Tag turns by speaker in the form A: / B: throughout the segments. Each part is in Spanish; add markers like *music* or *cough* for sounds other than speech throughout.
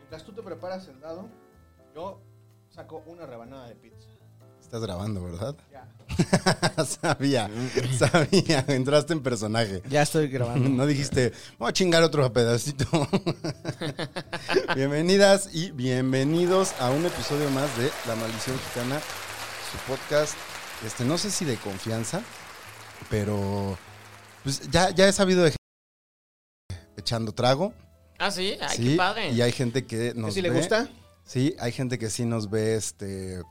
A: Mientras tú te preparas el dado, yo saco una rebanada de pizza.
B: Estás grabando, ¿verdad?
A: Ya.
B: *laughs* sabía, sabía, entraste en personaje.
C: Ya estoy grabando.
B: No dijiste, voy a chingar otro pedacito. Bienvenidas y bienvenidos a un episodio más de La Maldición Gitana, su podcast, este, no sé si de confianza, pero pues, ya, ya he sabido de gente echando trago.
D: Ah, sí, ay,
B: sí,
D: qué padre.
B: Y hay gente que nos
A: ¿Que si le
B: ve-
A: gusta?
B: Sí, hay gente que sí nos ve este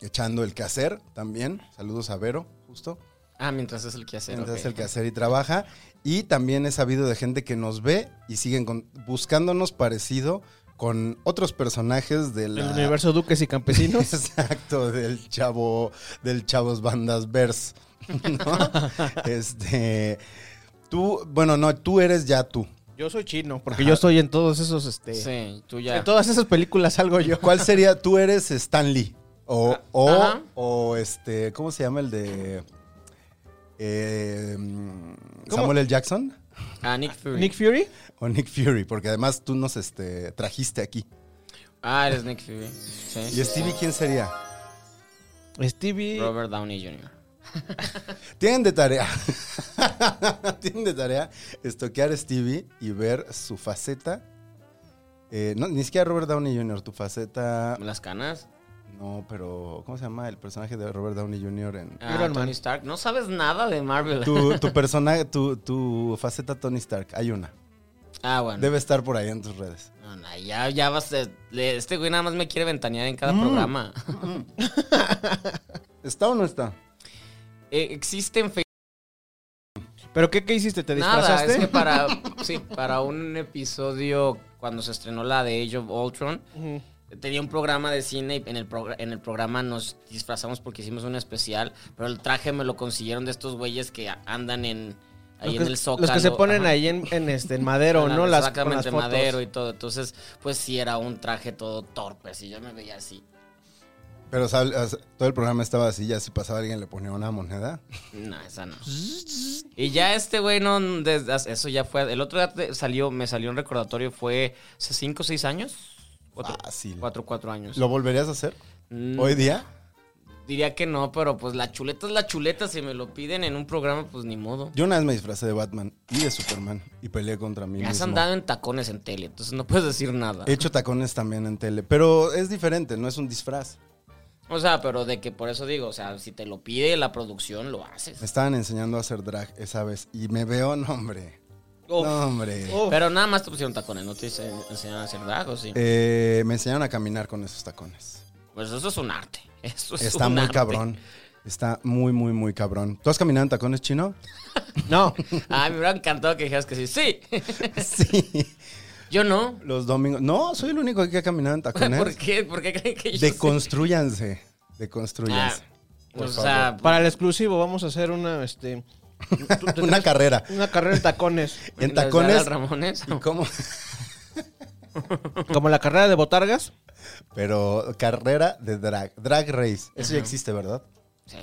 B: echando el quehacer también. Saludos a Vero, justo.
D: Ah, mientras es el que hace.
B: Mientras
D: ok.
B: el quehacer y trabaja. Y también he sabido de gente que nos ve y siguen con- buscándonos parecido con otros personajes del
C: El
B: *laughs*
C: universo Duques y Campesinos.
B: Exacto, del chavo, del chavos bandas verse. *laughs* ¿no? este, tú, bueno, no, tú eres ya tú.
C: *laughs* Yo soy chino, porque yo estoy en todos esos, este.
D: Sí, tú ya.
C: En todas esas películas salgo yo.
B: ¿Cuál sería? Tú eres Stan Lee. O, o,
D: Ajá.
B: o, este, ¿cómo se llama el de eh,
C: ¿Cómo?
B: Samuel L. Jackson?
D: Ah, Nick Fury.
C: Nick Fury.
B: O Nick Fury, porque además tú nos este, trajiste aquí.
D: Ah, eres Nick Fury. Sí, sí,
B: ¿Y Stevie quién sería?
C: Stevie.
D: Robert Downey Jr.
B: Tienen de tarea. *laughs* Tienen de tarea estoquear a Stevie y ver su faceta. eh, no, ni siquiera Robert Downey Jr., tu faceta.
D: Las canas.
B: No, pero. ¿Cómo se llama el personaje de Robert Downey Jr. en.
D: Ah,
C: Iron
D: Tony
C: Man.
D: Stark. No sabes nada de Marvel.
B: Tu, tu personaje, tu, tu faceta Tony Stark, hay una.
D: Ah, bueno.
B: Debe estar por ahí en tus redes.
D: No, no, ya, ya vas. de- le- Este güey nada más me quiere ventanear en cada programa. *laughs*
B: ¿Está o no está?
D: Eh, existen fe-
C: ¿Pero qué, qué hiciste? ¿Te
D: Nada,
C: disfrazaste?
D: es que para.
B: *laughs*
D: sí, para un episodio cuando se estrenó la de Age of Ultron.
C: Ujú.
D: Tenía un programa de cine y en el, progr- en el programa nos disfrazamos porque hicimos un especial, pero el traje me lo consiguieron de estos güeyes que a- andan en
C: los,
D: ahí en
C: que,
D: el
C: los
D: zócalo.
C: que se ponen
D: ajá,
C: ahí en, en este, en madero,
D: con
C: ¿no? Las, con
D: la-
C: las
D: exactamente
C: fotos.
D: madero y todo. Entonces, pues sí era un traje todo torpe, si yo me veía así.
B: Pero sal- as- todo el programa estaba así, ya si pasaba alguien le ponía una moneda.
D: No, esa no. Y ya este güey no desde hace- eso ya fue, el otro día te- salió, me salió un recordatorio fue hace 5 o 6 años. Cuatro,
B: Fácil.
D: cuatro, cuatro años.
B: ¿Lo volverías a hacer?
D: Mm.
B: ¿Hoy día?
D: Diría que no, pero pues la chuleta es la chuleta. Si me lo piden en un programa, pues ni modo.
B: Yo una vez me disfracé de Batman y de Superman y peleé contra mí
D: Ya has
B: mismo. Eh.
D: andado en tacones en tele, entonces no puedes decir nada.
B: He hecho tacones también en tele, pero es diferente, no es un disfraz.
D: O sea, pero de que por eso digo, o sea, si te lo pide la producción, lo
B: Me
D: haces.
B: estaban enseñando a hacer drag esa vez y me veo, no hombre,
D: Uf.
B: no hombre.
C: Uf.
D: Oh. Pero nada más te pusieron tacones, no te hice- enseñaron a hacer drag, ¿o sí?
B: Eh, me enseñaron a caminar con esos tacones.
D: Pues eso es un arte. *laughs* Eso es
B: Está
D: un
B: muy
D: arte.
B: cabrón. Está muy, muy, muy cabrón. ¿Tú has caminado en tacones chino?
C: No.
D: *laughs* Ay, me hubiera encantado que dijeras que sí. Sí, *laughs*
B: Sí.
D: yo no.
B: Los domingos. No, soy el único que ha caminado en tacones.
D: *laughs* ¿Por qué? ¿Por qué creen que yo sí?
B: Deconstrúyanse.
D: Ah,
B: Deconstrúyanse.
D: O sea,
C: Para el exclusivo vamos a hacer una, este. tú- tú-
B: *laughs* Una carrera.
C: una carrera en
D: *laughs*
C: tacones.
B: En
D: ¿la de
B: tacones.
D: Ramones?
B: ¿Y cómo?
C: Como la carrera de Botargas.
B: Pero carrera de drag. Drag race. Eso ya existe, ¿verdad?
D: *laughs* Sí,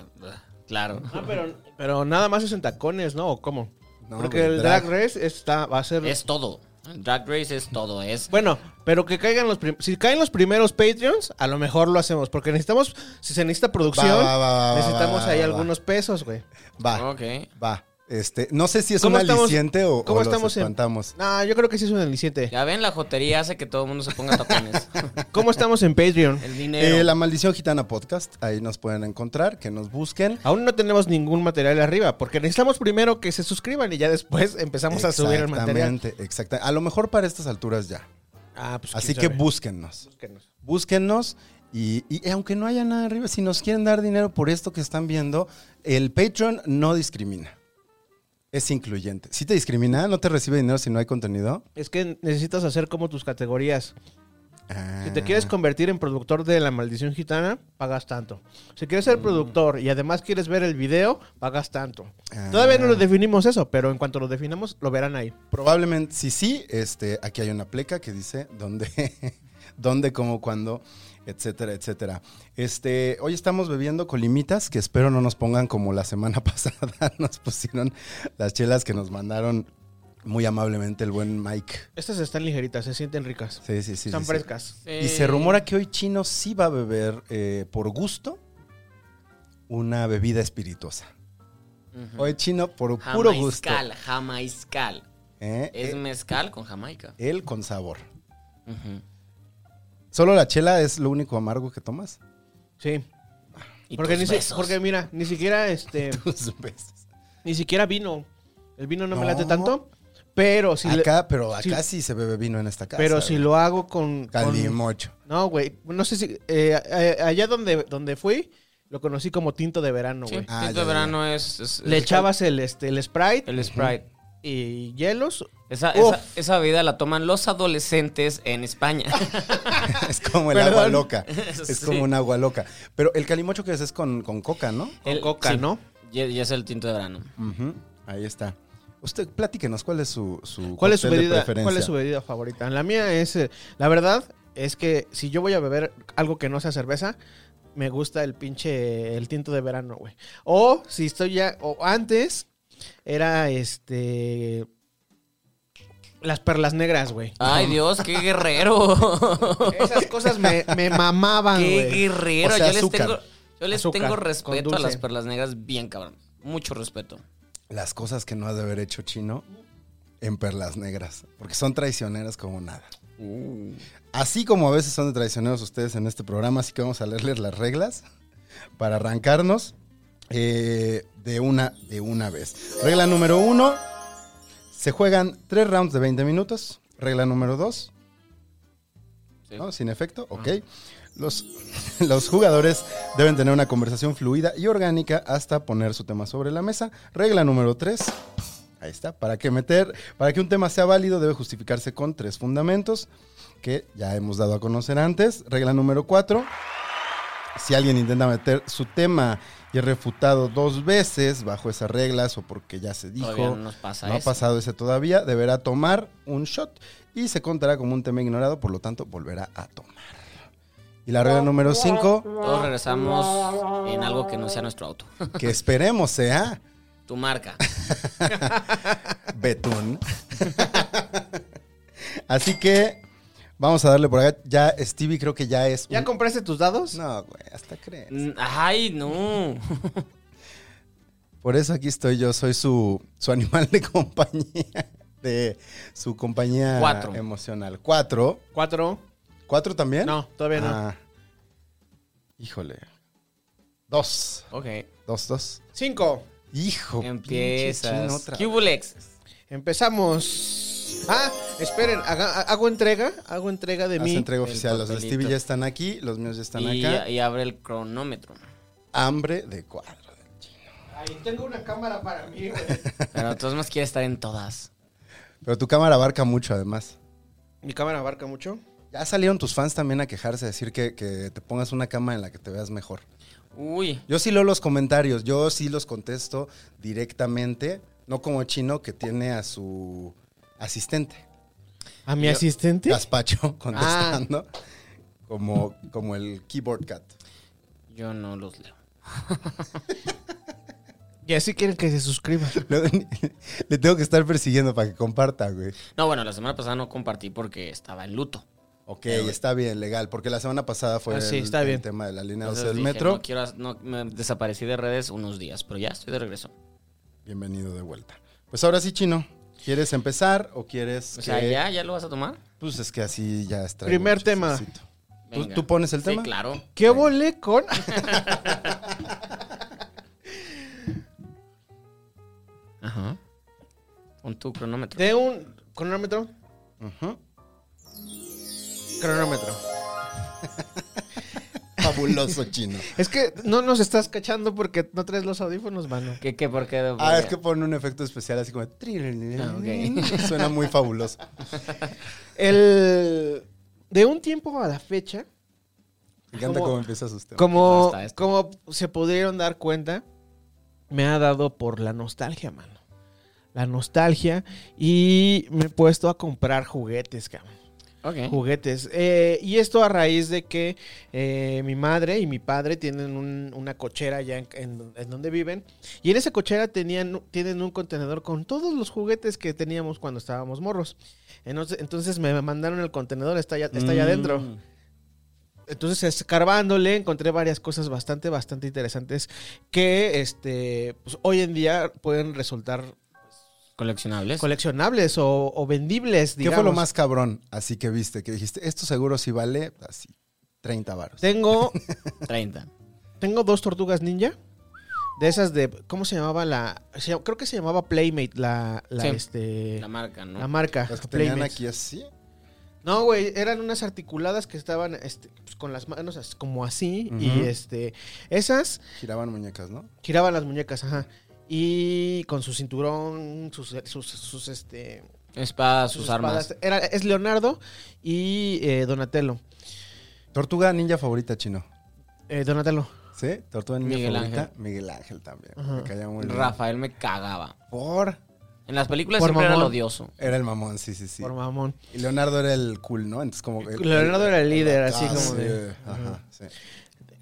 D: claro.
C: Ah, pero, pero nada más es en tacones, ¿no? ¿O cómo?
B: No,
C: Porque
B: güey,
C: el drag,
B: drag.
C: race está, va a ser.
D: Es todo. Drag Race es todo. Es
C: Bueno, pero que caigan los prim- si caen los primeros Patreons, a lo mejor lo hacemos. Porque necesitamos, si se necesita producción,
B: Va, va, va, va,
C: necesitamos
B: va, va,
C: ahí
B: va.
C: algunos pesos, güey.
B: Va.
D: Ah, Ok.
B: Va. Este, no sé si es un aliciente o, o los
C: en-
B: espantamos.
C: No, yo creo que sí es un aliciente.
D: Ya ven, la jotería hace que todo el mundo se
B: *laughs*
D: ponga tapones.
C: ¿Cómo estamos en
D: *laughs*
C: Patreon?
D: El
B: Eh,
D: dinero.
B: la Maldición Gitana Podcast. Ahí nos pueden encontrar, que nos busquen.
C: Aún no tenemos ningún material arriba, porque necesitamos primero que se suscriban y ya después empezamos a subir el material.
B: Exactamente, exacta- A lo mejor para estas alturas ya.
C: Ah, pues,
B: Así
C: quién
B: que
C: sabe.
B: búsquennos.
C: Búsquenos.
B: Búsquennos Y, y eh, aunque no haya nada arriba, si nos quieren dar dinero por esto que están viendo, el Patreon no discrimina. Es incluyente. Si te discrimina, no te recibe dinero si no hay contenido.
C: Es que necesitas hacer como tus categorías. Si te
B: Ah.
C: quieres convertir en productor de La Maldición Gitana, pagas tanto. Si quieres
B: Mm.
C: ser productor y además quieres ver el video, pagas tanto.
B: Ah.
C: Todavía no lo definimos eso, pero en cuanto lo definamos, lo verán ahí.
B: Probablemente, si sí, este, aquí hay una pleca que dice dónde, *laughs* dónde, cómo, cuándo, etcétera, etcétera. Este, hoy estamos bebiendo colimitas, que espero no nos pongan como la semana *laughs* pasada nos pusieron las chelas que nos mandaron muy amablemente el buen Mike.
C: Estas están ligeritas, se sienten ricas.
B: Sí, sí, sí.
C: Están
B: sí, sí.
C: frescas.
B: Y
D: Eh,
B: se rumora que hoy Chino sí va a beber eh, por gusto una bebida espirituosa. Hoy Chino por puro gusto.
D: Jamaiscal, jamaiscal.
B: ¿eh?
D: Es
B: Eh,
D: mezcal con jamaica.
B: Él con sabor.
D: Ujú.
B: ¿Solo la chela es lo único amargo que tomas? *laughs*
C: Sí.
D: Y
C: Porque,
D: tus
C: ni si-
D: besos.
C: porque mira, ni siquiera
B: *laughs*
C: este,
B: Dos veces.
C: ni siquiera vino. El vino no, me
B: No.
C: late tanto, pero si le-
B: acá, pero acá
C: si-
B: sí se bebe vino en esta casa.
C: pero si
B: güey.
C: lo hago con, con-
B: Calimocho.
C: no, güey, no sé si eh, eh, allá donde donde fui lo conocí como tinto de verano,
D: Sí,
C: güey.
B: Ah, ya,
D: tinto
B: ya.
D: de verano es, es-
C: Le
D: es-
C: echabas el este el Sprite
D: el Sprite.
C: y hielos.
D: Esa,
C: Uf.
D: esa, esa bebida la toman los adolescentes en España.
B: *laughs* es como el
C: Perdón.
B: agua loca. *laughs* Es
D: Sí.
B: como un agua loca. Pero el calimocho que es, es con, con coca, ¿no?
C: Con
D: El-
C: coca,
D: sí.
C: ¿no?
D: Y, y es el tinto de verano.
B: Ujú, Ahí está. Usted, platíquenos, ¿cuál es su, su
C: ¿Cuál es su
B: cóctel de
C: bebida?
B: preferencia?
C: ¿Cuál es su bebida favorita? La mía es eh, la verdad es que si yo voy a beber algo que no sea cerveza me gusta el pinche el tinto de verano, güey. O si estoy ya o antes era este las perlas negras, güey.
D: Ay, Dios, qué guerrero.
B: *laughs*
D: *laughs*
C: Esas cosas me, me mamaban,
D: qué
C: güey.
D: guerrero.
B: Ah, O sea,
D: yo les
B: azúcar.
D: tengo, yo les
C: Azúcar
D: tengo
C: con
D: respeto a
C: dulce.
D: las perlas negras bien cabrón. Mucho respeto.
B: Las cosas que no has de haber hecho chino en perlas negras. Porque son traicioneras como nada. Así como a veces son de traicioneros ustedes en este programa, así que vamos a leerles las reglas para arrancarnos eh, de, una, de una vez. Regla número uno, se juegan tres rounds de 20 minutos. Regla número dos,
D: Sí.
B: ¿no? Sin efecto, ok. Los, *laughs* los jugadores deben tener una conversación fluida y orgánica hasta poner su tema sobre la mesa. Regla número 3. Ahí está. Para que meter, para que un tema sea válido, debe justificarse con tres fundamentos que ya hemos dado a conocer antes. Regla número 4. Si alguien intenta meter su tema y es refutado dos veces bajo esas reglas o porque ya se dijo,
D: Todavía no nos pasa
B: no ha
D: eso.
B: pasado ese todavía, deberá tomar un shot y se contará como un tema ignorado, por lo tanto volverá a tomar. Y la regla número 5,
D: Todos regresamos en algo que no sea nuestro auto. *laughs*
B: que esperemos sea
D: Tu marca.
B: Betún. *laughs* Así que vamos a darle por acá. Ya Stevie creo que ya es...
C: ¿Ya
B: un-
C: compraste tus dados?
B: No, güey, hasta crees.
D: Mm, Ay, no.
B: Por eso aquí estoy yo, soy su, su animal de *laughs* compañía, de su compañía
D: Cuatro.
B: emocional. ¿Cuatro?
C: ¿Cuatro?
B: ¿Cuatro también?
C: No, todavía no.
B: Ah. Híjole. Dos.
D: Ok.
B: Dos, dos.
C: Cinco.
B: Hijo. pinche chino,
D: Empiezas.
B: otra
D: ¿Qué
B: vez.
D: hubo, Lex?
C: Empezamos. Ah, esperen, haga- hago entrega, hago entrega de
B: Haz
C: mí.
B: entrega
D: El
B: oficial. Los de
D: papelito.
B: Stevie ya están aquí, los míos ya están
D: Y,
B: acá.
D: y abre el cronómetro.
B: Hambre de cuadro.
C: Ahí tengo una cámara para mí, güey.
D: Pero de todas más quiere estar en todas.
B: Pero tu cámara abarca mucho, además.
C: *laughs* Mi cámara abarca mucho.
B: Ya salieron tus fans también a quejarse, a decir que, que te pongas una cama en la que te veas mejor.
D: Uy.
B: Yo sí leo los comentarios, yo sí los contesto directamente, no como chino que tiene a su asistente.
C: ¿A mi asistente?
B: Gaspacho *laughs* contestando
D: Ah.
B: como, como el keyboard cat.
D: Yo no los leo.
C: Y así quieren que se suscriba.
B: Luego, *laughs* Le tengo que estar persiguiendo para que comparta, güey.
D: No, bueno, la semana pasada no compartí porque estaba en luto.
B: Ok, está bien, legal, porque la semana pasada fue
C: Ah, sí,
B: el,
C: está
B: el
C: bien.
B: tema de la línea 12
D: Entonces
B: del
D: dije,
B: metro.
D: No quiero, as- no, me desaparecí de redes unos días, pero ya estoy de regreso.
B: Bienvenido de vuelta. Pues ahora sí, chino, ¿quieres empezar o quieres
D: O sea,
B: Pues que-
D: ¿ya, ¿ya lo vas a tomar?
B: Pues es que así ya está.
C: Primer tema.
B: ¿Tú, tú pones el tema?
D: Sí, claro.
C: *laughs* ¿Qué volé con?
D: Ajá. Con tu cronómetro.
C: De un cronómetro.
B: Ujú.
C: Cronómetro.
B: fabuloso *laughs* chino.
C: Es que no nos estás cachando porque no traes los audífonos, mano.
D: ¿Qué, qué, por qué? ¿Por
B: Ah,
D: qué?
B: es que ponen un efecto especial así como... Ah,
D: ok.
B: *laughs* Suena muy fabuloso.
C: El... De un tiempo a la fecha,
B: Me encanta
C: ¿Cómo?
B: cómo empiezas usted.
C: como,
D: está esto.
C: como se pudieron dar cuenta, me ha dado por la nostalgia, mano. La nostalgia y me he puesto a comprar juguetes, cabrón.
D: Ok.
C: Juguetes. Eh, y esto a raíz de que eh, mi madre y mi padre tienen un- una cochera allá en, en- en donde viven. Y en esa cochera tenían, tienen un contenedor con todos los juguetes que teníamos cuando estábamos morros. Entonces, entonces me mandaron el contenedor, está allá, está allá
B: Mm.
C: adentro. Entonces, escarbándole, encontré varias cosas bastante, bastante interesantes que este, pues, hoy en día pueden resultar
D: ¿Coleccionables?
C: coleccionables o, o vendibles,
B: ¿Qué
C: digamos.
B: fue lo más cabrón así que viste? Que dijiste, esto seguro sí vale así 30 varos. *laughs*
C: Tengo
D: 30.
C: Tengo dos tortugas ninja. De esas de. ¿Cómo se llamaba la.? se- creo que se llamaba Playmate, la. la,
D: Sí.
C: este,
D: La
C: la,
D: marca, ¿no?
C: marca.
B: Las que tenían
C: Playmate.
B: aquí así.
C: No, güey, eran unas articuladas que estaban este, pues, con las manos as- como así. Y
B: Ujú.
C: este. Esas
B: Giraban muñecas, ¿no?
C: giraban las muñecas, ajá. Y con su cinturón, sus, sus, sus, este,
D: Espadas, sus, armas.
C: espadas. Era, es Leonardo y eh, Donatello.
B: Tortuga ninja favorita chino.
C: Eh, Donatello.
B: ¿Sí? Tortuga ninja
D: Miguel
B: favorita.
D: Ángel.
B: Miguel Ángel también.
C: Ajá.
B: Me caía muy bien.
D: Rafael me cagaba.
B: Por.
D: En las películas
C: Por
D: siempre era el
C: mamón.
D: odioso.
B: Era el mamón, sí, sí, sí.
C: Por mamón.
B: Y Leonardo era el cool, ¿no? Entonces como... que-
C: Leonardo era el líder, así
B: Ah,
C: como
B: sí,
C: de.
B: Ajá, sí.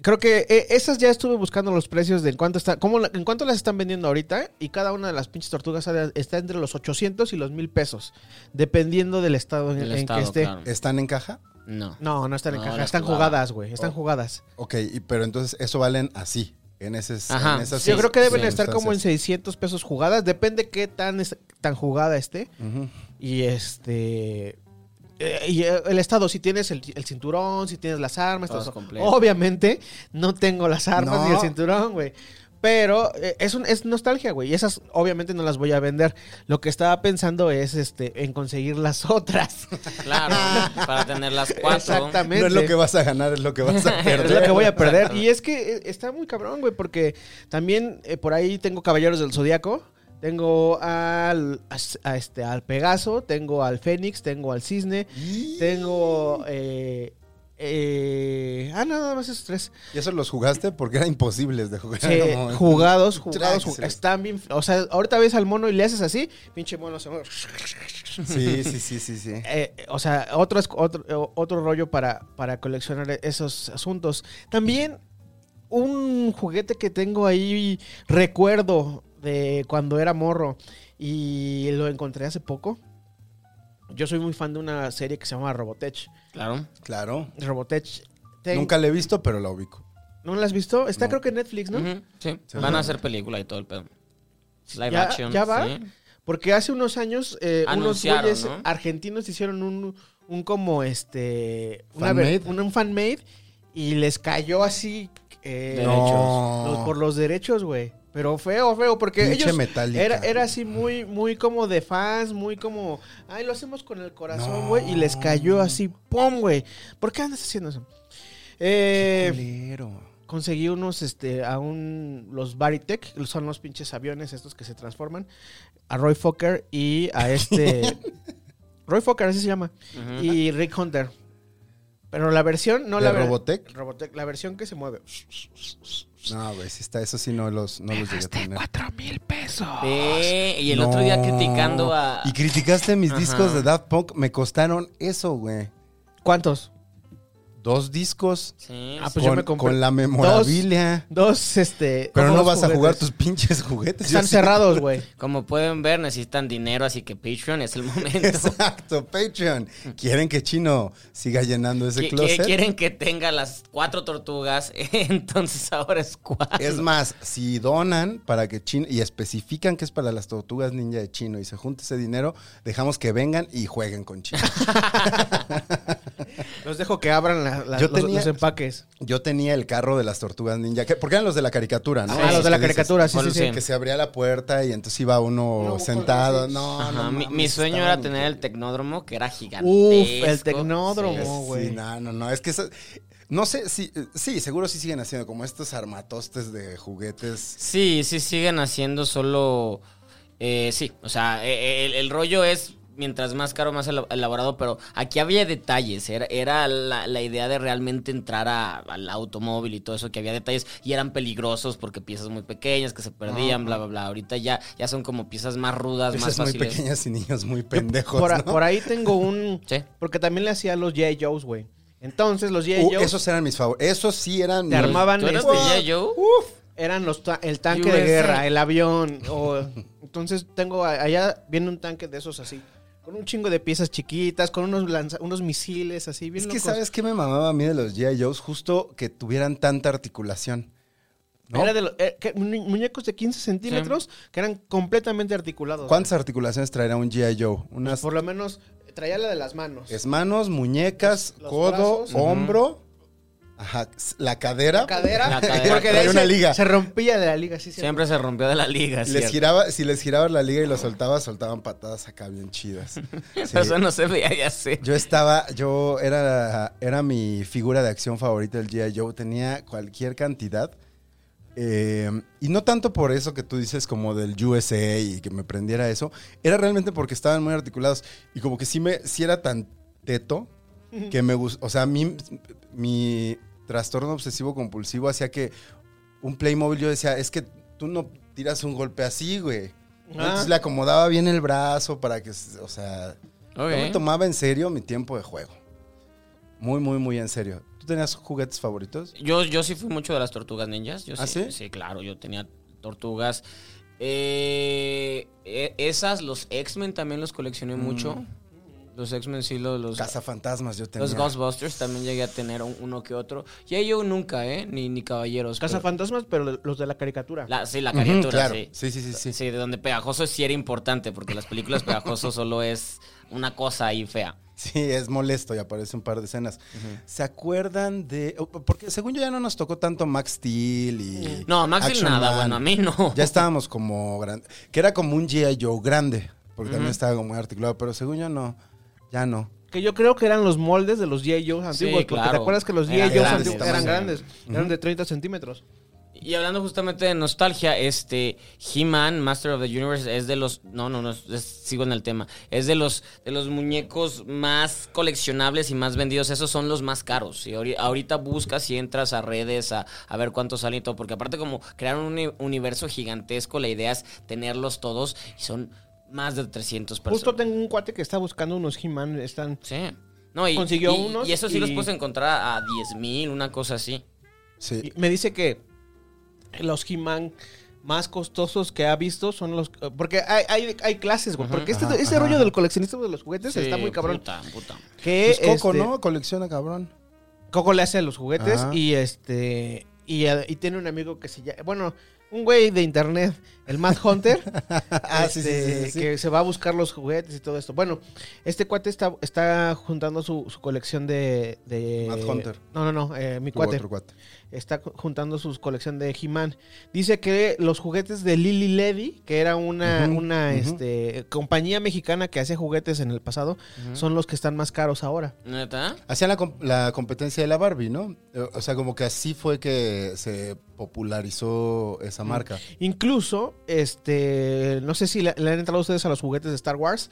C: Creo que eh, esas ya estuve buscando los precios de en cuánto está, cómo la- en cuánto las están vendiendo ahorita y cada una de las pinches tortugas sale- está entre los 800 y los 1000 pesos, dependiendo del estado en,
D: Del
C: en
D: estado,
C: que esté.
D: claro.
B: ¿Están en caja?
C: *laughs*
D: No.
C: No, no están en
D: No,
C: caja,
D: las
C: están
D: jugadas.
C: jugadas, güey, están
B: Oh.
C: jugadas.
B: Ok, y- pero entonces eso valen así. En, ese,
D: Ajá.
B: en esas
D: Sí,
C: Yo creo que deben
D: sí,
C: estar como en 600 pesos jugadas, depende qué tan es- tan jugada esté
B: Ujú.
C: y este eh, y eh, el estado, si tienes el, el cinturón, si tienes las armas,
D: Todas
C: todo eso.
D: completas.
C: obviamente no tengo las armas
B: No.
C: ni el cinturón, güey. Pero eh, es, un- es nostalgia, güey. Y esas obviamente no las voy a vender. Lo que estaba pensando es este en conseguir las otras. *laughs*
D: Claro. para tener las cuatro.
C: Exactamente.
B: No es lo que vas a ganar, es lo que vas a perder.
C: *laughs* Es lo que voy a perder. Y es que eh, está muy cabrón, güey, porque también eh, por ahí tengo Caballeros del Zodíaco, tengo al, a- a este, al Pegaso, tengo al Fénix, tengo al Cisne,
B: Y-
C: tengo... eh, eh, ah, no, nada más esos tres.
B: ¿Y eso los jugaste? Porque eran imposibles de jugar. *laughs*
C: Eh,
B: en un momento.
C: jugados, jugados,
B: Tráxeles.
C: ju- están bien. O sea, ahorita ves al mono y le haces así, pinche mono se mueve.
B: Sí, sí, sí, sí, sí.
C: Eh, o sea, otro, es- otro, eh, otro rollo para, para coleccionar esos asuntos. También un juguete que tengo ahí, recuerdo de cuando era morro y lo encontré hace poco. Yo soy muy fan de una serie que se llama Robotech.
D: Claro.
B: Claro.
C: Robotech. ten-
B: Nunca la he visto, pero la ubico.
C: ¿No la has visto? Está
B: No. Mm.
C: creo que en Netflix, ¿no?
D: Ujú, Sí.
B: Sí.
D: Van a hacer película y todo el pedo. Live
C: ¿Ya-
D: action.
C: ya va?
D: sí.
C: Porque hace unos años eh, unos
D: Anunciaron,
C: güeyes
D: ¿no?
C: argentinos hicieron un, un como este una
B: ¿Fanmade?
C: ver- un, un fanmade y les cayó así eh,
D: Derechos.
B: No.
C: los- por los derechos, güey. Pero feo, feo, porque
B: Pinche
C: ellos
B: Metallica.
C: era, era así muy, muy como de fans, muy como, ay, lo hacemos con el corazón,
B: No.
C: güey, y les cayó así, ¡pum, güey! ¿Por qué andas haciendo eso? Eh,
B: Culero.
C: conseguí unos, este, a un, los Baritech, son los pinches aviones estos que se transforman, a Roy Fokker y a
D: *laughs*
C: este, Roy Fokker, así se llama,
D: Ujú.
C: y Rick Hunter. Pero la versión, no
B: ¿De
C: la ver-
B: Robotech?
C: Robotech, la versión que se mueve.
B: No, güey, sí está, eso sí no los, no los llegué a tener.
C: Cuatro mil pesos.
D: Ve, Y el otro día
B: No.
D: criticando a.
B: Y criticaste mis
D: Ajá.
B: discos de Daft Punk, me costaron eso, güey.
C: ¿Cuántos?
B: Dos discos
D: Sí.
C: Ah,
D: sí.
C: Pues yo
B: con,
C: me compré
B: con la memorabilia.
C: Dos, este.
B: Pero
C: como
B: no
C: dos
B: vas a jugar
C: juguetes.
B: tus pinches juguetes.
C: Están
B: yo sí.
C: cerrados, güey.
D: Como pueden ver, necesitan dinero, así que Patreon es el *laughs*
B: *laughs*
D: momento.
B: Exacto, Patreon. ¿Quieren que Chino siga llenando ese
D: Que- que
B: closet?
D: quieren que tenga las cuatro tortugas, *laughs* entonces ahora es cuatro.
B: Es más, si donan para que Chino y especifican que es para las tortugas ninja de Chino y se junta ese dinero, dejamos que vengan y jueguen
C: *laughs*
B: con Chino.
C: Los dejo que abran la- la-
B: Yo
C: los,
B: tenía-
C: los empaques.
B: Yo tenía el carro de las tortugas ninja, que- porque eran los de la caricatura, ¿no?
D: Sí.
C: ah, los de la
B: que dices,
C: caricatura, sí,
D: ¿cuál
C: sí, sí.
D: usen?
B: Que se abría la puerta y entonces iba uno
C: No,
B: sentado.
C: con-
B: No,
D: Ajá,
B: no.
D: mi,
B: mames,
D: mi sueño
B: estaban
D: era tener el
B: increíbles.
D: tecnódromo, que era gigante.
C: Uf, el tecnódromo,
B: Sí,
C: güey.
B: no, no, no. Es que eso- No sé si. eh, Sí, seguro sí siguen haciendo como estos armatostes de juguetes.
D: Sí, sí, siguen haciendo solo. eh, sí, o sea, eh, el, el rollo es mientras más caro, más ela- elaborado, pero aquí había detalles. Era, era la, la idea de realmente entrar a- al automóvil y todo eso, que había detalles y eran peligrosos porque piezas muy pequeñas que se perdían, bla, bla, bla. Ahorita ya, ya son como piezas más rudas,
B: Piezas
D: más
B: muy
D: fáciles.
B: pequeñas y niños muy
C: Yo
B: pendejos.
C: por, a-
B: ¿no?
C: por ahí tengo un.
D: Sí.
C: Porque también le hacía a los G.I. Joe's, güey. Entonces, los G.I.
B: Uh,
C: Joe's
B: esos eran mis favoritos. Esos sí eran.
C: Te
B: mis-
C: armaba- Estaban
D: ¿Tú eras
C: estos-
D: de G.I. Joe?
C: eran los ta- el tanque de
D: USA.
C: guerra, el
B: *laughs*
C: avión. o- entonces, tengo a- allá viene un tanque de esos así. Con un chingo de piezas chiquitas, con unos, lanza- unos misiles así, bien
B: Es que,
C: locos.
B: ¿sabes qué me mamaba a mí de los G.I. Joe's? Justo que tuvieran tanta articulación. ¿no?
C: Era de los, eh, que- mu- muñecos de 15 centímetros que eran completamente articulados.
B: ¿Cuántas articulaciones traerá un G.I. Joe? Unas
C: Por lo menos traía la de las manos.
B: es manos, muñecas,
C: Los- los
B: codo,
C: brazos.
B: hombro, ajá, s- la cadera.
C: La
B: *laughs*
C: cadera. *laughs*
D: La cadera.
C: Porque de
B: Traía
C: ahí
B: una
C: se-
B: liga.
C: se rompía de la liga, sí, siempre.
D: Siempre se rompió de la liga, es
B: Les
D: cierto.
B: giraba, si les girabas la liga y lo soltabas, soltaban patadas acá bien chidas. *laughs* Sí.
D: *laughs* Pero Eso no se veía, ya sé.
B: Yo estaba, yo era, era mi figura de acción favorita del G.I. Joe. Tenía cualquier cantidad. Eh, y no tanto por eso que tú dices como del USA y que me prendiera eso. Era realmente porque estaban muy articulados. Y como que sí me, sí era tan teto que me gustó. O sea, mi, mi trastorno obsesivo compulsivo hacía que un Playmobil yo decía, es que tú no tiras un golpe así, güey. ¿no?
C: Ah.
B: Entonces le acomodaba bien el brazo para que, s- o sea,
D: Ok.
B: yo me tomaba en serio mi tiempo de juego. Muy, muy, muy en serio. ¿Tú tenías juguetes favoritos?
D: Yo, yo sí fui mucho de las tortugas ninjas. Yo
B: ¿Ah,
D: sí,
B: sí?
D: claro, yo tenía tortugas. Eh, e- esas, los X-Men también los
B: Mm.
D: coleccioné mucho. Los X-Men sí, los, los,
B: Cazafantasmas yo tenía.
D: los Ghostbusters también llegué a tener un- uno que otro. Y yo nunca, ¿eh? Ni, ni caballeros. pero-
C: Cazafantasmas, pero los de la caricatura.
D: la, sí, la
B: Ujú,
D: caricatura,
B: claro.
D: sí.
B: Sí, sí, sí, sí.
D: Sí, de donde pegajoso sí era importante, porque las películas pegajoso solo es una cosa ahí fea.
B: Sí, es molesto y aparece un par de escenas. ¿Se acuerdan de...? oh, Porque según yo ya no nos tocó tanto Max Steel y...
D: Eh, No, Max Steel
B: Action
D: nada,
B: Man.
D: bueno, a mí no.
B: Ya estábamos como... gran- Que era como un G.I. Joe grande, porque también estaba como muy articulado, pero según yo no, ya no.
C: Que yo creo que eran los moldes de los G.I. Joe's antiguos. porque
D: claro.
C: te acuerdas que los
D: Eran
C: G.I. Joe's
B: grandes,
C: antiguos
B: tamaño.
C: eran grandes. Eran de 30 centímetros.
D: Y hablando justamente de nostalgia, este He-Man, Master of the Universe, es de los. No, no, no, es- sigo en el tema. Es de los, de los muñecos más coleccionables y más vendidos. Esos son los más caros. Y ahori- ahorita buscas y entras a redes a, a ver cuántos salen y todo. Porque aparte, como crearon un uni- universo gigantesco, la idea es tenerlos todos y son más de 300 personas.
C: Justo tengo un cuate que está buscando unos He-Man. Están...
D: Sí. No, y,
C: Consiguió
D: y-
C: unos
D: y eso sí los
C: y-
D: puedes encontrar a 10 mil, una cosa así.
B: Sí.
C: y me dice que los He-Man más costosos que ha visto son los... Porque hay, hay, hay clases, güey. Porque este, ese rollo del coleccionismo de los juguetes está muy cabrón.
D: Puta, Pues puta.
C: Que
B: Pues Coco,
C: este,
B: ¿no? Colecciona cabrón.
C: Coco le hace a los juguetes
B: Ajá.
C: y este y, eh, y tiene un amigo que se llama, bueno, un güey de internet, el Mad
B: *laughs*
C: Hunter,
B: Ah, sí, sí,
C: este,
B: sí, sí, sí.
C: que se va a buscar los juguetes y todo esto. Bueno, este cuate está, está juntando su, su colección de, de-
B: Mad Hunter.
C: No, no, no, eh, mi
B: Tu
C: cuate
B: otro cuate.
C: está ju- juntando su colección de He-Man. Dice que los juguetes de Lily Levy, que era una,
B: Ujú,
C: una
B: ujú.
C: este, compañía mexicana que hacía juguetes en el pasado, son los que están más caros ahora.
D: ¿Neta?
B: Hacían la, com- la competencia de la Barbie, ¿no? Eh, O sea, como que así fue que se popularizó esa marca.
C: Incluso, este, no sé si le, le han entrado ustedes a los juguetes de Star Wars.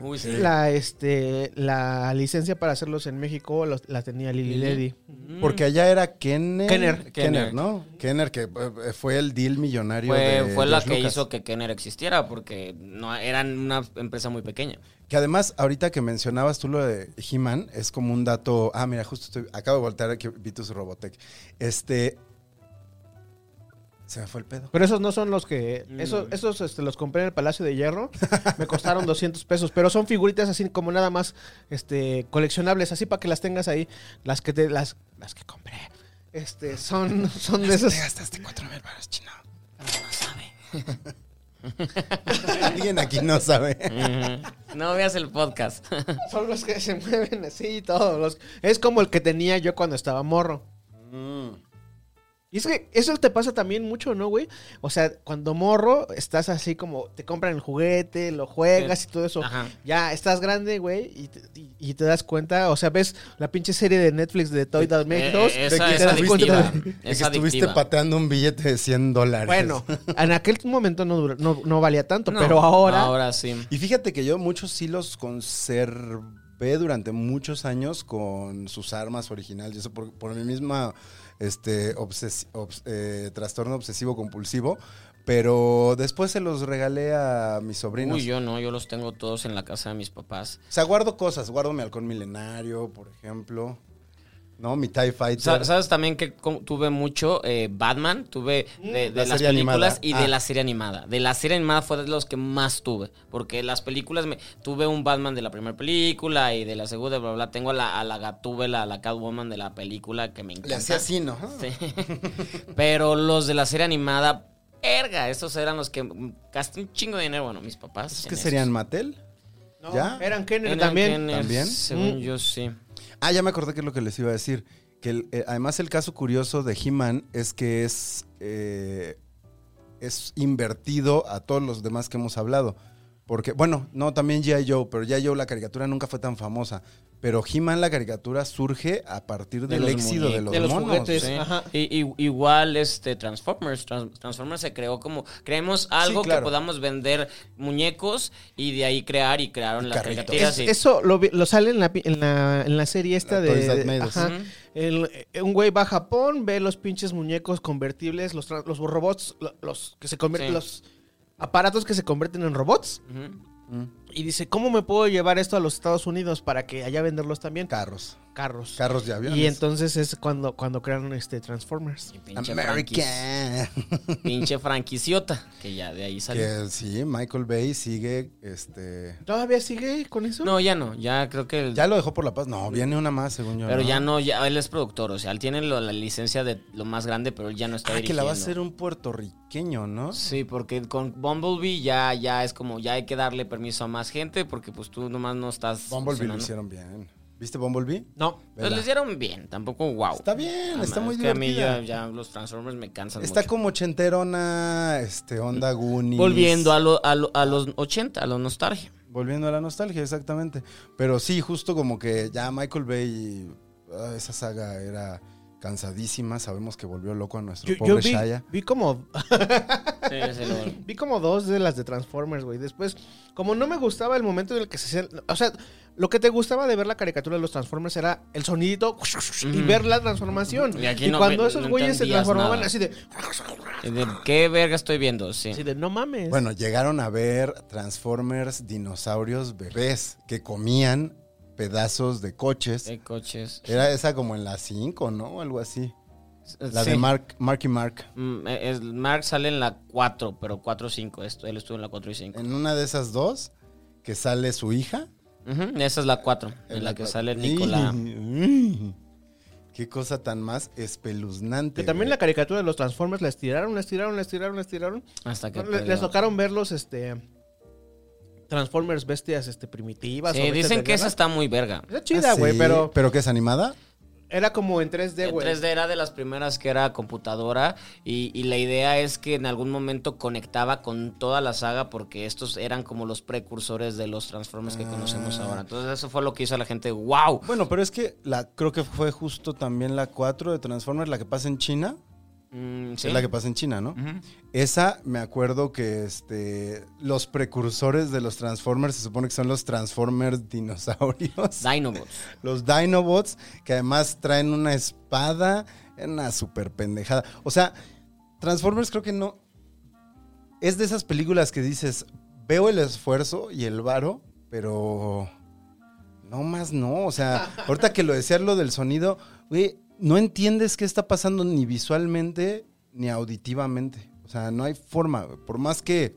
D: Uy, sí.
C: La, este, la licencia para hacerlos en México los- la tenía Lily
D: Lili.
C: Lady.
B: Porque allá era Kenner.
C: Kenner.
B: Kenner,
D: Kenner.
B: ¿no? Kenner, que eh, fue el deal millonario.
D: Fue,
B: de
D: fue la
B: George
D: que
B: Lucas.
D: hizo que Kenner existiera, porque no eran una empresa muy pequeña.
B: Que además, ahorita que mencionabas tú lo de He-Man, es como un dato. Ah, mira, justo estoy- acabo de voltear que vi tus Robotech. Este. Se me fue el pedo.
C: Pero esos no son los que...
D: Mm.
C: Esos, esos este, los compré en el Palacio de Hierro. Me costaron 200 pesos. Pero son figuritas así como nada más este, coleccionables. Así para que las tengas ahí. Las que, te, las, las que compré. Este, son, son de esos...
B: Te gastaste cuatro mil baros, chino. Ah, No sabe. *laughs* Alguien aquí no sabe.
D: No veas el
B: *laughs*
D: podcast.
C: Son los que *laughs* se
D: Mm.
C: mueven así y todos Los... Es como el que tenía yo cuando estaba morro. Y es que eso te pasa también mucho, ¿no, güey? O sea, cuando morro, estás así como, te compran el juguete, lo juegas y todo eso.
D: Ajá.
C: Ya estás grande, güey, y, te- y- y te das cuenta, o sea, ves la pinche serie de Netflix de Toy That Make
D: Eh,
C: Us,
D: eh,
C: y
D: esa
C: te
D: es
C: das cuenta-
B: *laughs*
D: adictiva.
B: De
D: Es
B: que estuviste
D: adictiva.
B: pateando un billete de 100 dólares. *laughs*
C: Bueno, en aquel momento no, dura- no, no valía tanto,
D: No,
C: pero ahora...
D: Ahora sí.
B: Y fíjate que yo muchos sí los conservé durante muchos años con sus armas originales. Y eso por, por mi misma este, obses- obs- eh, trastorno obsesivo compulsivo. Pero después se los regalé a mis sobrinos.
D: Uy, yo no, yo los tengo todos en la casa de mis papás.
B: O sea, guardo cosas. Guardo mi halcón milenario, por ejemplo. ¿No? Mi TIE Fighter.
D: Sa- ¿Sabes también que com- tuve mucho eh, Batman? Tuve de, de
B: Mm. La
D: las
B: serie animada.
D: películas y
B: Ah.
D: de la serie animada. De la serie animada fue de los que más tuve. Porque las películas, me, tuve un Batman de la primera película y de la segunda, bla, bla. bla. Tengo a la, a la Gatúbela, a la Catwoman de la película que me encanta.
B: Le hacía así, ¿no?
D: Pero los de la serie animada, verga, esos eran los que mm, gasté un chingo de dinero. Bueno, mis papás.
B: ¿Es
D: en
B: que
D: esos.
B: serían Mattel?
C: No,
B: ¿Ya?
C: Eran Kenner
D: Eran
C: también.
D: Kenner,
B: ¿También?
D: Según
C: Mm.
D: yo, sí.
B: Ah, ya me acordé que es lo que les iba a decir. Que el- eh, además el caso curioso de He-Man es que es, eh, es invertido a todos los demás que hemos hablado. Porque, bueno, no, también G.I. Joe, pero G.I. Joe la caricatura nunca fue tan famosa. Pero He-Man la caricatura surge a partir del
D: los
B: éxito de los,
D: muñecos.
B: monos.
C: juguetes.
D: Sí.
C: ajá.
D: Y, y- igual este Transformers. Trans- Transformers se creó como. Creemos algo
B: claro.
D: que podamos vender muñecos y de ahí crear y crearon
B: Y
D: las
B: carritos.
D: caricaturas.
C: Es-
D: y-
C: Eso lo, vi- lo sale en la, pi- en la, en la serie esta
B: La
C: de...
B: Toys That Made Us.
C: ajá.
D: Ujú.
C: El- eh, un güey va a Japón, ve los pinches muñecos convertibles, los, tra- los robots, lo- los que se convierten,
D: Sí.
C: los aparatos que se convierten en robots.
D: Ujú.
B: Mm.
C: Y dice, ¿cómo me puedo llevar esto a los Estados Unidos para que allá venderlos también?
B: Carros.
C: Carros.
B: Carros de aviones.
C: y entonces es cuando, cuando crearon este Transformers.
D: Y pinche franquis-
B: American.
D: Pinche franquiciota. Que ya de ahí salió.
B: *laughs* que sí, Michael Bay sigue, este...
C: ¿Todavía sigue con eso?
D: No, ya no. Ya creo que. el-
B: Ya lo dejó por la paz. No, viene una más, según yo.
D: pero ya no, ya él es productor, o sea, él tiene lo- la licencia de lo más grande, pero él ya no está
B: Ah, que la va a
D: dirigiendo.
B: hacer un puertorriqueño, ¿no?
D: Sí, porque con Bumblebee ya, ya es como, ya hay que darle permiso a más gente, porque pues tú nomás no estás.
B: Bumblebee lo hicieron
D: funcionando.
B: bien. ¿Viste Bumblebee?
C: No.
D: Pues
B: Vela.
D: les dieron bien, tampoco wow.
B: Está bien,
D: Nada
B: está
D: más
B: muy
D: que a mí ya,
B: divertida.
D: ya los Transformers me cansan
B: Está
D: mucho. Mm.
B: como chenterona, este, onda Goonies.
D: Volviendo a, lo- a lo- a los 80, a los nostalgia.
B: Volviendo a la nostalgia, exactamente. Pero sí, justo como que ya Michael Bay, ah, esa saga era cansadísima. Sabemos que volvió loco a nuestro
C: Yo, yo
B: pobre
C: vi,
B: Shia.
C: vi como
D: Sí, sí, lo-
C: Vi como dos de las de Transformers, güey. Después, como no me gustaba el momento en el que se hacían- O sea, lo que te gustaba de ver la caricatura de los Transformers era el sonidito y
D: Ujú.
C: ver la transformación.
D: Mm. Y
C: Y,
D: aquí no
C: cuando
D: ve-
C: esos
D: no
C: güeyes se
D: entendías
C: transformaban
D: nada.
C: así de.
D: *laughs* ¿De qué verga estoy viendo? Sí.
C: Así de, no mames.
B: Bueno, llegaron a ver Transformers dinosaurios bebés que comían pedazos de coches.
D: De coches.
B: Era esa como en la 5, ¿no? Algo así. La
D: Sí.
B: de Mark, Mark y Mark.
D: Mm, es- Mark sale en la 4, pero 4-5. esto- Él estuvo en la 4 y 5.
B: En una de esas dos, que sale su hija.
D: Ujú, Esa es la 4, en la que sale Nicolás.
B: *laughs* Qué cosa tan más espeluznante.
C: que también la
B: güey.
C: caricatura de los Transformers la estiraron, la estiraron, la estiraron, la estiraron.
D: Hasta que.
C: Le- les,
D: perdió.
C: tocaron ver los este, Transformers bestias este, primitivas. o
D: Sí,
C: bestias
D: dicen
C: de
D: que esa
C: guerra.
D: está muy verga.
C: Está chida,
B: Ah,
C: güey,
B: sí,
C: pero
B: ¿Pero que es animada?
C: era como en 3D,
D: En
C: güey.
D: 3D era de las primeras que era computadora y, y la idea es que en algún momento conectaba con toda la saga porque estos eran como los precursores de los Transformers que
B: Ah.
D: conocemos ahora. Entonces eso fue lo que hizo la gente, wow.
B: Bueno, pero es que la creo que fue justo también la 4 de Transformers, la que pasa en China.
D: Mm,
B: Es la que pasa en China, ¿no? Esa me acuerdo que este, los precursores de los Transformers se supone que son los Transformers dinosaurios.
D: Dinobots.
B: Los Dinobots, que además traen una espada, era una super pendejada. O sea, Transformers creo que no. Es de esas películas que dices, veo el esfuerzo y el varo, pero. No más no.
C: *laughs*
B: O sea, ahorita que lo decías lo del sonido, güey, no entiendes qué está pasando ni visualmente ni auditivamente. O sea, no hay forma, güey. por más que.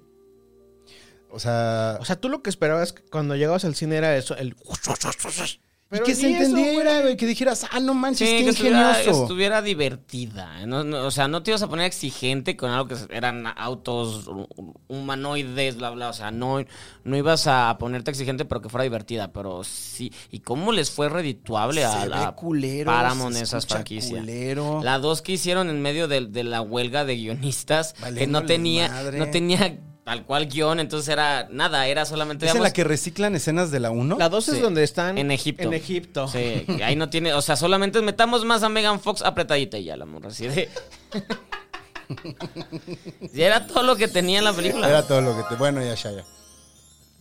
B: O sea.
C: O sea, tú lo que esperabas cuando llegabas al cine era eso, el
B: y
C: Pero
B: que
C: ni
B: se
C: eso,
B: entendiera,
C: güey.
B: güey, que dijeras, ah, no manches,
D: Sí,
B: qué
D: que estuviera,
B: ingenioso.
D: estuviera divertida. No, no, o sea, no te ibas a poner exigente con algo que eran autos humanoides, bla, bla. O sea, no, no ibas a ponerte exigente, pero que fuera divertida. Pero sí. ¿Y cómo les fue redituable a
B: Se ve
D: la
B: culero,
D: Paramount
B: se
D: esas
B: escucha
D: franquicias?
B: culero.
D: La dos que hicieron en medio de, de la huelga de guionistas, que no
B: Valiéndoles
D: tenía,
B: madre.
D: no tenía tal cual guión, entonces era nada, era solamente.
B: ¿Es en
D: digamos,
B: la que reciclan escenas de la 1?
C: La 2
D: Sí.
C: es donde están.
D: En Egipto.
C: En Egipto.
D: Sí, que ahí no tiene, o sea, solamente metamos más a Megan Fox apretadita y ya la morra
B: *laughs*
D: así de... y era todo lo que tenía en la película.
B: Era todo lo que te. Bueno, ya, ya, ya.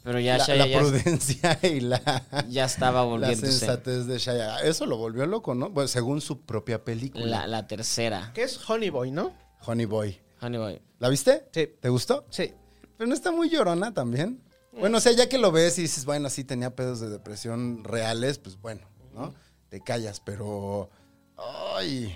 D: Pero ya
B: la,
D: Shia
B: la
D: ya,
B: prudencia *laughs* y la,
D: ya estaba
B: la
D: volviéndose la,
B: sensatez de Shaya. Eso lo volvió loco, ¿no? Bueno, según su propia película,
D: la tercera.
C: Que es Honey Boy, ¿no?
B: Honey Boy.
D: Honey Boy.
B: ¿La viste?
C: Sí.
B: ¿Te gustó?
C: Sí.
B: Pero no está muy llorona también. Bueno, o sea, ya que lo ves y dices, bueno, sí tenía pedos de depresión reales, pues bueno, ¿no? Te callas, pero. ¡Ay!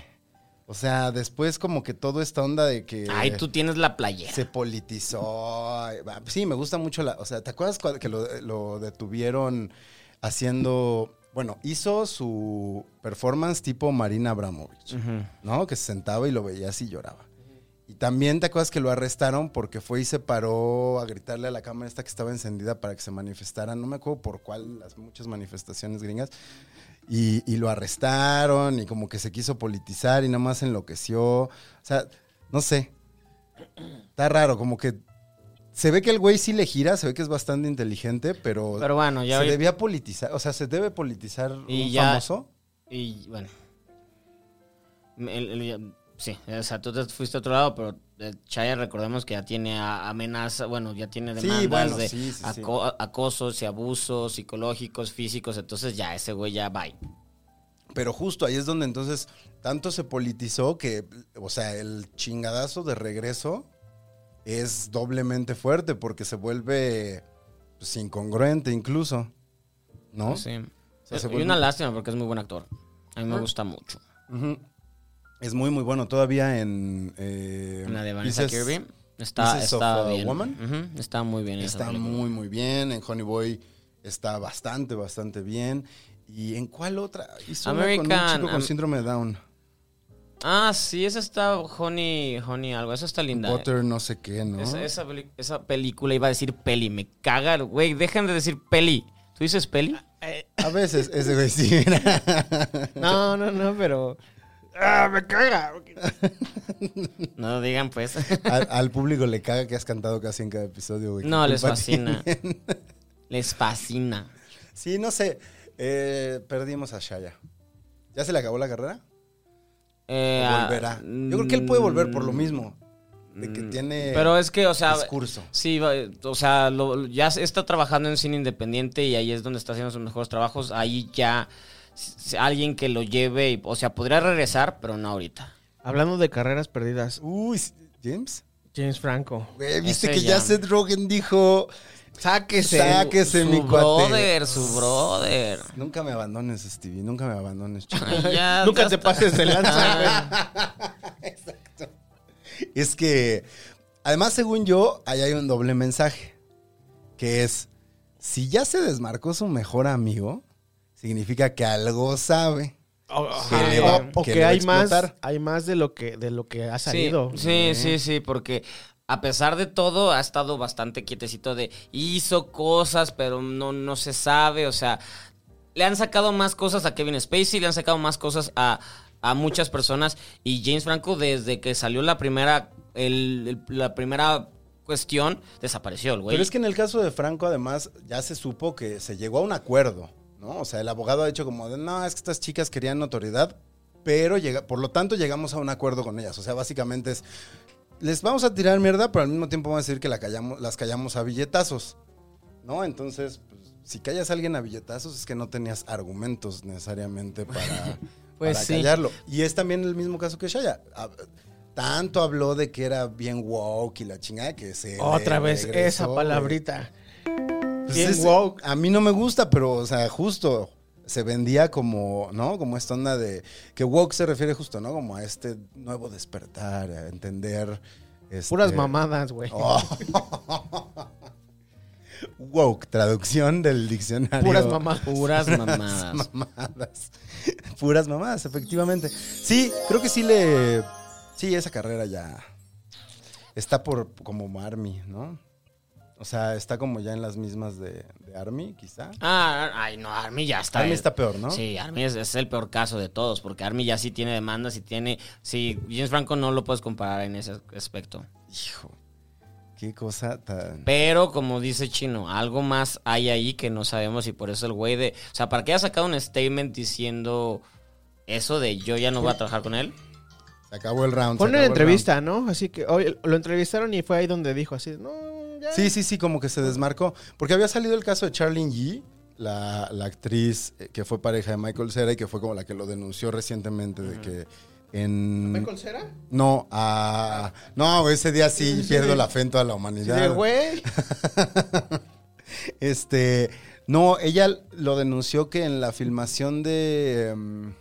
B: O sea, después como que toda esta onda de que.
D: Ay, tú tienes la playera.
B: Se politizó. ay, va, Sí, me gusta mucho la. O sea, ¿te acuerdas cuando- que lo, lo detuvieron haciendo. Bueno, hizo su performance tipo Marina Abramovich, ¿no? Que se sentaba y lo veías y lloraba. Y también te acuerdas que lo arrestaron porque fue y se paró a gritarle a la cámara esta que estaba encendida para que se manifestara. No me acuerdo por cuál, las muchas manifestaciones gringas. Y, y lo arrestaron y como que se quiso politizar y nada más enloqueció. O sea, no sé. Está raro, como que se ve que el güey sí le gira, se ve que es bastante inteligente, pero,
D: Pero bueno, ya...
B: se
D: hoy-
B: debía politizar, o sea, se debe politizar
D: Y
B: un
D: ya-
B: famoso.
D: Y bueno. El- el- sí, o sea, tú te fuiste a otro lado, pero eh, Chaya recordemos que ya tiene a- amenaza, bueno, ya tiene
B: Sí,
D: demandas
B: bueno,
D: de
B: sí, sí, sí.
D: aco- a- acosos y abusos psicológicos, físicos, entonces ya ese güey ya bye.
B: Pero justo ahí es donde entonces tanto se politizó que, o sea, el chingadazo de regreso es doblemente fuerte porque se vuelve pues, incongruente incluso, ¿no?
D: Sí.
B: sea, se
D: y una
B: vuelve- Ah.
D: lástima porque es muy buen actor. A mí me gusta mucho.
B: Ujú. Es muy, muy bueno todavía en... eh,
D: La de Vanessa
B: Pieces-
D: Kirby. Está,
B: Pieces of
D: está
B: a
D: bien.
B: Woman.
D: Ujú, está muy bien esa
B: Está
D: película.
B: muy, muy bien. En Honey Boy está bastante, bastante bien. ¿Y en cuál otra? Hizo una con un
D: American,
B: chico con
D: am-
B: síndrome de Down.
D: Ah, sí, esa está Honey, Honey algo. Esa está linda. eh.
B: Butter, no sé qué, ¿no?
D: Esa, esa peli- esa película iba a decir peli, me caga, güey, dejen de decir peli. ¿Tú dices peli?
B: A veces, ese güey sí. *laughs* era.
C: No, no, no, pero. ¡Ah, me caga!
D: No digan pues.
B: al, al público le caga que has cantado casi en cada episodio, güey.
D: *laughs* No,
B: ¿Qué
D: les
B: culpa
D: fascina.
B: tienen?
D: Les fascina.
B: *laughs* Sí, no sé. Eh, perdimos a Shaya. ¿Ya se le acabó la carrera? ¿O
D: Eh,
B: volverá? Yo creo que él puede volver por lo mismo. De que
D: mm,
B: tiene
D: Pero es que, o sea,
B: discurso.
D: sí, va- o sea, lo- ya está trabajando en cine independiente y ahí es donde está haciendo sus mejores trabajos. Ahí ya s- alguien que lo lleve, y- o sea, podría regresar, pero no ahorita.
C: Hablando de carreras perdidas,
B: Uy, James.
C: James Franco.
B: Güey, viste
D: Ese
B: que ya
D: ya.
B: Seth Rogen dijo...
C: Sáquese.
B: Sáquese,
D: su
B: mi cuate.
D: brother, su brother.
B: Nunca me abandones, Stevie. Nunca me abandones, chico. *laughs*
D: Ay, ya,
C: Nunca
D: ya
C: te
D: está.
C: pases de lanza, güey.
B: es que, además, según yo, ahí hay un doble mensaje. Que es, si ya se desmarcó su mejor amigo, significa que algo sabe.
C: Ajá.
B: le va-
C: oh, ah, o o
B: que
C: que,
B: le va a
C: hay más,
B: explotar.
C: hay más de lo que de lo que ha
D: Sí,
C: salido.
D: Sí, sí, sí, porque a pesar de todo ha estado bastante quietecito de hizo cosas, pero no, no se sabe, o sea, le han sacado más cosas a Kevin Spacey, le han sacado más cosas a, a muchas personas y James Franco desde que salió la primera el- el- la primera cuestión desapareció el güey.
B: Pero es que en el caso de Franco, además, ya se supo que se llegó a un acuerdo, ¿no? O sea, el abogado ha dicho como, de, no, es que estas chicas querían notoriedad, pero llega, por lo tanto llegamos a un acuerdo con ellas. O sea, básicamente es, les vamos a tirar mierda, pero al mismo tiempo vamos a decir que la callamos, las callamos a billetazos, ¿no? Entonces, pues, si callas a alguien a billetazos es que no tenías argumentos necesariamente para,
D: *laughs* Pues
B: para
D: sí.
B: callarlo. Y es también el mismo caso que Shaya. Ah, Tanto habló de que era bien woke y la chingada que se.
C: Otra
B: le
C: vez
B: regresó,
C: esa
B: güey.
C: palabrita.
B: Pues
C: Bien
B: es-
C: woke.
B: A mí no me gusta, pero, o sea, justo se vendía como, ¿no? Como esta onda de que woke se refiere justo, ¿no? Como a este nuevo despertar, a entender. este-
C: Oh, Puras mamadas, güey.
B: Oh. *laughs* woke, traducción del diccionario.
C: Puras mamás. *laughs*
D: Puras mamadas.
B: mamadas. *laughs* Puras mamadas, efectivamente. Sí, creo que sí le. Sí, esa carrera ya está por como Army, ¿no? O sea, está como ya en las mismas de, de Army, quizá.
D: Ah, ay, no, Army ya está.
B: Army está peor, ¿no?
D: Sí, Army es, es el peor caso de todos, porque Army ya sí tiene demandas y tiene. Sí, James Franco no lo puedes comparar en ese aspecto.
B: Hijo, qué cosa tan.
D: Pero, como dice Chino, algo más hay ahí que no sabemos y por eso el güey de. O sea, ¿para qué ha sacado un statement diciendo eso de yo ya no voy a trabajar con él?
B: Se acabó el round. se
C: Fue
B: acabó
C: una
B: el
C: entrevista, ¿no? Así que hoy lo entrevistaron y fue ahí donde dijo así, no, ya.
B: round. Sí, sí, sí, como que se desmarcó. Porque había salido el caso de Charlene Yee, la, la actriz eh, que fue pareja de Michael Cera y que fue como la que lo denunció recientemente de que en.
C: ¿Michael Cera?
B: No, ah, no, güey, ese día sí, pierdo la fe en toda la
C: Sí,
B: humanidad.
C: de güey.
B: *laughs* este, no, ella lo denunció que en la filmación de em,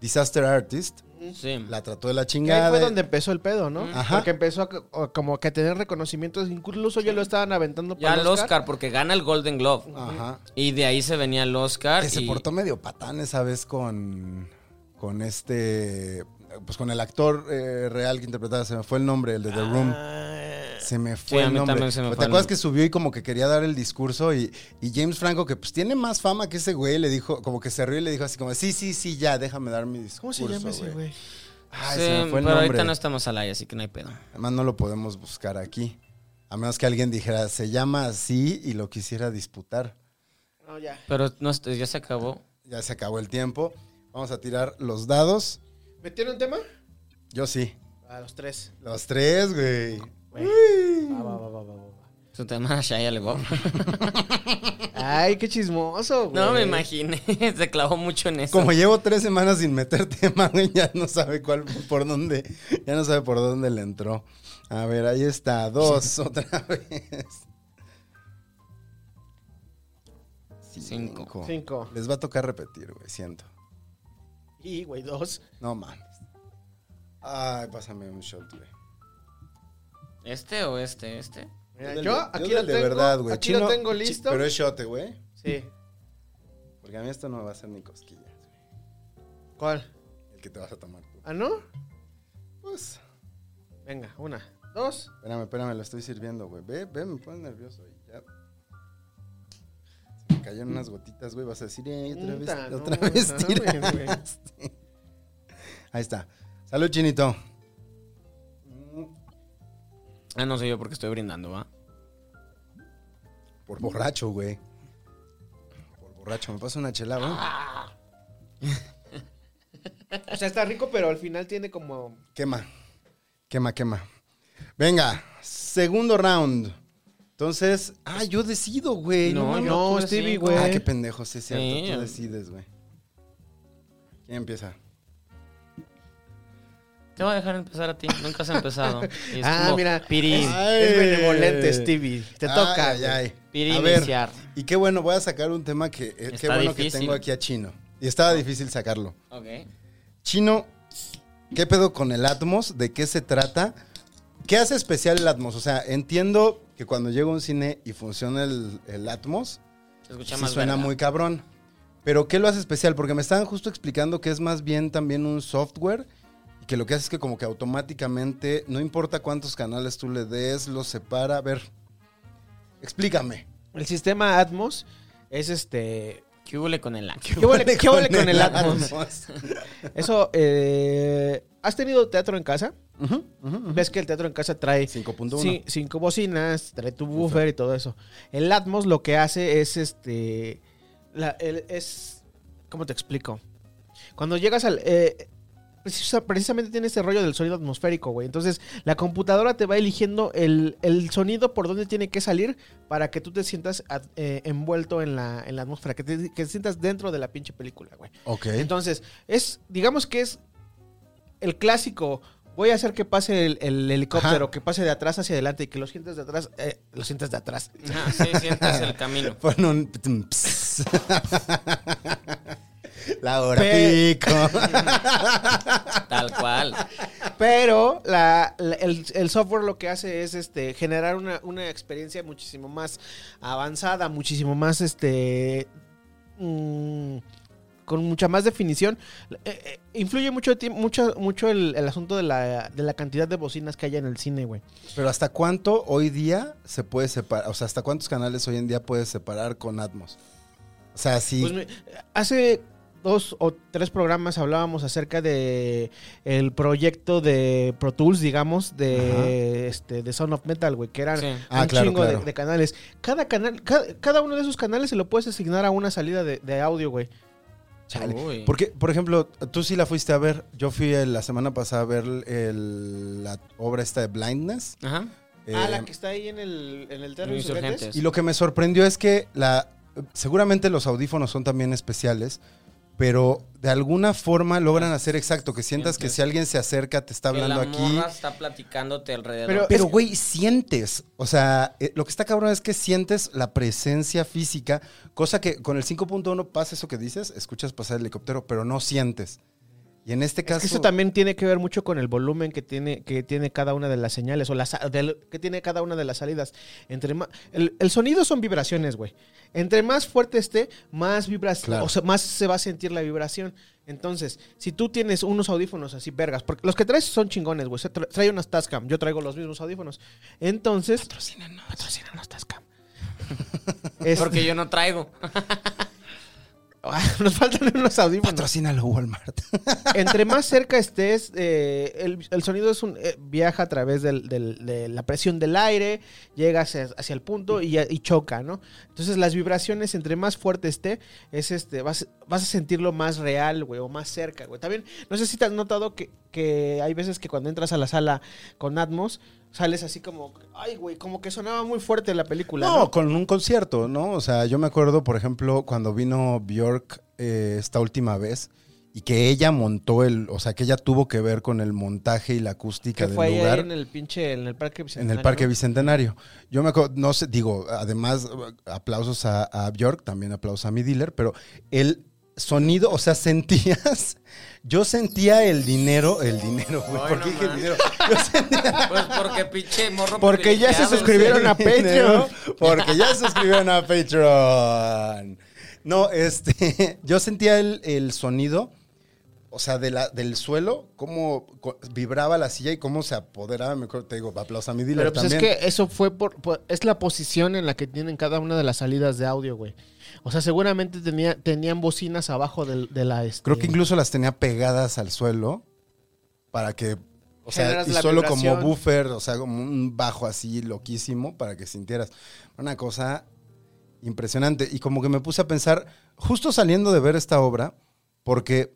B: Disaster Artist
D: Sí.
B: la trató de la
C: Y Ahí
B: chingada.
C: fue donde empezó el pedo, ¿no?
B: Ajá.
C: Porque empezó a co- o como que a tener reconocimientos, incluso ya lo estaban aventando
D: ya
C: para
D: el Oscar, porque gana el Golden Globe.
B: Ajá.
D: Y de ahí se venía el Oscar.
B: Ah. Que se
D: Ah, y-
B: portó medio patán esa vez con, con este, pues con el actor eh, real que interpretaba, se me fue el nombre, el de The Room. Se me fue
D: Ah. a
B: el
D: mí
B: nombre.
D: también se me
B: Pero
D: fue
B: ¿Te
D: el
B: acuerdas
D: nombre.
B: que subió y como que quería dar el discurso y, y James Franco, que pues tiene más fama que ese güey, le dijo, como que se rió y le dijo así como, sí, sí, sí, ya, déjame dar mi discurso.
C: ¿Cómo se llama ese güey?
B: Ay,
D: Sí,
B: se me fue el
D: pero
B: nombre.
D: ahorita no estamos al aire, así que no hay pedo.
B: Además no lo podemos buscar aquí. A menos que alguien dijera, se llama así y lo quisiera disputar.
C: No, ya.
D: Pero no, este, ya se acabó.
B: Ya se acabó el tiempo. Vamos a tirar los dados.
C: ¿Metieron tema?
B: Yo sí.
C: A los tres.
B: Los tres, güey.
C: Va, va, va, va, va, va.
D: Su tema *laughs* Shia
B: *laughs*
D: LaBeouf.
C: Ay, qué chismoso, güey.
D: No me imaginé, *laughs* se clavó mucho en eso.
B: Como llevo tres semanas sin meter *laughs* tema, güey, ya no sabe cuál, por dónde, ya no sabe por dónde le entró. A ver, ahí está,
D: *laughs*
B: dos, otra vez.
D: Cinco.
C: Cinco.
B: Les va a tocar repetir, güey, siento.
C: Y, güey, dos.
B: No mames. Ay, pásame un shot, güey.
D: ¿Este o este? ¿Este?
C: Mira,
B: Yo del-
C: yo
B: yo
C: aquí
B: del
C: lo
B: de
C: tengo.
B: verdad, güey.
C: aquí
B: Chino-
C: lo tengo
B: chi-
C: listo.
B: Pero es shot, güey.
C: Sí.
B: Porque a mí esto no me va a hacer ni cosquillas, güey.
C: ¿Cuál?
B: El que te vas a tomar tú.
C: ¿Ah, no?
B: Pues,
C: Venga, una, dos.
B: espérame, espérame, lo estoy sirviendo, güey. Ve, ve, me pones nervioso ahí, ya. Se me cayeron unas gotitas, güey. Vas a decir, eh, otra vez,
C: Puta, no
B: otra
C: mames,
B: vez
C: no
B: tiraste.
C: mames,
B: *laughs* Ahí está. Salud, chinito.
D: Ah, no sé yo porque estoy brindando, ¿va?
B: Por borracho, güey. Por borracho. Me pasa una chela, güey.
C: O sea, está rico, pero al final tiene como.
B: Quema. Quema, quema. Venga, segundo round. Entonces, ah, yo decido, güey.
D: No,
B: mames.
D: yo-
C: No,
D: tú
C: Stevie,
D: así,
C: güey.
B: Ah, qué pendejo, sí es cierto.
D: Sí.
B: Tú decides, güey. ¿Quién empieza?
D: Te voy a dejar empezar a ti, nunca has empezado. Y es
C: Ah,
D: como
C: mira.
D: Piri,
C: Es,
B: Ay.
C: es benevolente, Stevie. Te
B: Ay,
C: toca.
B: ay,
C: güey.
B: ay.
D: piri
B: A ver,
D: iniciar.
B: y qué bueno, voy a sacar un tema que. eh, qué
D: Está
B: bueno que
D: difícil.
B: tengo aquí a Chino. Y estaba difícil sacarlo.
D: Ok.
B: Chino, ¿qué pedo con el Atmos? ¿De qué se trata? ¿Qué hace especial el Atmos? O sea, entiendo que cuando llego a un cine y funciona el, el Atmos,
D: Se escucha
B: sí
D: más
B: suena
D: verga.
B: muy cabrón. Pero ¿qué lo hace especial? Porque me estaban justo explicando que es más bien también un software y que lo que hace es que como que automáticamente, no importa cuántos canales tú le des, los separa. A ver, explícame.
C: El sistema Atmos es este.
D: ¿Qué huele con el acto?
C: ¿Qué huele, qué huele con el Atmos?
B: Atmos?
C: Eso, eh, ¿has tenido teatro en casa?
B: Ujú, ujú, ujú.
C: Ves que el teatro en casa trae
B: 5.1.
C: Sí, cinco bocinas, trae tu buffer y todo eso. El Atmos lo que hace es este. la- el- es. ¿Cómo te explico? Cuando llegas al. eh, precisa- precisamente tiene este rollo del sonido atmosférico, güey. Entonces, la computadora te va eligiendo el, el sonido por donde tiene que salir para que tú te sientas at- eh, envuelto en la, en la atmósfera, que te, que te sientas dentro de la pinche película, güey.
B: Ok.
C: Entonces, es, digamos que es el clásico. Voy a hacer que pase el, el helicóptero,
B: Ajá.
C: que pase de atrás hacia adelante y que lo sientes de atrás, eh, lo sientes de atrás.
D: Ah, sí, sientes el camino.
B: Pon un ptum, ps. *laughs* La hora
C: Pe- *laughs*
B: pico.
D: Tal cual.
C: Pero la, la- el, el software lo que hace es este generar una, una experiencia muchísimo más avanzada, muchísimo más este mm, con mucha más definición. Eh, eh, influye mucho ti- mucho, mucho el, el asunto de la, de la cantidad de bocinas que haya en el cine, güey.
B: Pero ¿hasta cuánto hoy día se puede separar? O sea, ¿hasta cuántos canales hoy en día puedes separar con Atmos? O sea, sí.
C: Pues me- hace dos o tres programas hablábamos acerca de el proyecto de Pro Tools, digamos, de este de Sound of Metal, güey, que eran
D: Sí.
B: Ah,
C: un
B: claro,
C: chingo de-
B: claro.
C: De, canales. Cada canal, ca- cada, uno de esos canales se lo puedes asignar a una salida de, de audio, güey.
B: Chale.
D: Uy.
B: Porque, por ejemplo, tú sí la fuiste a ver. Yo fui el- la semana pasada a ver el- la obra esta de Blindness.
D: Ajá.
C: ah,
B: Eh,
C: la que está ahí en el, en el
D: Los Insurgentes.
B: Y lo que me sorprendió es que la, seguramente los audífonos son también especiales, pero de alguna forma logran hacer exacto que sientas que si alguien se acerca te está
D: Que
B: hablando
D: la
B: aquí.
D: morra está platicándote alrededor.
C: Pero-
B: Pero
C: es-
B: güey, sientes, o sea, eh, lo que está cabrón es que sientes la presencia física, cosa que con el 5.1 pasa eso que dices, escuchas pasar el helicóptero, pero no sientes. Y en este caso
C: Es que eso también tiene que ver mucho con el volumen que tiene, que tiene cada una de las señales o las que tiene cada una de las salidas. Entre ma- el, el sonido son vibraciones, güey. Entre más fuerte esté, más vibras,
B: Claro.
C: o sea, más se va a sentir la vibración. Entonces, si tú tienes unos audífonos así vergas, porque los que traes son chingones, güey. Se tra- Trae unas Tascam, yo traigo los mismos audífonos. Entonces, patrocinan, patrocínanos
B: *laughs*
C: Tascam. Este-
D: Porque yo no traigo.
C: *laughs* nos faltan unos audífonos.
B: patrocínalo Walmart.
C: entre más cerca estés, eh, el, el sonido es un eh, viaja a través del- del- de la presión del aire, llega hacia, hacia el punto y, y choca, ¿no? Entonces las vibraciones, entre más fuerte esté, es este, vas, vas a sentirlo más real, güey, o más cerca, güey. También, no sé si te has notado que, que hay veces que cuando entras a la sala con Atmos, sales así como, ay, güey, como que sonaba muy fuerte la película.
B: No,
C: No,
B: con un concierto, ¿no? O sea, yo me acuerdo, por ejemplo, cuando vino Bjork esta última vez y que ella montó el, o sea, que ella tuvo que ver con el montaje y la acústica
C: que
B: del
C: fue ahí
B: lugar
C: en el pinche, en el parque
B: en
C: Bicentenario,
B: el Parque
C: ¿no?
B: Bicentenario. Yo me acuerdo, no sé, digo, además aplausos a, a Bjork, también aplausos a mi dealer, pero el sonido, o sea, *laughs* sentías, yo sentía el dinero, el dinero, güey,
D: Ay,
B: ¿por
D: no
B: qué dije el
D: más.
B: dinero? Yo sentía
D: Pues porque pinche morro.
C: Porque ya se
D: privilegiado,
C: suscribieron *laughs*
D: sí.
C: a Patreon.
B: Porque ya se suscribieron a Patreon. No, este, *laughs* yo sentía el, el sonido, o sea, de la, del suelo, cómo co- vibraba la silla y cómo se apoderaba, me acuerdo, te digo, aplausos a mi dealer
C: Pero pues
B: también.
C: es que eso fue por, por- Es la posición en la que tienen cada una de las salidas de audio, güey. O sea, seguramente tenía, tenían bocinas abajo del- de, la... este,
B: Creo que incluso las tenía pegadas al suelo para que, o sea,
C: Generas
B: y
C: la
B: solo
C: vibración.
B: como buffer, o sea, como un bajo así loquísimo para que sintieras. Una cosa impresionante. Y como que me puse a pensar, justo saliendo de ver esta obra, porque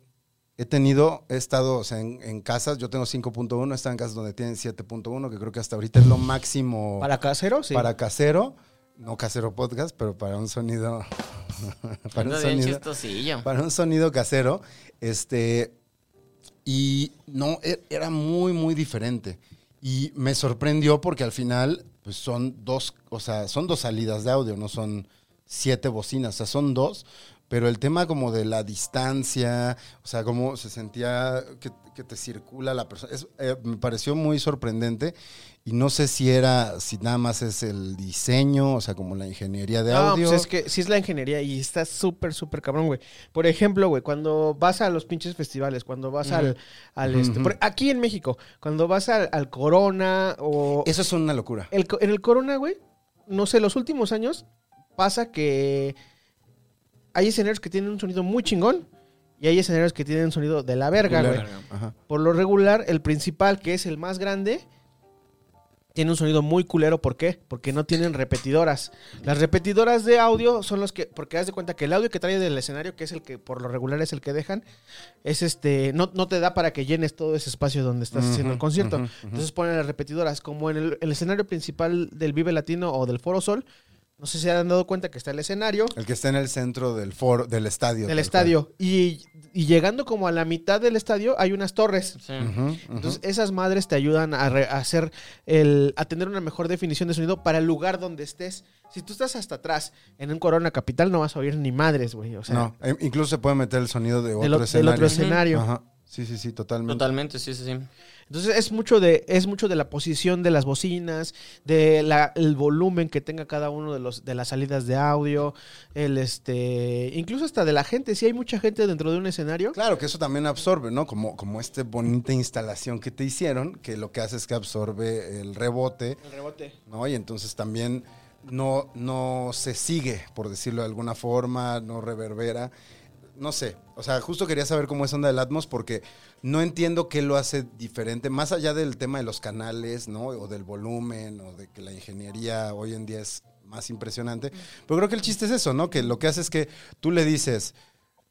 B: he tenido, he estado, o sea, en, en casas, yo tengo 5.1, he estado en casas donde tienen 7.1, que creo que hasta ahorita es lo máximo
C: ¿Para casero? Sí.
B: para casero. No casero podcast, pero para un sonido. *laughs* para un
D: Anda bien
B: sonido
D: chistosillo.
B: para un sonido casero. Este. Y no, e- era muy, muy diferente. Y me sorprendió porque al final, pues son dos, o sea, son dos salidas de audio, no son siete bocinas, o sea, son dos. Pero el tema como de la distancia, o sea, cómo se sentía que, que te circula la persona, es- eh, me pareció muy sorprendente. Y no sé si era, si nada más es el diseño, o sea, como la ingeniería de
C: No,
B: audio.
C: pues es que sí es la ingeniería y está súper, súper cabrón, güey. Por ejemplo, güey, cuando vas a los pinches festivales, cuando vas al... al este,
B: Ujú.
C: por- aquí en México, cuando vas al, al Corona o...
B: Eso es una locura.
C: El co- en el Corona, güey, no sé, los últimos años pasa que hay escenarios que tienen un sonido muy chingón y hay escenarios que tienen un sonido de la verga, güey.
B: Ajá.
C: Por lo regular, el principal, que es el más grande, tiene un sonido muy culero. ¿Por qué? Porque no tienen repetidoras. Las repetidoras de audio son los que. Porque haz de cuenta que el audio que trae del escenario, que es el que por lo regular es el que dejan, es este. No, no te da para que llenes todo ese espacio donde estás haciendo el concierto. Entonces ponen las repetidoras. Como en el, el escenario principal del Vive Latino o del Foro Sol, no sé si se han dado cuenta que está el escenario
B: El que está en el centro del foro, del estadio.
C: del
B: tal
C: estadio. Y, y llegando como a la mitad del estadio, hay unas torres.
D: Sí.
B: cual. Ujú, ujú.
C: Entonces, esas madres te ayudan a, re- a hacer el, a tener una mejor definición de sonido para el lugar donde estés. Si tú estás hasta atrás en un Corona Capital, no vas a oír ni madres, güey. O sea,
B: no, e- incluso se puede meter el sonido de otro
C: del, o- del
B: escenario.
C: otro escenario.
B: Ajá. Sí, sí, sí, totalmente.
D: Totalmente, sí, sí, sí.
C: Entonces es mucho de es mucho de la posición de las bocinas, de la, el volumen que tenga cada uno de los de las salidas de audio, el este incluso hasta de la gente, si hay mucha gente dentro de un escenario.
B: Claro que eso también absorbe, ¿no? Como, como esta bonita instalación que te hicieron, que lo que hace es que absorbe el rebote,
A: El rebote.
B: ¿no? Y entonces también no, no se sigue, por decirlo de alguna forma, no reverbera. No sé, o sea, justo quería saber cómo es onda del Atmos porque no entiendo qué lo hace diferente, más allá del tema de los canales, ¿no? O del volumen, o de que la ingeniería hoy en día es más impresionante. Pero creo que el chiste es eso, ¿no? Que lo que hace es que tú le dices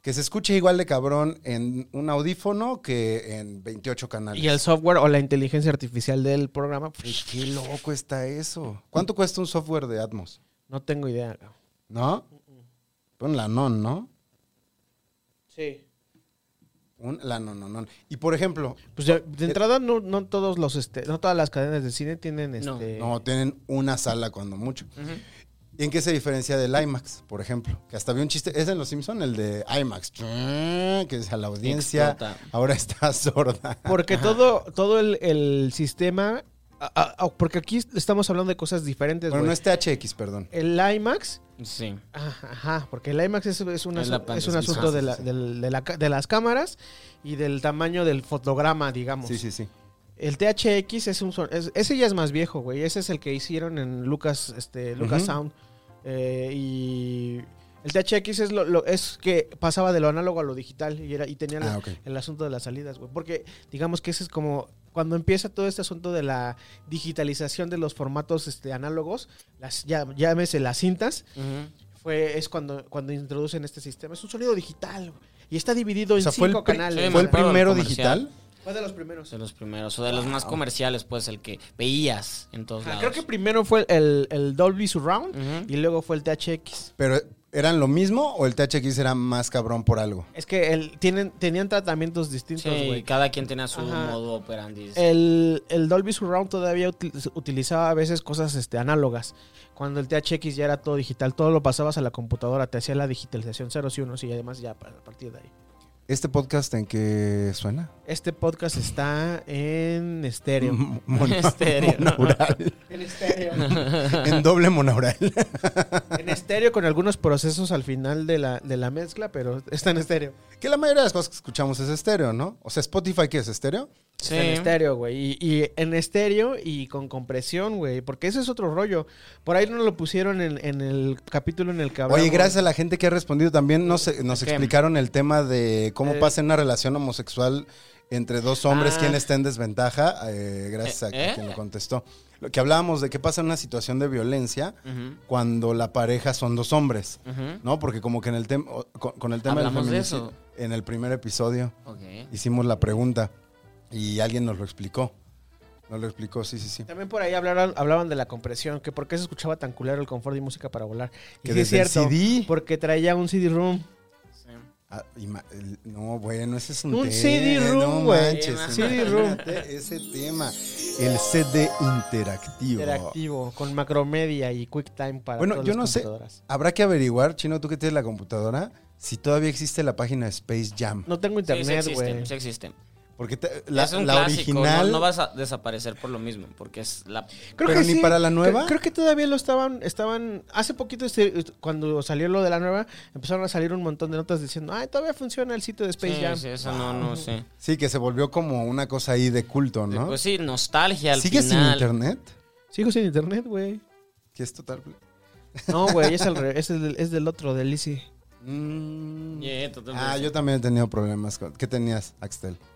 B: que se escuche igual de cabrón en un audífono que en 28 canales.
C: Y el software o la inteligencia artificial del programa, pues,
B: Güey,
C: pff,
B: Qué loco está eso. ¿Cuánto cuesta un software de Atmos?
C: no tengo idea. cabrón.
B: ¿No? Un lanón, ¿no?
C: Sí.
B: Un lanón, no, no. Y por ejemplo,
C: Pues de, de
B: Eh,
C: entrada no, no todos los este, no todas las cadenas de cine tienen
D: No,
C: este
B: no, tienen una sala cuando mucho. ¿Y en qué se diferencia del IMAX, por ejemplo? Que hasta vi un chiste, es en Los Simpson el de IMAX, que es a la audiencia
D: Explota.
B: ahora está *laughs* sorda.
C: Porque todo, todo el, el sistema. a- a- a- porque aquí estamos hablando de cosas diferentes.
B: Bueno,
C: güey.
B: no es THX, perdón.
C: El IMAX.
D: Sí.
C: Ajá, ajá, porque el IMAX es, es un,
D: Es
C: asu-
D: la pantalla.
C: es un
D: Sí,
C: asunto
D: sí,
C: de,
D: sí,
C: la-
D: sí.
C: del- de la ca- de las cámaras y del tamaño del fotograma, digamos.
B: Sí, sí, sí.
C: El THX es un son- es- ese ya es más viejo, güey. Ese es el que hicieron en Lucas, este, Lucas
B: Ujú.
C: Sound. Eh, y el THX es lo, lo- es que pasaba de lo análogo a lo digital y era y tenía la-
B: Ah, ok.
C: el asunto de las salidas, güey. Porque digamos que ese es como cuando empieza todo este asunto de la digitalización de los formatos este, análogos, las ya, llámese las cintas, fue es cuando cuando introducen este sistema. Es un sonido digital güey, y está dividido
B: O
C: en
B: sea, fue el
C: cinco
B: pri-
C: canales.
D: Sí,
B: ¿Fue el
D: me acuerdo del
B: primero
D: comercial.
B: digital?
C: Fue de los primeros.
D: De los primeros, o de los más comerciales, pues, el que veías en todos
C: Ajá,
D: lados.
C: Ah, Creo que primero fue el, el Dolby Surround
D: Ujú.
C: y luego fue el THX.
B: ¿Pero eran lo mismo o el THX era más cabrón por algo?
C: Es que el, tienen, tenían tratamientos distintos,
D: Sí,
C: güey. Eh,
D: cada quien tenía su
C: Ajá.
D: modo operandi.
C: El, el Dolby Surround todavía util- utilizaba a veces cosas este, análogas. Cuando el THX ya era todo digital, todo lo pasabas a la computadora, te hacía la digitalización ceros y unos y además ya pa- a partir de ahí.
B: ¿Este podcast en qué suena? *laughs*
C: Este podcast está en estéreo.
D: Mm.
B: *laughs* Mono-
D: Estéreo.
B: monaural.
A: En estéreo.
B: en doble monaural.
C: *laughs* en estéreo con algunos procesos al final de la, de la mezcla, pero está en estéreo.
B: Que la mayoría de las cosas que escuchamos es estéreo, ¿no? O sea, Spotify, ¿qué es estéreo?
D: Sí.
C: En estéreo, güey. Y, y en estéreo y con compresión, güey. Porque ese es otro rollo. Por ahí no lo pusieron en, en el capítulo en el que hablamos.
B: Oye, gracias a la gente que ha respondido también. Nos, nos
D: Ok.
B: explicaron el tema de cómo
C: Eh.
B: pasa en una relación homosexual entre dos hombres,
D: Ah.
B: quién está en desventaja, eh, gracias a
D: Eh, eh.
B: quien lo contestó. Lo que hablábamos de qué pasa en una situación de violencia
D: Ujú,
B: cuando la pareja son dos hombres,
D: ujú.
B: ¿no? Porque como que en el tema con, con el tema del
D: Hablamos de
B: feminicidio- en el primer episodio
D: Ok.
B: hicimos la pregunta y alguien nos lo explicó. Nos lo explicó, sí, sí, sí.
C: También por ahí hablaron, hablaban de la compresión, que por qué se escuchaba tan culero el confort y música para volar. Y
B: Que
C: sí es
B: desde el
C: cierto,
B: CD.
C: porque traía un CD-ROOM.
D: Sí.
B: Ah, ima- el- no, bueno, ese es un,
C: Un
B: tema,
C: CD-ROOM, güey.
B: manches,
C: CD-ROOM.
B: imagínate Ese tema. El CD interactivo.
C: Interactivo, con macromedia y QuickTime para
B: Bueno,
C: todas
B: yo
C: las
B: no sé.
C: computadoras.
B: Habrá que averiguar, Chino, tú que tienes la computadora, si todavía existe la página Space Jam.
C: No tengo
D: Sí, sí
C: internet, güey.
D: existe, sí existe.
B: Porque te- la,
D: es un
B: la
D: clásico, no-
B: original.
D: no, vas a desaparecer por lo mismo, porque es la...
B: Pero ni para la
C: Cre-
B: nueva.
C: Creo, que todavía lo estaban, estaban, hace poquito este, cuando salió lo de la nueva, empezaron a salir un montón de notas diciendo, ay, todavía funciona el sitio de Space
D: Sí,
C: Jam.
D: sí, eso no, no sé.
B: Sí, que se volvió como una cosa ahí de culto, ¿no?
D: Pues sí, nostalgia al
B: ¿Sigue sin
D: final.
B: internet?
C: Sigo sin internet, güey.
B: Que es total.
C: No, güey, es, al re- es, del, es del otro, del Easy.
B: Mm.
D: Yeah, totalmente. *laughs*
B: Ah, yo también he tenido problemas. Con... ¿Qué tenías, Axtel? *laughs*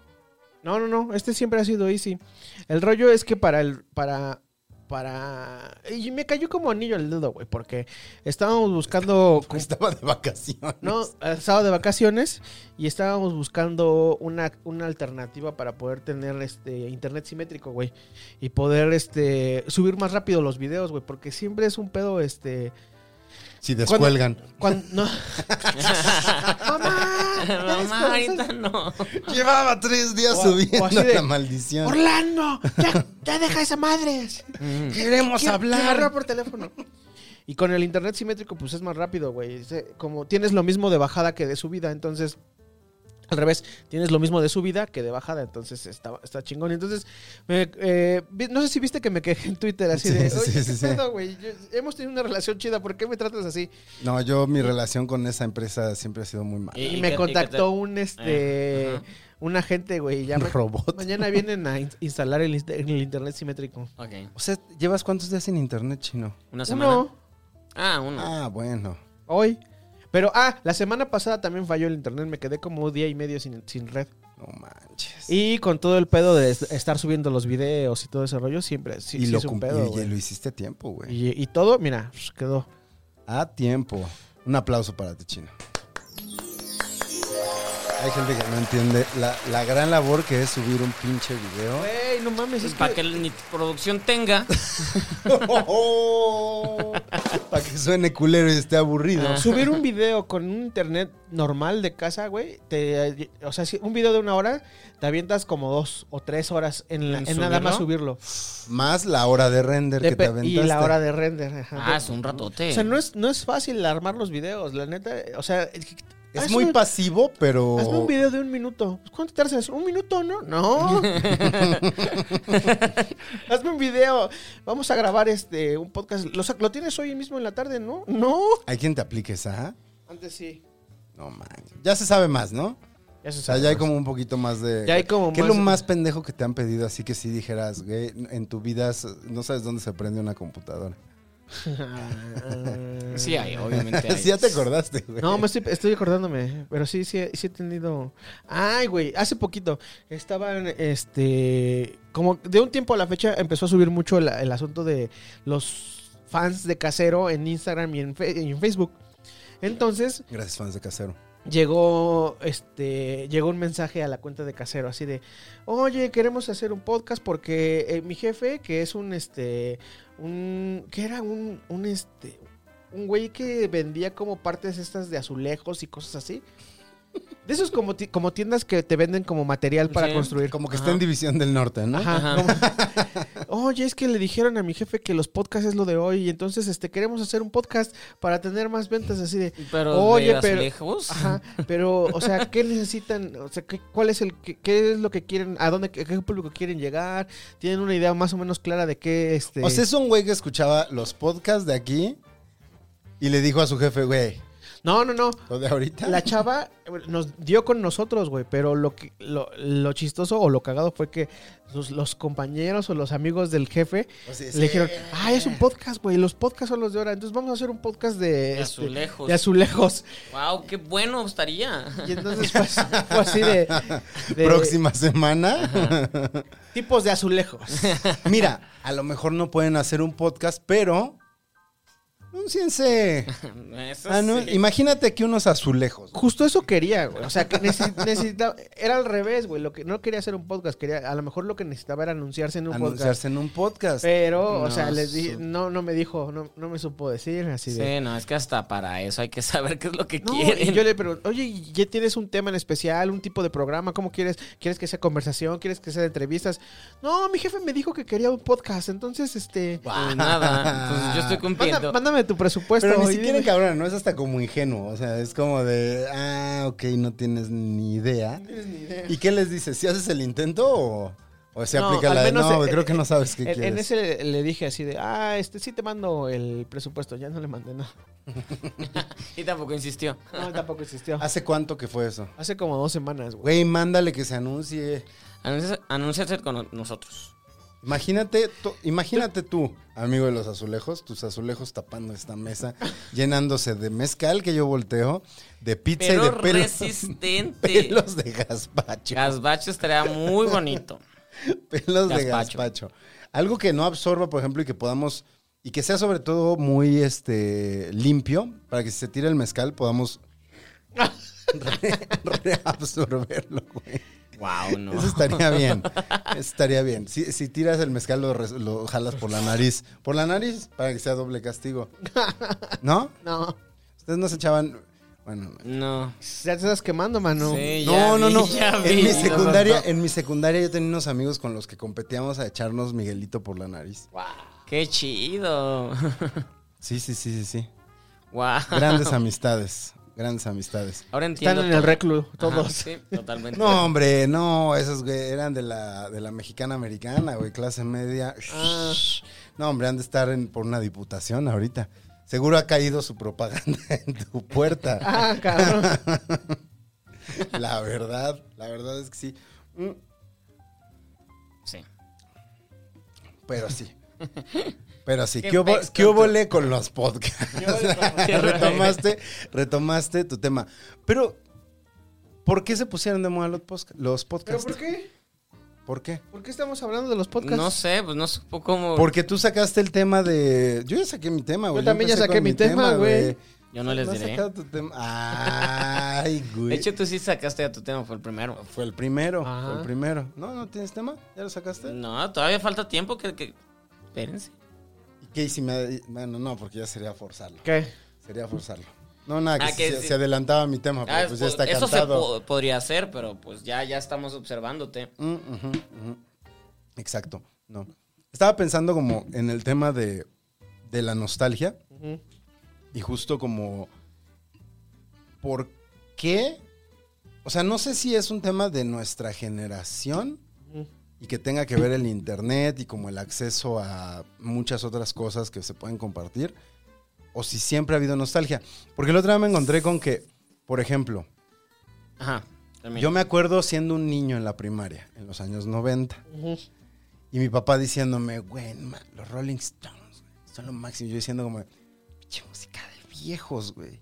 C: No, no, no, este siempre ha sido Easy. El rollo es que para el, para, para... Y me cayó como anillo al dedo, güey, porque estábamos buscando...
B: Estaba de vacaciones.
C: No, eh, estaba de vacaciones y estábamos buscando una, una alternativa para poder tener este internet simétrico, güey. Y poder este subir más rápido los videos, güey. Porque siempre es un pedo, este.
B: Si descuelgan.
D: *laughs*
C: Cuando. No. *laughs* ¡Mamá!
D: Mamá, ahorita no.
B: Llevaba tres días
C: O-
B: subiendo
C: o así de-
B: la maldición.
C: ¡Orlando! ¡Ya, ya deja esa madre!
D: Mm.
B: Queremos
C: Quiero- quiero hablar por teléfono. Y con el internet simétrico, pues es más rápido, güey. Se- Como tienes lo mismo de bajada que de subida, entonces Al revés, tienes lo mismo de subida que de bajada, entonces está, está chingón. Entonces, me, eh, vi- no sé si viste que me quejé en Twitter así
B: Sí,
C: de,
B: sí,
C: oye,
B: sí,
C: ¿qué
B: sí, sí.
C: pedo, güey? Yo- Hemos tenido una relación chida, ¿por qué me tratas así?
B: No, yo mi relación con esa empresa siempre ha sido muy mala.
C: Y,
D: qué-
C: me
D: qué
C: contactó
D: tal?
C: un este
D: ajá.
C: un agente, güey, y ya
B: *laughs* Un
C: me-
B: robot.
C: mañana vienen a in- instalar el, inst- el internet simétrico.
D: Ok.
B: O sea, ¿llevas cuántos días en internet chino?
D: ¿Una semana?
C: Uno,
D: Ah, uno.
B: Ah, bueno.
C: hoy. Pero ah, la semana pasada también falló el internet, me quedé como un día y medio sin, sin red.
B: No manches. Y,
C: Y con todo el pedo de es- estar subiendo los videos y todo ese rollo, siempre sí, sí
B: lo
C: es un
B: cumplí-
C: pedo,
B: y
C: güey.
B: lo hiciste a tiempo, güey.
C: Y, y todo, mira, pues, quedó.
B: A tiempo. Un aplauso para ti, chino. Hay gente que no entiende la, la gran labor que es subir un pinche video.
C: Güey, no mames, es
D: Pues Para
C: que-
D: que ni producción tenga.
B: *laughs* para que suene culero y esté aburrido.
C: Subir un video con un internet normal de casa, güey, te, o sea, si un video de una hora, te avientas como dos o tres horas en, la-
D: ¿En
C: en nada más subirlo.
B: Más la hora de render que te
C: Depe- y
B: aventaste.
C: la hora de render. *laughs* ajá.
D: Ah, es un ratote.
C: O sea, no es, no es fácil armar los videos, la neta. O sea,
B: Es
C: haz
B: muy
C: un-
B: pasivo, pero...
C: Hazme un video de un minuto. Pues, ¿Cuánto te haces? ¿Un minuto? No,
B: *laughs*
C: no. Hazme un video. Vamos a grabar este un podcast. Lo, sa- lo tienes hoy mismo en la tarde, ¿no? No.
B: Hay quien te aplique esa. ¿ah?
C: Antes sí.
B: No manches. Ya se sabe más, ¿no?
C: Ya se
B: O sea,
C: sabe.
B: ya hay como un poquito más de.
C: Ya hay como
B: ¿Qué
C: más-
B: es lo más pendejo que te han pedido? Así que si dijeras, güey, en tu vida s- no sabes dónde se prende
C: *laughs*
B: una computadora.
D: Sí hay, obviamente
B: *laughs*
D: hay.
B: Sí, ya te acordaste, güey.
C: Ah. No, me estoy, estoy acordándome, pero sí, sí, sí he tenido. Ay, güey, hace poquito estaban, este, como de un tiempo a la fecha empezó a subir mucho la- el asunto de los fans de Casero en Instagram y en, Fe- y en Facebook. Entonces
B: Gracias, fans de casero.
C: llegó, este, llegó un mensaje a la cuenta de Casero así de, oye, queremos hacer un podcast porque eh, mi jefe, que es un, este, un, que era un, un, este, un güey que vendía como partes estas de azulejos y cosas así. De esos como, ti- como tiendas que te venden como material para
D: Sí.
C: construir.
B: Como que
D: Ajá.
B: está en División del Norte, ¿no?
C: Ajá.
D: Ajá.
C: como, Oye, es que le dijeron a mi jefe que los podcasts es lo de hoy y entonces este queremos hacer un podcast para tener más ventas así de.
D: Pero
C: Oye,
D: de
C: pero- Ah,
D: azulejos.
C: Ajá, pero o sea, ¿qué necesitan? O sea, ¿qué, cuál es el qué, qué es lo que quieren? ¿A dónde a qué público quieren llegar? ¿Tienen una idea más o menos clara de qué este
B: O sea, es un güey que escuchaba los podcasts de aquí y le dijo a su jefe, güey,
C: No, no, no.
B: lo de ahorita.
C: La chava nos dio con nosotros, güey, pero lo, que, lo, lo chistoso o lo cagado fue que los, los compañeros o los amigos del jefe
B: *laughs* O sea, sí.
C: le dijeron, ah, es un podcast, güey, los podcasts son los de ahora, entonces vamos a hacer un podcast de... este,
D: azulejos.
C: De azulejos.
D: Wow, qué bueno estaría.
C: Y entonces fue, así- fue así de...
B: *laughs*
C: de
B: Próxima semana.
C: Tipos de azulejos.
B: Mira, a lo mejor no pueden hacer un podcast, pero. Anúnciense.
D: *laughs* Eso
B: Anu-
D: sí.
B: ah, Imagínate aquí unos azulejos.
C: Justo eso quería, güey. O sea, que necesi- *laughs* necesitaba... Era al revés, güey. Lo que no quería hacer un podcast, quería... A lo mejor lo que necesitaba era anunciarse en un podcast.
B: anunciarse en un podcast.
C: Pero, o
B: No,
C: sea, les di-
B: su-
C: no, no me dijo, no, no me supo decir, así de...
D: Sí, no, es que hasta para eso hay que saber qué es lo que
C: No, y
D: quieren. *laughs*
C: yo le pregunto, oye, ¿y ¿ya tienes un tema en especial, un tipo de programa? ¿Cómo quieres? ¿Quieres que sea conversación? ¿Quieres que sea de entrevistas? No, mi jefe me dijo que quería un podcast, entonces, este...
D: Pues nada, entonces yo estoy
C: manda-
D: cumpliendo.
C: mándame tu presupuesto.
B: Pues, Pero
C: y
B: ni siquiera
C: dime.
B: cabrón, no es hasta como ingenuo. O sea, es como de, ah, ok, no tienes ni idea. ¿Y qué les dices? ¿Si haces el intento o, o se
C: No,
B: aplica
C: al
B: la de,
C: menos,
B: no, güey,
C: eh,
B: creo que no sabes qué
C: en,
B: quieres?
C: en ese le, le dije así de, ah, este sí te mando el presupuesto, ya no le mandé nada.
D: Y tampoco insistió.
C: No, él tampoco existió.
B: ¿Hace cuánto que fue eso?
C: Hace como dos semanas, güey.
B: Güey, mándale que se anuncie.
D: Anúnciate anúnciate con nosotros.
B: Imagínate, tú- imagínate tú, amigo de los azulejos, tus azulejos tapando esta
D: *laughs*
B: mesa, llenándose de mezcal que yo volteo, de pizza y
D: Pero
B: de pelos,
D: resistente.
B: *laughs* pelos de gazpacho.
D: Gazpacho estaría muy bonito.
B: Pelos de
D: Gazpacho.
B: gazpacho. Algo que no absorba, por ejemplo, y que podamos. Y que sea sobre todo muy este limpio, para que si se tira el mezcal
D: *laughs*
B: podamos re- reabsorberlo, güey.
D: Wow, no.
B: Eso
D: *laughs*
B: estaría bien. Eso estaría bien. Si, si tiras el mezcal, lo, res- lo jalas por la nariz. Por la nariz, para que sea doble castigo. ¿No?
C: No,
B: Ustedes no se echaban. Bueno,
D: No.
C: ya te estás quemando, mano.
D: Sí,
B: no,
D: ya
B: no,
D: vi,
B: no.
D: ya vi.
B: En mi secundaria, en mi secundaria yo tenía unos amigos con los que competíamos a echarnos Miguelito por la nariz.
D: Qué chido. *laughs*
B: Sí, sí, sí, sí, sí.
D: Wow. *laughs*
B: Grandes amistades. Grandes amistades.
D: Ahora entiendo.
C: Están en el
D: todo.
C: reclu, todos.
D: Ajá, sí, totalmente.
B: No, hombre, no, esos güey eran de la, de la mexicana americana, güey, clase media. No, hombre, han de estar en- por una diputación ahorita. Seguro ha caído su propaganda *laughs* en tu
C: *laughs*
B: puerta.
C: *laughs* Ah, cabrón.
B: La verdad, la verdad es que sí. Mm,
D: Sí.
B: Pero sí. Pero sí,
D: Qué
B: ¿qué hubo-
D: pex,
B: qué
D: tonto.
B: hubole con los podcasts? *laughs* retomaste, retomaste tu tema. Pero, ¿por qué se pusieron de moda los, posca- los
C: ¿Pero
B: podcasts?
C: por qué?
B: ¿Por qué?
C: ¿Por qué estamos hablando de los podcasts?
D: No sé, pues no supo cómo.
B: Porque tú sacaste el tema de. Yo ya saqué mi tema, güey.
C: Yo también ya
B: empecé
C: saqué
B: con
C: mi tema, güey.
D: Yo no les
B: has
D: diré.
B: sacado tu tema.
D: *laughs*
B: Ay, güey.
D: De hecho, tú sí sacaste a tu tema, fue el primero.
B: fue el primero.
C: Ajá.
B: Fue el primero. No, no tienes tema. ¿Ya lo sacaste?
D: No, todavía falta tiempo que. que- Espérense.
B: ¿Y qué hice? Me- Bueno, no, porque ya sería forzarlo.
C: ¿Qué?
B: Sería forzarlo. No, nada, que,
D: Ah,
B: se,
D: que
B: se-
D: sí.
B: se adelantaba mi tema, pero
D: Ah,
B: pues ya
D: pues,
B: está
D: eso se
B: cantado.
D: po- podría hacer, pero pues ya, ya estamos observándote.
B: Mm, ujú, ujú. Exacto, no. Estaba pensando como en el tema de, de la nostalgia y justo como por qué, o sea, no sé si es un tema de nuestra generación y que tenga que ver el internet y como el acceso a muchas otras cosas que se pueden compartir o si siempre ha habido nostalgia, porque la otra vez me encontré con que, por ejemplo,
D: Ajá. termina.
B: yo me acuerdo siendo un niño en la primaria, en los años 90. Y mi papá diciéndome, güey, no ma- los Rolling Stones güey, son lo máximo. Yo diciendo como, pinche música de viejos, güey.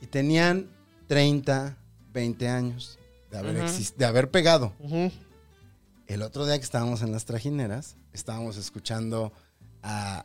B: Y tenían 30, 20 años de haber, exis- de haber pegado. El otro día que estábamos en las trajineras, estábamos escuchando a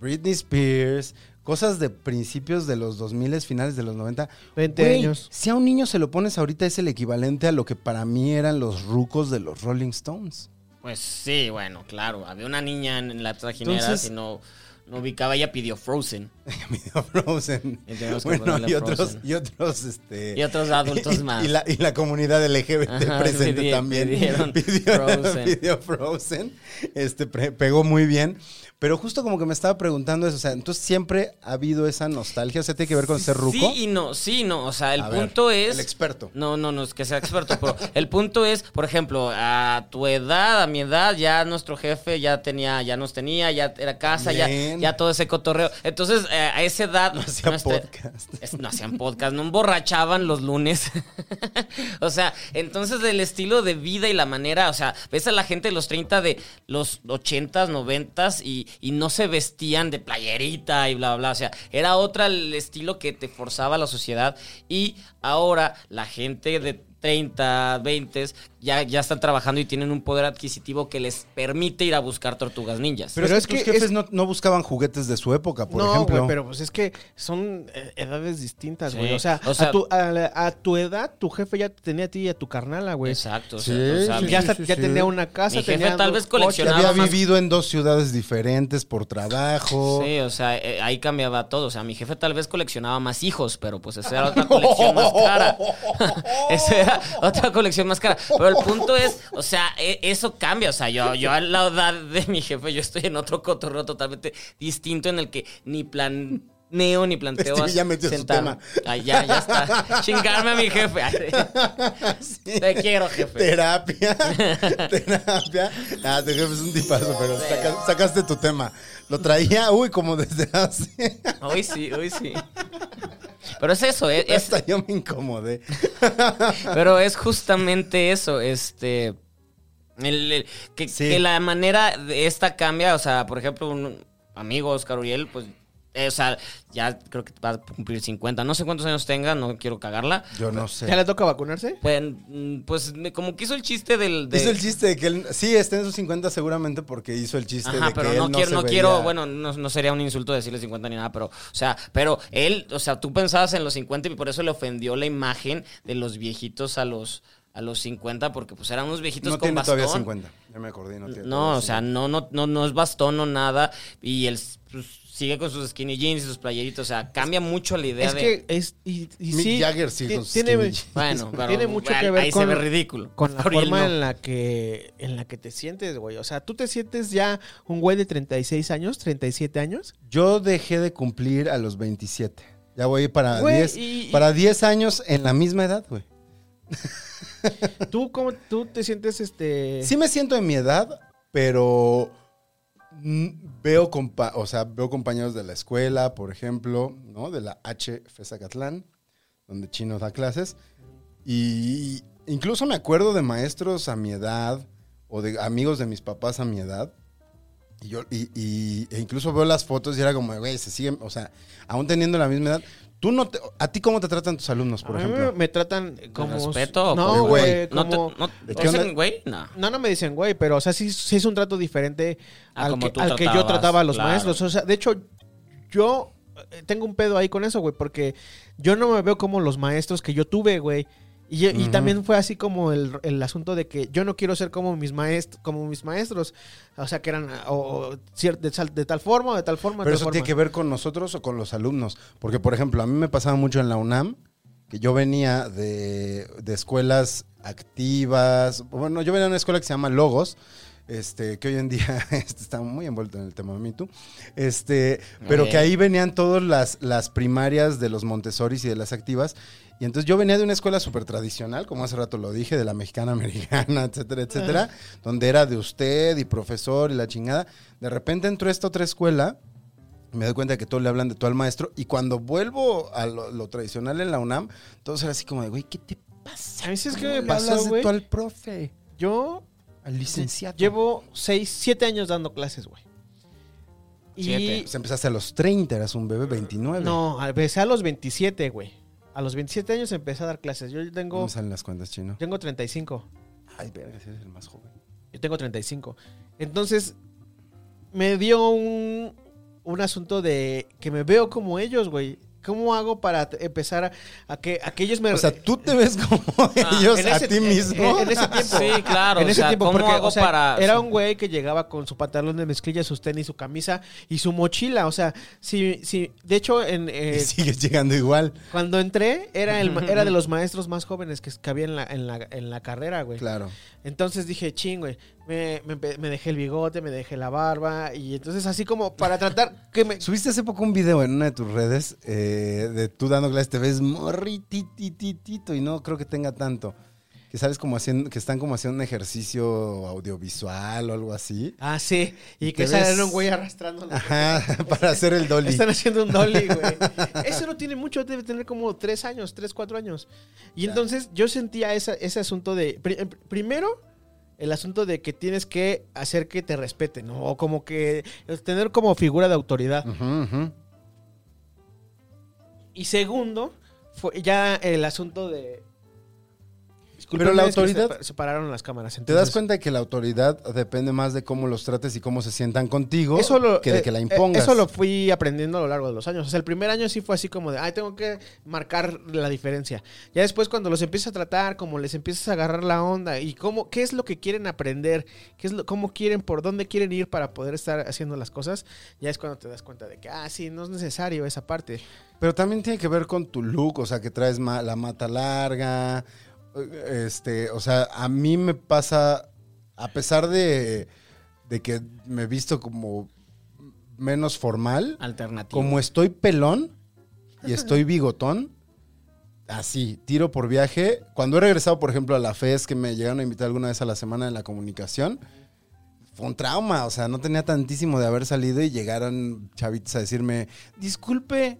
B: Britney Spears, cosas de principios de los 2000, finales de los 90.
C: 20
B: Güey,
C: años.
B: Si a un niño se lo pones ahorita es el equivalente a lo que para mí eran los rucos de los Rolling Stones. *laughs*
D: Pues sí, bueno, claro. Había una niña en en la trajinera
B: Entonces-
D: y no, no ubicaba, ella pidió Frozen.
B: Medio Frozen.
D: Y tenemos que
B: Bueno,
D: ponerle
B: y otros,
D: Frozen.
B: y otros, este...
D: Y otros adultos
B: *laughs* y-
D: más.
B: Y la, y la comunidad LGBT
D: Ajá,
B: presente
D: pidi-
B: también. *laughs*
D: pidieron
B: pidió
D: Frozen.
B: pidió Frozen. Este, pre- pegó muy bien. Pero justo como que me estaba preguntando eso. O sea, entonces siempre ha habido esa nostalgia. O sea, tiene que ver con ser ruco.
D: Sí y no, sí y no. O sea, el
B: A ver,
D: punto es.
B: El experto.
D: No, no, no es que sea experto, pero el punto es, por ejemplo, a tu edad, a mi edad, ya nuestro jefe ya tenía, ya nos tenía, ya era casa, ya,
B: Bien.
D: ya todo ese cotorreo. Entonces, eh, a esa edad *laughs*
B: No hacía
D: nuestra-
B: podcast.
D: es- no hacían podcast, no emborrachaban los lunes. *laughs* o sea, entonces el estilo de vida y la manera, o sea, ves a la gente de los 30 de los 80s, 90s y, y no se vestían de playerita y bla, bla, bla. O sea, era otra el estilo que te forzaba la sociedad y ahora la gente de 30, 20 ya, ya están trabajando y tienen un poder adquisitivo que les permite ir a buscar tortugas ninjas.
B: Pero, es que tus
C: es-
B: jefes no, no buscaban juguetes de su época, por
C: no,
B: ejemplo.
C: güey, pero pues es que son eh, edades distintas,
D: Sí.
C: güey. O sea,
D: O sea-
C: a, tu, a la- a tu edad, tu jefe ya te tenía a ti y a tu carnala, güey.
D: Exacto. o
B: pues, Sí,
D: sea, o sea,
B: sí,
D: mi-
C: Ya,
B: sí,
C: hasta-
B: sí,
C: ya
B: sí.
C: tenía una casa,
D: Mi jefe
C: tenía
D: tal
C: un
D: vez
C: coche.
B: que
D: coleccionaba
B: había
D: nada más-
B: vivido en dos ciudades diferentes por trabajo.
D: Sí, o sea, eh, ahí cambiaba todo. O sea, mi jefe tal vez coleccionaba más hijos, pero pues esa
B: *laughs*
D: era otra colección más cara. *laughs* esa era otra colección más cara. Pero el punto es, o sea, e- eso cambia. O sea, yo, yo a la edad de mi jefe, yo estoy en otro cotorreo totalmente distinto en el que ni planeo
B: *laughs*
D: ni planteo
B: Stevie Este ya metió su
D: sentarme.
B: tema.
D: Ay, ya, ya está. Chingarme a mi jefe. *laughs*
B: Sí.
D: Te quiero, jefe.
B: Terapia.
D: *laughs*
B: Terapia. Ah, tu jefe es un tipazo, pero saca- sacaste tu tema. Lo traía, uy, como desde *laughs* hace.
D: Hoy sí, hoy sí. Pero es eso, es, es-
B: Hasta yo me incomodé.
D: Pero es justamente eso, este... el- el- que,
B: Sí.
D: que la manera de esta cambia, o sea, por ejemplo, un amigo Oscar Uriel, pues... eh, o sea, ya creo que va a cumplir 50, no sé cuántos años tenga, no quiero cagarla.
B: Yo no sé.
C: ¿Ya le toca vacunarse?
D: Pues, mm, pues me- como que hizo el chiste del... de-
B: Hizo el chiste de que él. Sí, está en sus 50 seguramente porque hizo el chiste de
D: Ajá,
B: que
D: pero
B: él
D: no,
B: no
D: quiero,
B: se
D: no
B: veía-
D: quiero, bueno, no, no sería un insulto decirle 50 ni nada, pero, o sea, pero él, o sea, tú pensabas en los 50 y por eso le ofendió la imagen de los viejitos a los, a los 50, porque pues eran unos viejitos
B: No
D: con
B: tiene
D: bastón.
B: todavía 50. Ya me acordé, no tiene.
D: No,
B: todavía
D: o sea,
B: 50.
D: no, no, no, no es bastón o nada. Y él pues, sigue con sus skinny jeans y sus playeritos. O sea, cambia mucho la idea
C: Es
D: de.
C: que es. Y, y
B: Mick
C: sí.
B: Jagger sí
C: ti-
B: con sus
C: tiene,
B: skinny jeans.
C: *laughs*
D: Bueno, pero
C: tiene mucho
D: ahí-
C: que ver
D: ahí
C: con-
D: se ve ridículo.
C: con la
D: Gabriel
C: forma
D: no.
C: en la que en la que te sientes, güey. O sea, tú te sientes ya un güey de 36 años, 37 años.
B: Yo dejé de cumplir a los 27. Ya voy para
C: Güey,
B: 10
C: y-
B: para 10 años en la misma edad, güey.
C: ¿Tú cómo tú te sientes este
B: Sí me siento en mi edad, pero mm, veo, compa o sea, veo compañeros de la escuela, por ejemplo, ¿no? De la H Fezacatlán, donde Chino da clases. Y incluso me acuerdo de maestros a mi edad o de amigos de mis papás a mi edad. Y yo, y, y- e incluso veo las fotos y era como, güey, se siguen, o sea, aún teniendo la misma edad. Tú no te- ¿A ti cómo te tratan tus alumnos, por
C: a mí
B: ejemplo?
C: me tratan como
D: respeto?
C: No,
B: por-
C: güey,
D: No, te-
C: eh, como-
D: no,
B: ¿De
D: ¿te
B: qué onda?
D: dicen güey? No. ah,
C: No, no me dicen, güey, pero o sea, sí, sí es un trato diferente
B: Ah,
D: A
C: al,
D: como
C: que,
D: tú
C: al que yo
D: tratabas,
C: trataba a los
D: claro.
C: maestros. O sea, de hecho, yo eh, tengo un pedo ahí con eso, güey, porque yo no me veo como los maestros que yo tuve, güey. Y, yo- y
B: Ujú.
C: también fue así como el, el asunto de que yo no quiero ser como mis maestros, como mis maestros. O sea, que eran ah, o, o cier- de, sal- de tal forma, de tal forma, de
B: Pero
C: tal
B: eso tiene
C: forma.
B: que ver con nosotros o con los alumnos. Porque, por ejemplo, a mí me pasaba mucho en la UNAM que yo venía de, de escuelas activas. Bueno, yo venía de una escuela que se llama Logos. Este, que hoy en día *laughs* este, está muy envuelto en el tema de Me Too, Este, pero
D: Ok.
B: que ahí venían todas las, las primarias de los Montessoris y de las activas. Y entonces yo venía de una escuela súper tradicional, como hace rato lo dije, de la mexicana *laughs* americana, etcétera, etcétera, donde era de usted y profesor y la chingada. De repente entró esta otra escuela, me doy cuenta de que todos le hablan de todo al maestro, y cuando vuelvo a lo, lo tradicional en la UNAM, todos eran así como de, güey, ¿qué te pasa?
C: A mí sí es que
B: ¿Cómo
C: me
B: le
C: pasó,
B: hablas de
C: güey?
B: todo al profe,
C: Yo
B: al licenciado.
C: llevo seis, siete años dando clases, güey. Y
D: Siete.
B: Pues empezaste a los 30, eras un bebé 29.
C: No, empecé a los 27, güey. A los 27 años empecé a dar clases. Yo tengo,
B: ¿Cómo salen las cuentas, chino?
C: tengo 35.
B: Ay, verga, si eres el más joven.
C: Yo tengo 35. Entonces, me dio un, un asunto de que me veo como ellos, güey. ¿Cómo hago para t- empezar a, a que, a que ellos me...
B: O sea, tú te
C: *laughs*
B: ves como *laughs* ellos
C: eh, Ah, en
B: a
C: ese-
B: ti mismo.
C: En, en ese tiempo.
D: Sí, claro.
C: En ese
D: o sea,
C: tiempo,
D: ¿cómo
C: porque,
D: hago
C: o sea,
D: para...?
C: era un güey que llegaba con su pantalón de mezclilla, sus tenis, su camisa y su mochila. O sea, si, si, de hecho, en, eh,
B: *laughs* Y sigues llegando igual.
C: Cuando entré, era, el, ma- era
D: *laughs*
C: de los maestros más jóvenes que, que había en la, en la, en la carrera, güey.
B: Claro.
C: Entonces dije, ching, güey. Me, me empe- me dejé el bigote, me dejé la barba. Y entonces, así como para tratar que me.
B: Subiste hace poco un video en una de tus redes eh, de tú dando clases, te ves morritititito y no creo que tenga tanto. Que sabes como haciendo, que están como haciendo un ejercicio audiovisual o algo así.
C: Ah, sí. Y
B: Te
C: que
B: ves- Ah,
C: salen un güey arrastrando. la-
B: Ajá, *laughs* para hacer el dolly.
C: Están haciendo un *laughs* dolly, güey.
B: *laughs*
C: Eso no tiene mucho, debe tener como tres años, tres, cuatro años. Y entonces yo sentía esa- ese asunto de. pri- em, primero, el asunto de que tienes que hacer que te respeten, ¿no? O como que eh, tener como figura de autoridad.
B: Ujú, ujú.
C: Y segundo, fue ya el asunto de.
B: Pero la
C: es que
B: autoridad-
C: se- Separaron las cámaras.
B: Te das
C: entonces-
B: cuenta que la autoridad depende más de cómo los trates y cómo se sientan contigo
C: Eso lo,
B: que de
C: eh,
B: que la
C: eh,
B: impongas.
C: Eso lo fui aprendiendo a lo largo de los años. O sea, el primer año sí fue así como de, ay, tengo que marcar la diferencia. Ya después cuando los empiezas a tratar, como les empiezas a agarrar la onda y cómo, qué es lo que quieren aprender, qué es lo, cómo quieren, por dónde quieren ir para poder estar haciendo las cosas, ya es cuando te das cuenta de que, ah, sí, no es necesario esa parte.
B: Pero también tiene que ver con tu look, o sea, que traes ma- la mata larga. eh, Este, o sea, a mí me pasa, a pesar de, de que me he visto como menos formal,
D: Alternativo.
B: como estoy pelón
C: *laughs*
B: y estoy bigotón, así, tiro por viaje. Cuando he regresado, por ejemplo, a la FES, que me llegaron a invitar alguna vez a la semana de la comunicación, fue un trauma. O sea, no tenía tantísimo de haber salido y llegaron chavitos a decirme, disculpe,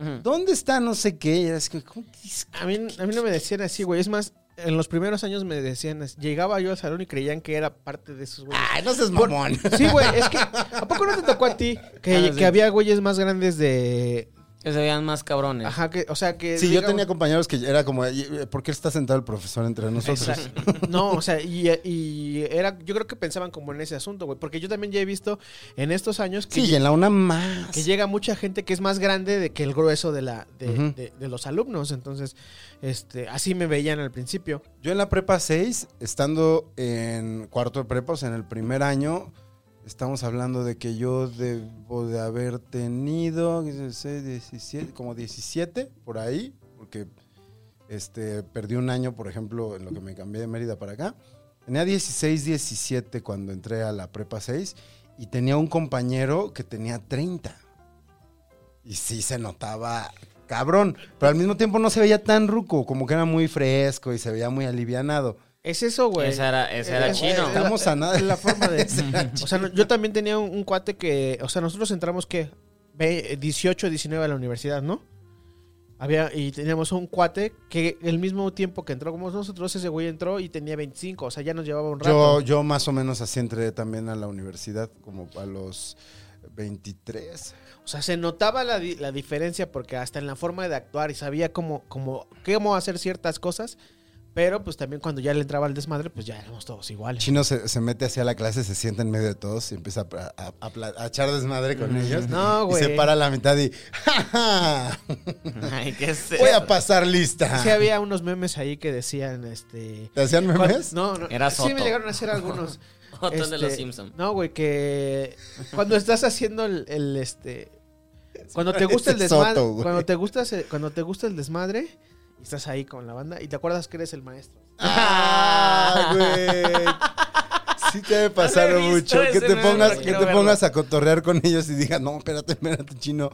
D: Ujú.
B: ¿dónde está no sé qué? Y era así que, ¿cómo que dis-
C: A mí, a mí no me decían así, güey. Es más, en los primeros años me decían así. Llegaba yo al salón y creían que era parte de esos güeyes.
B: Ay, no
C: *laughs*
B: seas mamón.
C: Sí, güey, es que ¿a poco no te tocó a ti
D: Ah,
C: que,
D: sí.
C: que había güeyes más grandes de
D: Que se vean más cabrones.
C: ajá que, o sea, que
B: Sí, yo
C: digamos-
B: tenía compañeros que era como, "Oye, ¿por qué está sentado el profesor entre nosotros?
C: Exacto. No, o sea, y, y era yo creo que pensaban como en ese asunto, güey, porque yo también ya he visto en estos años que
B: Sí, y en la una más.
C: que llega mucha gente que es más grande de que el grueso de la de,
B: Ujú.
C: de- de los alumnos, entonces este así me veían al principio.
B: Yo en la prepa 6, estando en cuarto de prepa, o sea, en el primer año, estamos hablando de que yo debo de haber tenido 16, 17, como 17 por ahí, porque este, perdí un año, por ejemplo, en lo que me cambié de Mérida para acá. Tenía 16, 17 cuando entré a la prepa 6 y tenía un compañero que tenía 30. Y sí se notaba cabrón. Pero al mismo tiempo no se veía tan ruco, como que era muy fresco y se veía muy alivianado.
C: Es eso, güey.
D: Ese era, ese era
C: Eh,
D: chino.
C: eh,
B: Estamos a nada.
C: Es la forma
B: *laughs*
C: de. o sea, no- yo también tenía un, un cuate que. O sea, nosotros entramos que 18, 19 a la universidad, ¿no? Había, y teníamos un cuate que el mismo tiempo que entró como nosotros, ese güey entró y tenía 25, o sea, ya nos llevaba un rato.
B: Yo, yo más o menos así entré también a la universidad, como a los 23.
C: O sea, se notaba la, di- la diferencia porque hasta en la forma de actuar y sabía cómo, cómo, cómo hacer ciertas cosas, pero pues también cuando ya le entraba el desmadre, pues ya éramos todos iguales.
B: Chino se, se mete hacia la clase, se sienta en medio de todos y empieza a, a- a pla- a echar desmadre con ellos.
C: No,
B: Y
C: güey.
B: se para a la mitad y ¡Ja, ja!
D: *laughs* Ay, qué es
B: Voy a
D: eso?
B: pasar lista.
C: Sí había unos memes ahí que decían, este...
B: ¿Te hacían memes?
C: No, no.
D: Era
C: Sí
D: Soto.
C: me llegaron a hacer algunos.
D: Otro de los
C: Este,
D: Simpsons.
C: No, güey,
D: *laughs*
C: que cuando estás haciendo el, el, este cuando te gusta el
B: Parece Este Soto,
C: desmadre,
B: güey.
C: cuando te gusta ese- cuando te gusta el desmadre y estás ahí con la banda y te acuerdas que eres el maestro.
B: Ah, güey. Sí te debe pasar
D: No lo he visto
B: mucho.
D: ese
B: Que te
D: meme,
B: pongas,
D: pero
B: que
D: quiero
B: te
D: verlo.
B: pongas a cotorrear con ellos y digas, no, espérate, espérate, chino.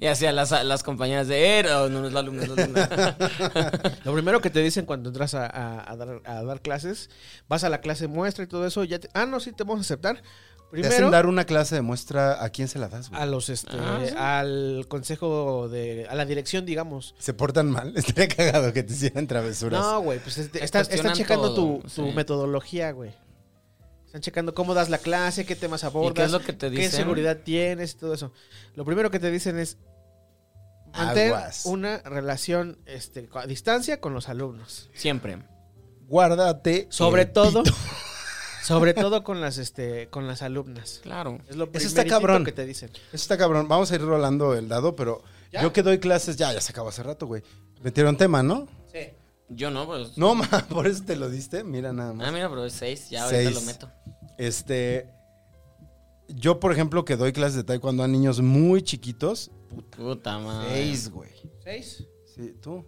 D: Y hacía las, las compañeras de él. no, no es la alumna, es
C: *laughs*
D: la alumna.
C: Lo primero que te dicen cuando entras a, a- a dar, a dar clases, vas a la clase muestra y todo eso, y ya te- ah, no, sí te vamos a aceptar.
B: Te hacen
C: Primero
B: dar una clase de muestra, ¿a quién se la das, güey?
C: a los este
D: Ah, sí.
C: al consejo de a la dirección, digamos.
B: ¿Se portan mal? *laughs* Estaría cagado que te hicieran travesuras.
C: No, güey, pues este, está- están
D: cuestionan
C: checando tu,
D: todo,
C: tu
D: sí.
C: metodología, güey. Están checando cómo das la clase, qué temas abordas,
D: qué es lo que te dicen?
C: seguridad tienes y todo eso. Lo primero que te dicen es mantener
B: Aguas.
C: una relación este, a distancia con los alumnos.
D: Siempre.
B: Guárdate.
C: Sobre
B: el
C: todo,
B: pito.
C: *laughs* sobre todo con las este, con las alumnas.
D: Claro.
C: Es lo
B: Eso está
C: primerito
B: cabrón.
C: que te dicen.
B: Eso está cabrón. Vamos a ir rolando el dado, pero
C: ¿Ya?
B: yo que doy clases, ya, ya se acabó hace rato, güey. Metieron tema, ¿no?
C: Sí.
D: Yo no, pues.
B: No, ma, *laughs* por eso te lo diste. Mira nada
C: Mm.
B: más.
D: Ah, mira, pero es seis. Ya ahorita
B: Seis.
D: lo meto.
B: Este. Yo, por ejemplo, que doy clases de taekwondo a niños muy chiquitos.
D: Puta
C: Ah.
D: madre.
B: güey.
C: ¿Seis?
B: Sí, tú.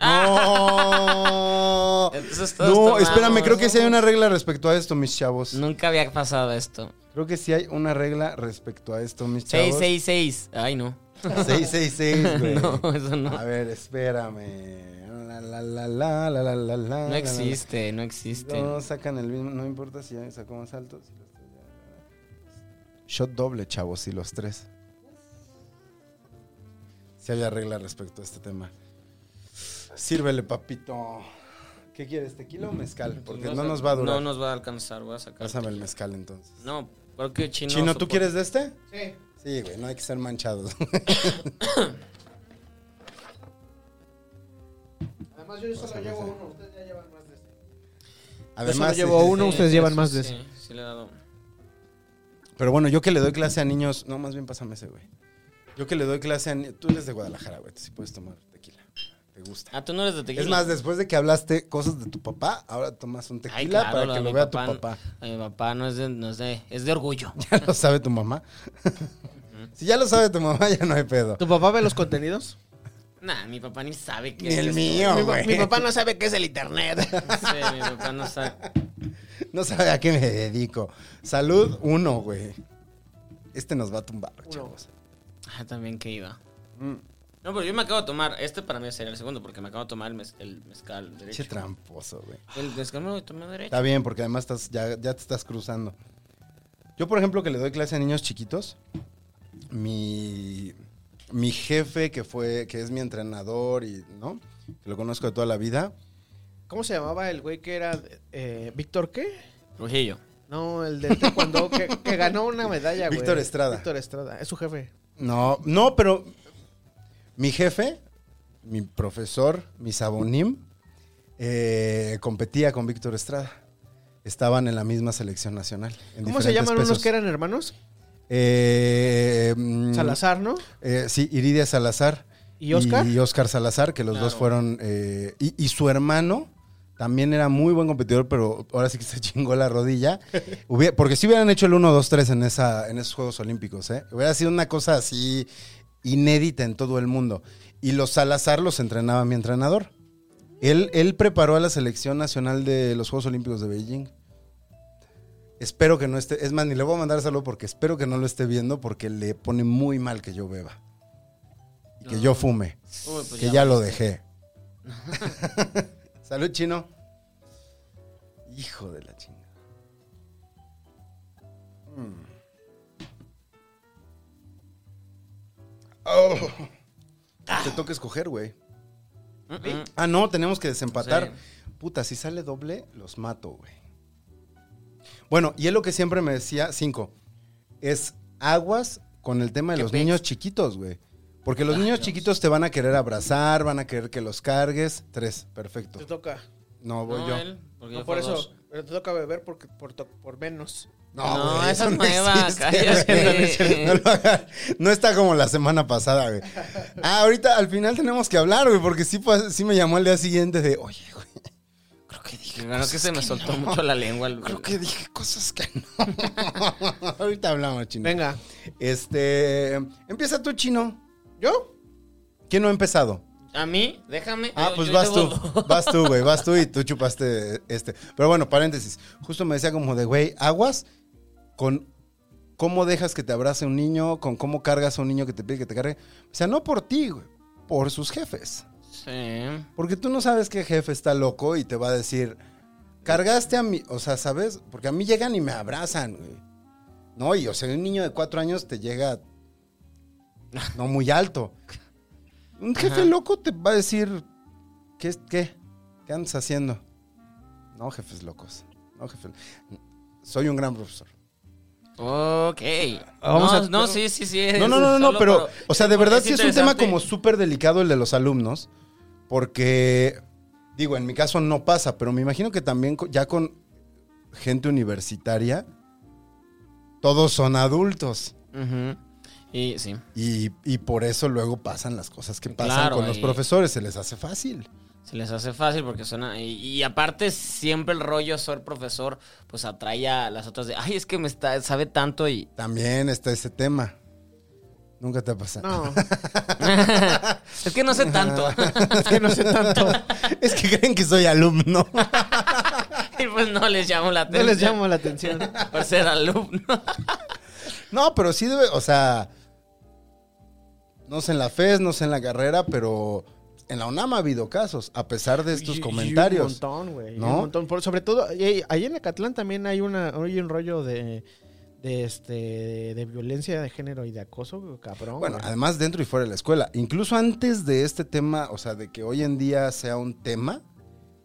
C: Ah.
B: ¡No!
C: *laughs*
D: Entonces todos
B: no,
D: tomamos.
B: espérame, creo que sí hay una regla respecto a esto, mis chavos.
D: Nunca había pasado esto.
B: Creo que sí hay una regla respecto a esto, mis
D: Seis,
B: chavos. *laughs*
D: seis, seis. Ay, no. *laughs*
B: 666, güey.
D: No, eso no.
B: A ver, espérame. La, la, la, la, la, la, la, la,
D: No existe, no existe.
B: No sacan el mismo, no importa si ya sacó más altos. si los tres ya- Shot doble, chavos, y los tres. Si había regla respecto a este tema. Sírvele, papito. ¿Qué quieres, tequila o mezcal? Porque no nos va a durar.
D: No nos va a alcanzar, voy a sacar.
B: Pásame el mezcal entonces.
D: No, porque chino.
B: Chino, ¿tú
D: soporta-
B: quieres de este?
C: Sí.
B: Sí, güey, no hay que ser manchados.
C: Además yo solo llevo uno, ustedes ya llevan más de este.
B: Además, este,
C: llevo uno.
D: Sí,
C: ustedes llevan
D: sí,
C: más de
D: Sí, sí le he dado.
B: Pero bueno, yo que le doy clase a niños. No, más bien pásame ese, güey. Yo que le doy clase a niños. Tú eres de Guadalajara, güey. Tú sí puedes tomar tequila. Te gusta.
D: Ah, tú no eres de tequila.
B: Es más, después de que hablaste cosas de tu papá, ahora tomas un
D: Ay,
B: tequila
D: claro,
B: para
D: de
B: que lo
D: mi
B: vea tu papá. *laughs*
D: de Mi papá no es de, no es de, es de orgullo.
B: Ya lo sabe tu mamá. si ya lo sabe tu mamá, ya no hay pedo.
C: ¿Tu papá ve los contenidos?
D: Nah, mi papá ni sabe qué
B: Ni
D: es
B: el
D: esto.
B: mío,
C: Mi pa-
B: güey.
C: mi papá no sabe qué es el internet.
D: Sí, mi papá no sabe.
B: No sabe a qué me dedico. Salud, uno, güey. Este nos va a tumbar, chavos.
D: Ah, también que iba.
B: Mm,
D: No, pero yo me acabo de tomar, este para mí sería el segundo, porque me acabo de tomar el, mez- el mezcal
B: Che
D: derecho.
B: tramposo, güey.
D: El mezcal me lo tomé derecho.
B: Está bien, porque además estás, ya, ya te estás cruzando. Yo, por ejemplo, que le doy clase a niños chiquitos, mi, mi jefe, que fue, que es mi entrenador y, ¿no? Que lo conozco de toda la vida.
C: ¿Cómo se llamaba el güey que era eh, Víctor qué?
D: Trujillo.
C: No, el del taekwondo que, que ganó una medalla, güey.
B: Víctor Estrada.
C: Víctor Estrada, es su jefe.
B: No, no, pero mi jefe, mi profesor, mi sabonim, eh, competía con Víctor Estrada. Estaban en la misma selección nacional. en
C: ¿Cómo se
B: diferentes
C: llaman unos
B: pesos.
C: que eran hermanos?
B: Eh, mm,
C: Salazar, ¿no?
B: Eh, sí, Iridia Salazar.
C: ¿Y Oscar?
B: Y Oscar Salazar, que los
D: Claro.
B: dos fueron... eh, y, y su hermano también era muy buen competidor, pero ahora sí que *laughs* se chingó la rodilla. Hubie- porque si hubieran hecho el 1-2-3 en, esa- en esos Juegos Olímpicos, ¿eh? Hubiera sido una cosa así inédita en todo el mundo. Y los Salazar los entrenaba mi entrenador. Él, él preparó a la selección nacional de los Juegos Olímpicos de Beijing. Espero que no esté. Es más, ni le voy a mandar saludo porque espero que no lo esté viendo porque le pone muy mal que yo beba. que yo fume,
D: Uy, pues
B: que ya,
D: ya
B: lo dejé. *laughs* Salud, chino. Hijo de la chingada. Mm. Oh. Te toca escoger, güey. Ah, no, tenemos que desempatar. Puta, si sale doble, los mato, güey. Bueno, y es lo que siempre me decía, cinco, es aguas con el tema de
D: ¿Qué
B: los
D: pex?
B: niños chiquitos, güey. Porque los niños chiquitos te van a querer abrazar, van a querer que los cargues. Tres, perfecto.
C: Te toca.
B: No, voy
D: No,
B: yo.
D: él, porque
C: No,
D: ya
C: por
D: fue
C: eso,
D: dos.
C: pero te toca beber porque, por, to- por menos.
D: No,
B: güey,
D: esa
B: eso
D: es nueva,
B: existe,
D: cállate.
B: güey. No, no es cierto, no lo hagas. No está como la semana pasada, güey. Ah, ahorita al final tenemos que hablar, güey, porque sí, pas- sí me llamó al día siguiente de, oye, güey, creo que dije.
D: Bueno, es que
B: cosas
D: se me soltó
B: no".
D: mucho la lengua. el-
B: Creo que dije cosas que no. *laughs* Ahorita hablamos, chino.
C: Venga.
B: Este. Empieza tú, chino.
C: ¿Yo?
B: ¿Quién no ha empezado?
D: ¿A mí? Déjame.
B: Ah,
D: yo-
B: pues
D: yo
B: vas
D: llevo
B: tú. *laughs*
D: dos.
B: Vas tú, güey. Vas tú y tú chupaste este. Pero bueno, paréntesis. Justo me decía como de, güey, aguas con cómo dejas que te abrace un niño, con cómo cargas a un niño que te pide que te cargue. O sea, no por ti, güey. Por sus jefes.
D: Sí.
B: Porque tú no sabes qué jefe está loco y te va a decir, cargaste a mí, o sea, ¿sabes? Porque a mí llegan y me abrazan, güey. No, y o sea, un niño de cuatro años te llega no muy alto. Un jefe
D: Ajá.
B: loco te va a decir, ¿qué, es- qué? ¿Qué andas haciendo? No, jefes locos. No, jefe. Soy un gran profesor.
D: Ok.
B: Vamos
D: no,
B: a-
D: no, sí, sí, sí. *laughs*
B: No, no, no, no, no,
D: solo
B: pero,
D: para-
B: o sea, de
D: porque
B: verdad sí es un tema
D: interesante.
B: como súper delicado el de los alumnos, porque, digo, en mi caso no pasa, pero me imagino que también co- ya con gente universitaria, todos son adultos.
D: Ujú. Y sí.
B: Y, y por eso luego pasan las cosas que pasan
D: Claro,
B: con los
D: y-
B: profesores, se les hace fácil.
D: Se les hace fácil porque suena. Y, y aparte, siempre el rollo ser profesor, pues atrae a las otras de. Ay, es que me está, sabe tanto y.
B: También está ese tema. Nunca te ha pasado.
C: No.
D: es que no sé tanto.
B: *laughs*
D: *laughs*
B: es que no sé tanto. *laughs* es que creen que soy alumno.
D: y pues no les llamo la
C: no
D: atención.
C: les llamo la atención.
D: Por ser alumno.
B: No, pero sí debe, o sea, no sé en la FES, no sé en la carrera, pero en la UNAM ha habido casos, a pesar de estos
C: Y- y
B: comentarios.
C: un montón, güey. y
B: ¿No?
C: Un montón. Por- sobre todo, y- ahí en Acatlán también hay, una, hay un rollo de, de, este, de, violencia de género y de acoso, güey, cabrón.
B: Bueno,
C: güey.
B: además dentro y fuera de la escuela. Incluso antes de este tema, o sea, de que hoy en día sea un tema,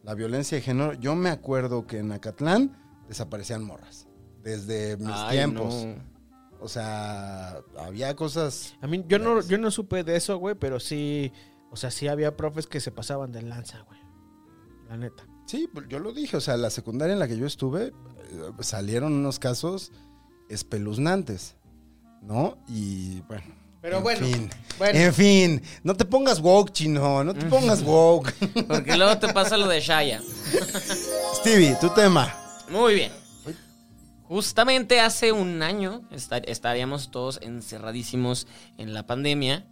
B: la violencia de género, yo me acuerdo que en Acatlán desaparecían morras. Desde mis
D: Ay,
B: tiempos.
D: no.
B: O sea, había cosas.
C: A mí, yo no, yo no supe de eso, güey, pero sí, o sea, sí había profes que se pasaban de lanza, güey. La neta.
B: Sí, pues, yo lo dije, o sea, la secundaria en la que yo estuve eh, salieron unos casos espeluznantes, ¿no? Y bueno.
C: Pero
B: en
C: bueno,
B: fin.
C: bueno. Mm.
B: En fin, no te pongas woke, chino, no te pongas woke. *laughs*
D: Porque luego te pasa lo de Shaya.
B: Stevie, tu tema.
D: Muy bien. Justamente hace un año esta- estaríamos todos encerradísimos en la pandemia.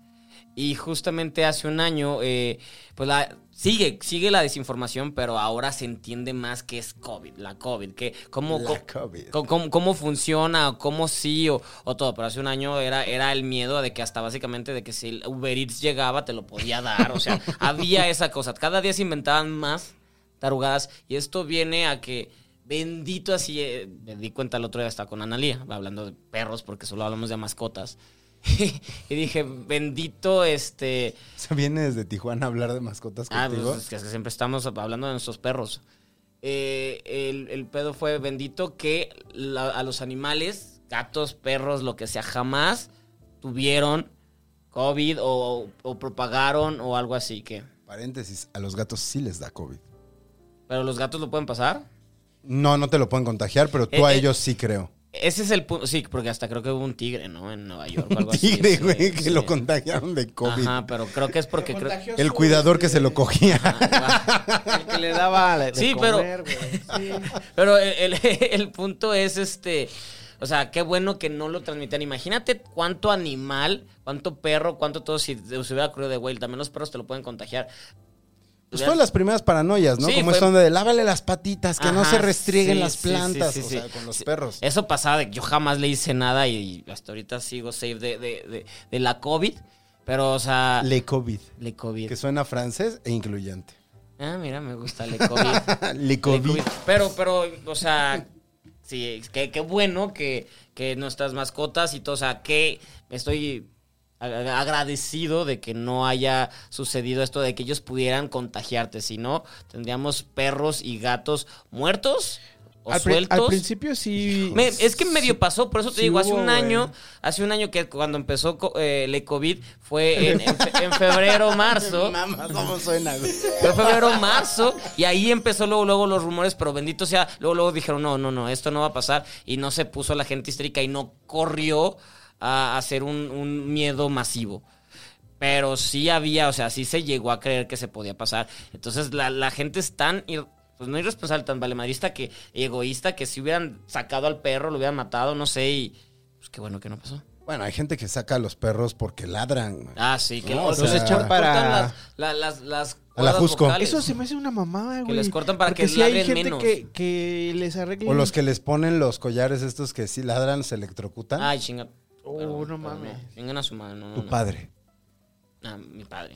D: Y justamente hace un año, eh, pues la, sigue, sigue la desinformación, pero ahora se entiende más que es COVID, la COVID, que cómo,
B: La
D: co-
B: COVID.
D: co- cómo, cómo funciona, o cómo sí, o, o todo. Pero hace un año era, era el miedo de que hasta básicamente de que si el Uber Eats llegaba te lo podía dar. O sea, había esa cosa. Cada día se inventaban más tarugadas. Y esto viene a que, bendito así, eh, me di cuenta el otro día, estaba con Analía, hablando de perros, porque solo hablamos de mascotas. *laughs* y dije, bendito este...
B: Se viene desde Tijuana a hablar de mascotas
D: Ah, pues,
B: contigo.
D: es que es que siempre estamos hablando de nuestros perros. Eh, el, el pedo fue bendito que la- a los animales, gatos, perros, lo que sea, jamás tuvieron COVID o, o propagaron o algo así que.
B: Paréntesis, a los gatos sí les da COVID.
D: Pero los gatos lo pueden pasar.
B: No, no te lo pueden contagiar, pero tú
D: Eh,
B: a
D: eh.
B: ellos sí creo.
D: Ese es el punto. Sí, porque hasta creo que hubo un tigre, ¿no? En Nueva York o algo así.
B: Tigre,
D: sí,
B: güey, que
D: sí.
B: lo contagiaron de COVID.
D: Ajá, pero creo que es porque creo. *laughs*
B: El cuidador que se lo cogía.
C: El que le daba la- de
D: Sí, pero-
C: comer, güey. Sí.
D: Pero el, el- el punto es este. O sea, qué bueno que no lo transmitan. Imagínate cuánto animal, cuánto perro, cuánto todo. Si se hubiera ocurrido de güey, también los perros te lo pueden contagiar.
B: Pues fueron las primeras paranoias, ¿no?
D: Sí,
B: Como
D: fue-
B: esto de lávale las patitas, que no
D: Ajá,
B: se restrieguen
D: sí,
B: las
D: sí, sí,
B: plantas,
D: sí,
B: o
D: sí.
B: sea, con los
D: Sí.
B: perros.
D: Eso pasaba de que yo jamás le hice nada y hasta ahorita sigo safe de, de- de- de la COVID. Pero, o sea, le,
B: Le COVID,
D: COVID.
B: que suena francés e incluyente.
D: Ah, mira, me gusta le COVID.
B: *laughs* Le
D: Le
B: COVID.
D: COVID. Pero, pero, o sea, *laughs* sí, es que- qué bueno que, que nuestras mascotas y todo, o sea, que estoy a- agradecido de que no haya sucedido esto de que ellos pudieran contagiarte, si no, tendríamos perros y gatos muertos *laughs* o
C: Al, pri-
D: sueltos.
C: al principio sí.
D: Me- es que medio pasó, por eso te
C: sí
D: digo, hace
C: hubo,
D: un
C: güey.
D: año, hace un año que cuando empezó co- eh, le COVID
C: *laughs*
D: fue en, en fe- en
B: *laughs*
D: febrero, marzo.
B: Mamá, ¿cómo suena,
D: *laughs*
B: güey?
D: Fue febrero, marzo, y ahí empezó luego, luego los rumores, pero bendito sea, luego, luego dijeron, no, no, no, esto no va a pasar, y no se puso la gente histérica y no corrió a hacer un, un miedo masivo. Pero sí había, o sea, sí se llegó a creer que se podía pasar. Entonces la, la gente es tan, ir- pues no irresponsable, tan valemadrista que egoísta, que si hubieran sacado al perro, lo hubieran matado, no sé, y pues qué bueno que no pasó.
B: Bueno, hay gente que saca a los perros porque ladran. güey.
D: Ah, sí, que
B: No,
D: los
B: o sea,
D: echan
C: para-
D: las, la- las, las
B: A la
D: cuerdas
B: Jusco.
D: vocales.
C: Eso se me hace una mamada, güey.
D: les cortan para
C: Porque
D: que
C: sí hay
D: ladren
C: gente
D: menos.
C: Que, que les arreglen.
B: O los que les ponen los collares estos que sí ladran, se electrocutan.
D: Ay, chinga.
C: Oh,
D: Pero-
C: no
D: pero
C: mames.
D: Vengan a su madre, no, no,
B: ¿Ah? tu
D: no.
B: padre.
D: Ah, mi padre.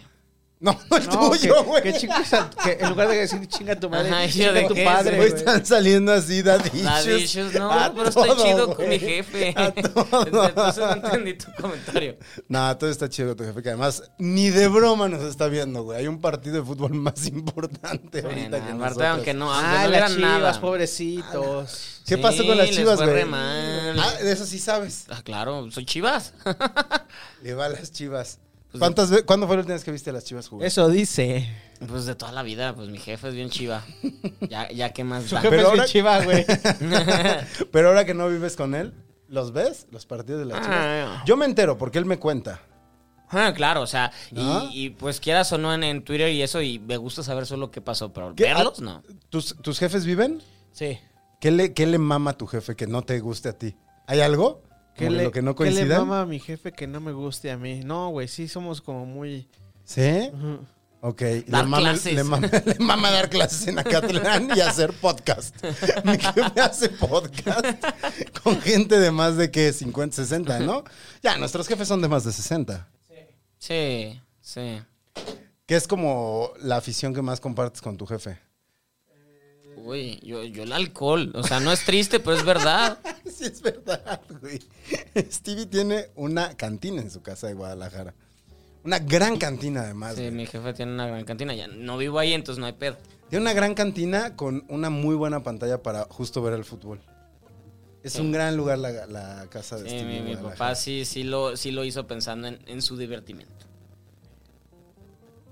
B: No, *laughs* no el
C: No,
B: tuyo, güey.
C: que, que chingas a- que en lugar de decir chinga tu madre,
D: Ajá, yo
C: chinga
D: de
C: tu
D: qué,
C: padre.
B: Hoy
C: güey.
B: están saliendo así dadillos.
D: Las issues,
B: *laughs*
D: no,
B: A
D: pero estoy
B: todo,
D: chido con
B: güey.
D: mi jefe.
B: A todo.
D: *laughs* Entonces no entendí tu
B: *laughs*
D: comentario.
B: No, todo está chido con tu jefe, que además ni de broma nos está viendo, güey. Hay un partido de fútbol más *laughs* importante ahorita
D: Bueno,
B: que
D: aparte,
B: nosotros.
D: aunque no, aunque
C: Ah,
D: no
C: las
D: eran
C: chivas,
D: nada.
C: pobrecitos.
B: ¿Qué
D: Sí,
B: pasó con las
D: les
B: chivas,
D: fue
B: güey?
D: re mal.
B: Ah, de eso sí sabes.
D: Ah, claro, soy chivas. *laughs*
B: Le va a las chivas.
D: Pues-
B: ¿Cuántas ve- ¿Cuándo fue la última vez que viste a las chivas jugar?
C: Eso dice.
D: Pues de toda la vida, pues mi jefe es bien chiva. Ya, ya qué más
C: Su
D: da. *laughs*
C: jefe
B: Pero
C: es bien
B: ahora-
C: chiva, *laughs* güey.
B: Pero ahora que no vives con él, ¿los ves? Los partidos de las
D: Ah.
B: chivas. Yo me entero porque él me cuenta.
D: Ah, claro, o sea, y-
B: ¿No?
D: y, pues quieras o no en, en Twitter y eso, y me gusta saber solo qué pasó, pero
B: ¿Qué?
D: verlos,
B: Ah,
D: no.
B: ¿Tus, tus jefes viven?
C: Sí.
B: ¿Qué le, ¿Qué le mama a tu jefe que no te guste a ti? ¿Hay algo?
C: ¿Qué
B: Como de
C: le,
B: lo que no
C: qué le
B: coincida?
C: mama a mi jefe que no me guste a mí? No, güey, sí somos como muy...
B: ¿Sí?
C: Ujú.
B: Ok.
D: Dar
B: le, mama,
D: clases.
B: Le, mama, *laughs* le mama dar clases en Acatlán y hacer
D: *laughs*
B: podcast. Mi jefe hace podcast con gente de más de que 50, 60, ¿no? Ya, nuestros jefes son de más de 60.
D: Sí, sí.
B: Que es como la afición que más compartes con tu jefe. *laughs*
D: Uy, yo, yo el alcohol. O sea, no es triste, pero
B: *laughs*
D: es verdad.
B: Sí, es verdad, güey. Stevie tiene una cantina en su casa de Guadalajara. Una gran cantina, además.
D: Sí,
B: güey.
D: mi jefe tiene una gran cantina. Ya no vivo ahí, entonces no hay pedo.
B: Tiene una gran cantina con una muy buena pantalla para justo ver el fútbol. Es un gran lugar la, la casa de
D: Sí,
B: Stevie.
D: Eh, mi, mi
B: Pues Guadalajara.
D: papá sí, sí, lo, sí lo hizo pensando en, en su divertimento.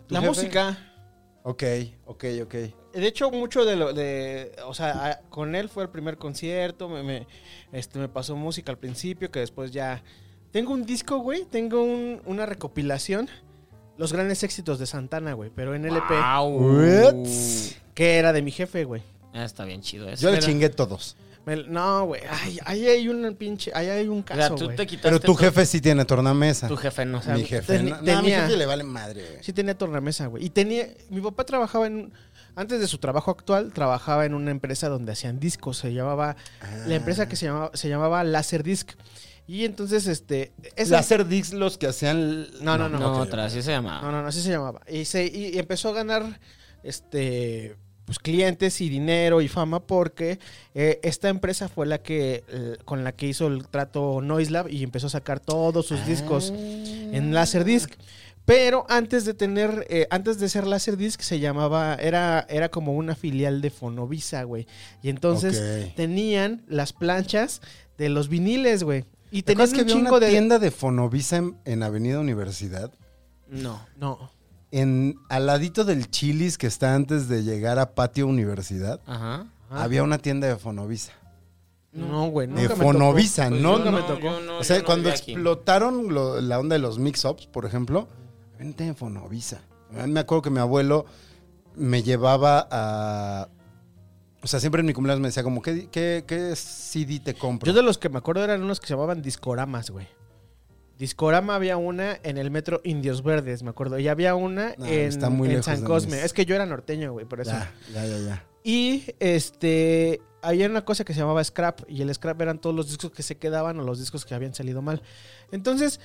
B: ¿Tu
C: La
B: jefe?
C: música.
B: Ok, ok, ok.
C: De hecho, mucho de lo de... O sea, a- con él fue el primer concierto, me, me- este, me pasó música al principio, que después ya... Tengo un disco, güey, tengo un- una recopilación, los grandes éxitos de Santana, güey, pero en LP,
D: ¡Wow!
B: Ups.
C: que era de mi jefe, güey.
D: Ah, está bien chido eso.
B: Yo le
C: Espera.
B: chingué todos.
C: Me- no, güey, ay, ahí hay un pinche... Ahí hay un
D: O sea,
C: caso,
D: tú
C: güey.
D: te quitaste.
B: Pero tu
D: todo-
B: jefe sí tiene tornamesa.
D: Tu jefe no.
B: mi jefe.
C: ten-
B: no, no, a mi
C: tenía-
B: jefe le vale madre. güey.
C: Sí tenía tornamesa, güey. Y tenía... Mi papá trabajaba en... Antes de su trabajo actual, trabajaba en una empresa donde hacían discos. Se llamaba... La empresa que se llamaba, se llamaba Laserdisc. Y entonces, este... esa-
B: Láser Dix los que hacían.
C: No, no,
D: No,
B: ok,
D: otra, así se
B: Ah.
D: llama.
C: No, no, no, así se llamaba. Y, se, y y empezó a ganar, este... Pues clientes y dinero y fama porque eh, esta empresa fue la que... eh, con la que hizo el trato Noiselab y empezó a sacar todos
B: Ah.
C: sus discos. en Laserdisc. Pero antes de tener, eh, antes de ser Laserdisc, se llamaba, era, era como una filial de Fonovisa, güey. Y entonces
B: Ok.
C: tenían las planchas de los viniles, güey. Y
B: ¿Te
C: tenías
B: acuerdas que
C: un
B: había
C: chingo
B: una
C: de.
B: tienda de Fonovisa en, en Avenida Universidad?
D: No.
C: No.
B: En, al ladito del Chilis que está antes de llegar a Patio Universidad,
D: Ajá.
C: Ah.
B: había una tienda de Fonovisa.
C: No, güey.
B: De
C: nunca me
B: Fonovisa,
D: Pues
B: no,
D: yo
B: no,
C: me tocó.
D: yo no-
B: O sea,
D: yo no
B: cuando
D: vivía aquí. *laughs*
B: explotaron lo- la onda de los mix-ups, por ejemplo, había una tienda de Fonovisa. A mí Me acuerdo que mi abuelo me llevaba a... O sea, siempre en mi cumpleaños me decía como, ¿qué, qué, qué CD te
C: tocó.
B: compro?
C: Yo de los que me acuerdo eran unos que se llamaban discoramas, güey. Discorama había una en el metro Indios Verdes, me acuerdo. Y había una
B: No,
C: en,
B: Ah, está muy
C: en
B: lejos
C: San
B: de
C: Cosme.
B: mis-
C: Es que yo era norteño, güey, por eso.
B: Ya, ya, ya, ya.
C: Y este había una cosa que se llamaba scrap y el scrap eran todos los discos que se quedaban o los discos que habían salido mal. Entonces,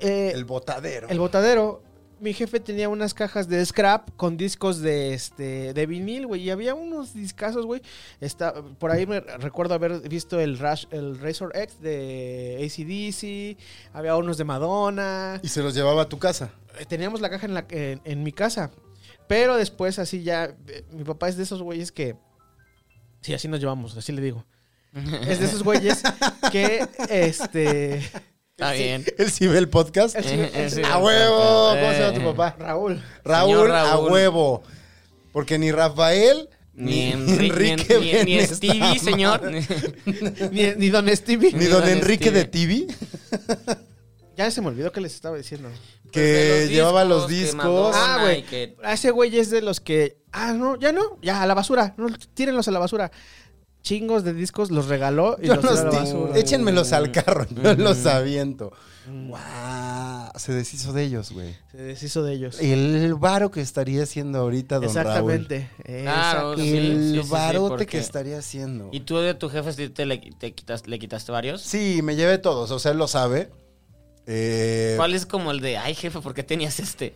C: eh,
B: El botadero.
C: el botadero. Mi jefe tenía unas cajas de scrap con discos de este de vinil, güey, y había unos discazos, güey. Está por ahí me recuerdo haber visto el Rush, el Razor X de ACDC, había unos de Madonna.
B: Y se los llevaba a tu casa.
C: Eh, Teníamos la caja en la en, en mi casa. Pero después así ya eh, mi papá es de esos güeyes que sí, así nos llevamos, así le digo. Es de esos güeyes que
B: *laughs*
C: este
D: Está bien. *laughs*
B: Él sí ve el podcast.
C: Él sí ve- él sí
B: a huevo. ¿Cómo se llama
D: Eh.
B: tu papá?
C: Raúl
B: Raúl,
D: Señor Raúl.
B: a huevo. Porque ni Rafael
D: Ni
B: ni,
D: Enrique,
B: Enrique
D: ni, ni,
B: ven esta
D: Stevie,
B: madre.
D: señor.
B: *laughs*
C: ni, ni Don Stevie.
B: Ni don
D: Ni don
B: Enrique de
D: Stevie.
B: TV,
C: Ya se me olvidó que les estaba diciendo.
B: que
D: Pues, los
B: llevaba los
D: discos, que
B: discos.
D: mandó.
C: Ah,
D: Ay,
C: güey.
D: que-
C: A Ese güey es de los que. Ah, no, ya no. Ya, a la basura. No, tírenlos a la basura. Chingos de discos los regaló y
B: *laughs* Yo
C: los
B: los
C: tiró a la
B: di-
C: basura. Mm.
B: échenmelos al carro, yo los aviento. Guau, Se deshizo de ellos, güey.
C: Se deshizo de ellos.
B: El varo que estaría haciendo ahorita don Raúl.
C: Exactamente. Exacto.
D: Claro, sí, sí, sí,
B: El
D: sí,
B: barote
D: porque-
B: que estaría haciendo.
D: ¿Y tú de tu jefe sí te le, te quitas, le quitaste varios?
B: Sí, me llevé todos, o sea, él lo sabe. Eh,
D: ¿Cuál es como el de, ay jefe, ¿por qué tenías este?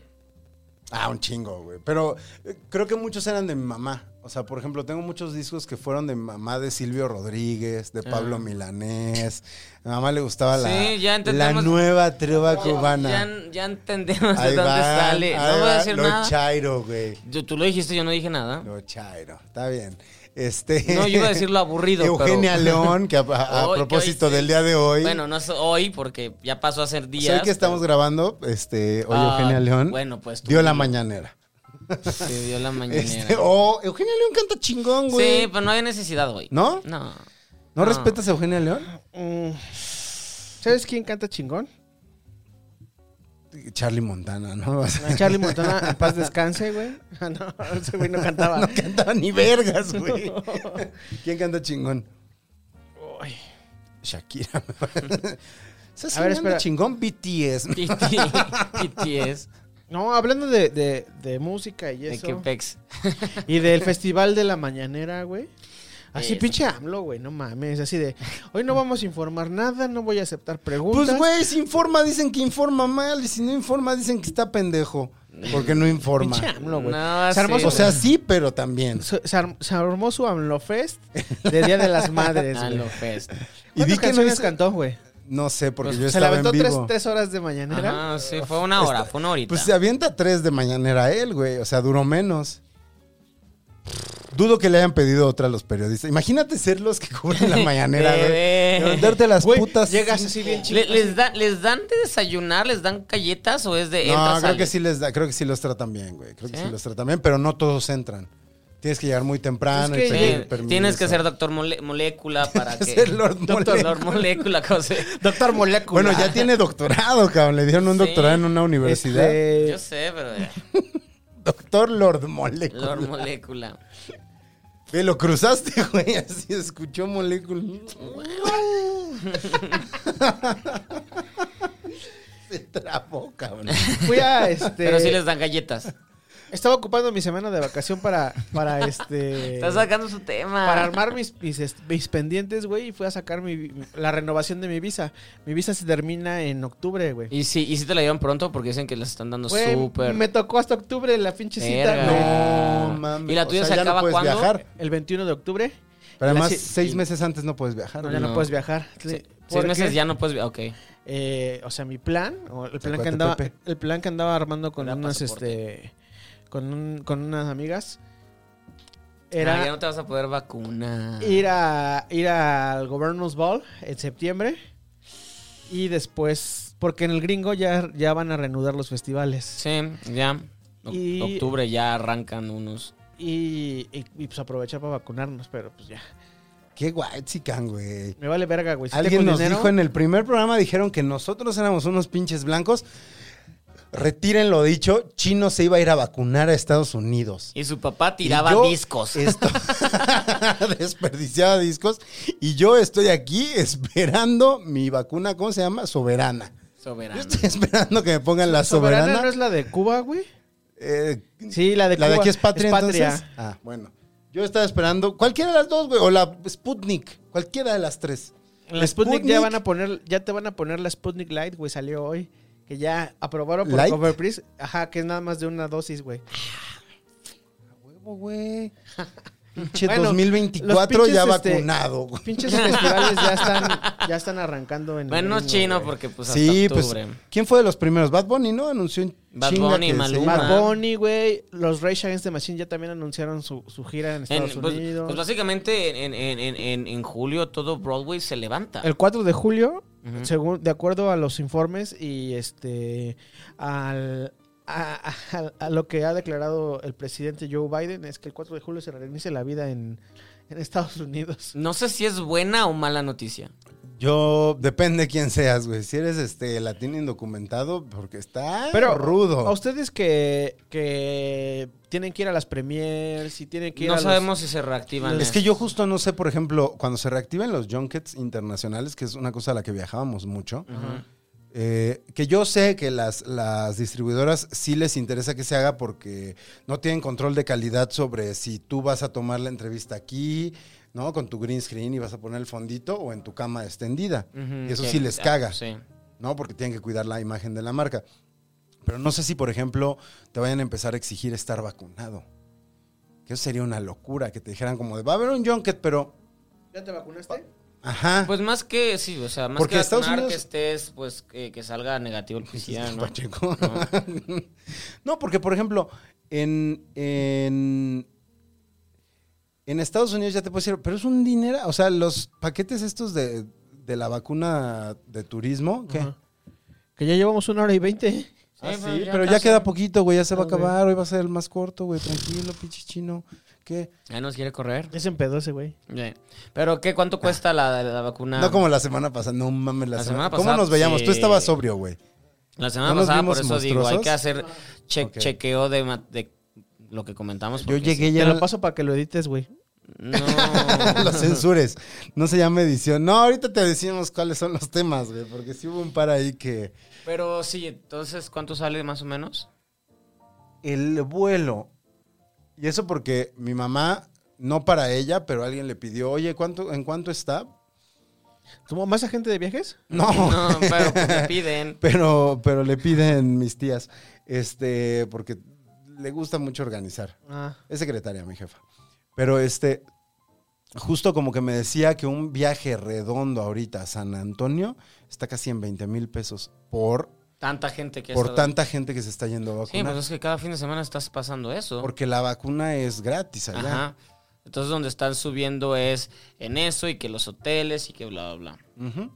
B: Ah, un chingo, güey. Pero eh, creo que muchos eran de mi mamá. O sea, por ejemplo, tengo muchos discos que fueron de mi mamá de Silvio Rodríguez, de Pablo Milanés. A mi mamá le gustaba la,
D: Ah. Sí, ya
B: la
D: entendemos.
B: nueva trova cubana.
D: Ya, ya entendemos *laughs* de
B: Ahí
D: dónde
B: van,
D: sale. No
B: ahí
D: voy a
B: van.
D: decir
B: Lo
D: nada.
B: chairo, güey.
D: Yo- tú lo dijiste, yo no dije nada.
B: Lo chairo. Está bien. Este,
D: No, yo iba a decir lo aburrido, pero- *laughs*
B: Eugenia León, que a, a- a
D: Hoy, que
B: propósito
D: hoy sí.
B: del día de hoy.
D: Bueno, no es hoy porque ya pasó hace días.
B: sé que estamos
D: pero-
B: grabando, este, hoy
D: Ah,
B: Eugenia León
D: bueno, pues, tú
B: dio la
D: dilo.
B: mañanera.
D: Sí, dio la mañanera.
B: *laughs* Este, oh, Eugenia León canta chingón, güey.
D: sí, pero no había necesidad hoy.
B: ¿No?
D: No. *laughs*
B: ¿No,
D: No.
B: respetas a Eugenia León?
C: Mm. ¿Sabes quién canta chingón?
B: Charlie Montana, ¿no? *laughs* O sea,
C: La Charlie Montana, en paz descanse, güey. *laughs* Ah, no, ese güey no cantaba.
B: *laughs* no cantaba ni vergas,
D: *laughs*
B: güey. ¿Quién canta chingón?
C: Ay.
B: Shakira. *laughs* me parece. ¿Sabes
C: A ver,
B: quién
C: espera.
B: canta chingón? BTS.
D: BTS.
C: No, hablando de, de- de música y
D: De
C: eso.
D: que pex.
C: Y del Festival de la Mañanera, güey. Así
D: Eso.
C: pinche AMLO, güey, no mames. Así de, hoy no vamos a informar nada, no voy a aceptar preguntas.
B: Pues, güey, si informa, dicen que informa mal. Y si no informa, dicen que está pendejo. Porque no informa.
C: Pinche AMLO, Ah, güey.
D: No,
C: Se armó
D: sí,
B: Pues, O
C: su-
B: sea, sí, pero también.
C: se, se arm- se armó su AMLO Fest de Día de las
D: *laughs*
C: Madres,
D: A
C: güey.
D: lo fest.
C: ¿Cuántas
B: Y vi que no
C: canciones
B: hizo-
C: cantó, güey?
B: No sé, porque
D: Pues,
B: yo
C: Se la
B: estaba en
C: aventó tres,
B: vivo.
C: tres horas de Mañanera.
D: Ajá, sí, fue una hora, fue una horita.
B: Pues se avienta tres de mañanera él, güey. O sea, duró menos. Dudo que le hayan pedido otra a los periodistas. Imagínate ser los que cubren
C: *laughs*
B: la mañanera,
D: Bebé.
B: güey. Levantarte las
C: Güey,
B: putas.
C: llegas
B: cinco.
C: así bien chido.
D: Le- les, da- ¿Les dan de desayunar? ¿Les dan galletas o es de
B: No,
D: entras,
B: creo que
D: sales?
B: sí les da, creo que sí los tratan bien, güey. Creo que
D: ¿Sí?
B: sí los tratan bien, pero no todos entran. Tienes que llegar muy temprano
C: Pues Es que
B: y
D: Sí,
B: pedir permiso.
D: tienes que ser doctor mole- molécula para que.
B: Ser Lord
D: *laughs* doctor
B: Molécula.
D: Lord molécula, cosa.
C: Doctor Molécula.
B: Bueno, ya tiene doctorado, cabrón. Le dieron un
D: Sí.
B: doctorado en una universidad.
C: Este,
D: Yo sé, pero. eh,
B: Doctor Lord Molecula.
D: Lord molécula.
B: Ve, lo cruzaste, *laughs* güey. Así escuchó
D: *laughs*
B: molécula. Se trabó, cabrón.
C: fui a este.
D: Pero sí les dan galletas.
C: Estaba ocupando mi semana de vacación para, para este.
D: Está sacando su tema.
C: para armar mis, mis, est- mis pendientes, güey, y fui a sacar mi, vi- la renovación de mi visa. Mi visa se termina en octubre, güey.
D: Y sí, y sí te la llevan pronto porque dicen que las están dando
C: Güey,
D: súper.
C: Me tocó hasta octubre la pinche cita,
D: Verga.
C: güey.
B: No, mames.
D: ¿Y la
B: O
D: tuya
B: sea,
D: se
B: ya no
D: acaba
B: puedes
D: cuándo?
B: viajar.
C: El 21 de octubre.
B: Pero además,
C: La-
B: seis
D: sí.
B: meses antes no puedes viajar.
C: No,
B: güey.
C: ya no,
D: No.
C: puedes viajar.
D: Se- Seis
C: Porque,
D: meses ya no puedes. vi- Ok.
C: eh, o sea, mi plan, o el plan que
B: Acuérdate,
C: andaba,
B: Pepe.
C: el plan que andaba armando con
D: Era
C: unas,
D: pasaporte.
C: este, con, un- con unas amigas,
D: Ah, ya
C: era
D: no te vas a poder vacunar.
C: ir a ir al Governor's Ball en septiembre y después, porque en el gringo ya, ya van a reanudar los festivales.
D: Sí, ya. Oc-
C: Y-
D: Octubre ya arrancan unos.
C: Y, y- y, pues aprovechar para vacunarnos, pero pues ya.
B: Qué guay, chican, güey.
C: Me vale verga, güey. Si
B: Alguien
C: tengo el
B: nos
C: dinero,
B: dijo en el primer programa, dijeron que nosotros éramos unos pinches blancos. Retiren lo dicho, Chino se iba a ir a vacunar a Estados Unidos.
D: Y su papá tiraba
B: Y yo
D: discos.
B: esto- *laughs* desperdiciaba discos. Y yo estoy aquí esperando mi vacuna, ¿cómo se llama? Soberana. Yo
D: *laughs* Soberano.
B: estoy esperando que me pongan la
C: ¿Soberana,
B: soberana.
C: no es la de Cuba, güey?
B: Eh,
C: Sí, la de
B: la de
C: Cuba.
B: aquí es patria,
C: Es patria.
B: entonces. Ah, bueno. Yo estaba esperando cualquiera de las dos, güey. O la Sputnik, cualquiera de las tres.
C: La Sputnik, ya van a poner, ya te van a poner la Sputnik Light, güey, salió hoy. Que ya aprobaron por
B: ¿Light?
C: Coverpris. Ajá, que es nada más de una dosis, güey.
B: huevo, güey. Pinche
C: Bueno,
B: 2024
C: los pinches,
B: ya
C: este,
B: vacunado, güey.
C: Pinches festivales ya están, ya están arrancando en
D: Bueno,
C: en-
D: es chino porque pues hasta
B: Sí, pues.
D: octubre.
B: ¿Quién fue de los primeros? Bad Bunny, ¿no? Anunció en
D: Bad
B: chinga
D: Bunny,
B: que se
D: Maluma.
B: iba.
C: Bad Bunny, güey. Los Rage Against the Machine ya también anunciaron su, su gira en
D: En-
C: Estados
D: pues,
C: Unidos.
D: pues, básicamente en, en- en- en- en julio todo Broadway se levanta.
C: El 4 de julio, según de acuerdo a los informes y este al a, a- a lo que ha declarado el presidente Joe Biden es que el 4 de julio se reinicia la vida en, en Estados Unidos.
D: No sé si es buena o mala noticia.
B: Yo, depende quién seas, güey. Si eres este latino indocumentado, porque está
C: Pero
B: rudo.
C: A ustedes que, que tienen que ir a las premiers y tienen que ir a
D: No
C: los-
D: sabemos si se reactivan.
B: Es que yo justo no sé, por ejemplo, cuando se reactiven los junkets internacionales, que es una cosa a la que viajábamos mucho, eh, que yo sé que las, las distribuidoras sí les interesa que se haga porque no tienen control de calidad sobre si tú vas a tomar la entrevista aquí, ¿no? Con tu green screen y vas a poner el fondito o en tu cama extendida.
D: Ujú,
B: Y eso
D: que-
B: sí les
D: ah,
B: caga.
D: sí.
B: ¿no? Porque tienen que cuidar la imagen de la marca. Pero no sé si, por ejemplo, te vayan a empezar a exigir estar vacunado. Que eso sería una locura, que te dijeran como de, va a haber un junket, pero,
C: ¿Ya te vacunaste?
B: ajá.
D: Pues más que, sí, o sea, más
B: Porque
D: que
B: Estados
D: vacunar,
B: Unidos- pues,
D: que estés, pues que, que
B: *laughs*
D: salga negativo el PCR, pues, ¿no?
B: Pacheco. *laughs* No. porque, por ejemplo, en, en, en Estados Unidos ya te puedes ir, pero es un dinero, o sea, los paquetes estos de, de la vacuna de turismo, ¿qué?
C: Ajá. Que ya llevamos una hora y veinte.
B: Ah,
D: Sí,
B: sí,
D: pero pues, ya
B: pero ya
D: casi.
B: queda poquito, güey. Ya se va a
C: Ah, güey.
B: acabar. Hoy va a ser el más corto, güey. Tranquilo, pinche chino. ¿Qué?
D: Ya nos quiere correr.
C: Es en pedo ese güey.
D: Sí. Pero ¿qué? ¿Cuánto cuesta la, la vacuna?
B: Ah. No como la semana pasada. No mames, la,
D: Ah. La
B: semana,
D: semana
B: ¿Cómo
D: pasada,
B: nos veíamos? Tú
D: sí.
B: estabas sobrio, güey. *laughs*
D: La semana
B: ¿No nos
D: pasada,
B: vimos
D: por eso digo, hay
B: monstruosos?
D: que hacer che-
B: Ok.
D: chequeo de, ma- de lo que comentamos.
B: Yo
D: porque
B: llegué
D: sí.
B: ya.
C: Te lo paso para que lo edites, güey.
B: *laughs*
D: No.
B: los censures. No se llama edición. No, ahorita te decimos cuáles son los temas, güey. Porque sí hubo un par ahí que.
D: Pero sí, entonces, ¿cuánto sale más o menos?
B: El vuelo. Y eso porque mi mamá, no para ella, pero alguien le pidió, oye, ¿cuánto, ¿en cuánto está?
C: ¿Tuvo más agente de viajes?
B: No.
D: No, pero pues me piden.
B: *laughs* Pero, pero le piden mis tías, este, porque le gusta mucho organizar.
C: Ah.
B: Es secretaria mi jefa. Pero este, justo como que me decía que un viaje redondo ahorita a San Antonio está casi en 20 mil pesos por,
D: Tanta gente que ha
B: por
D: estado-
B: tanta gente que se está yendo a
D: Sí,
B: vacunar.
D: pues es que cada fin de semana estás pasando eso.
B: porque la vacuna es gratis allá.
D: Ajá. Entonces, donde están subiendo es en eso y que los hoteles y que bla, bla, bla.
B: Ujú,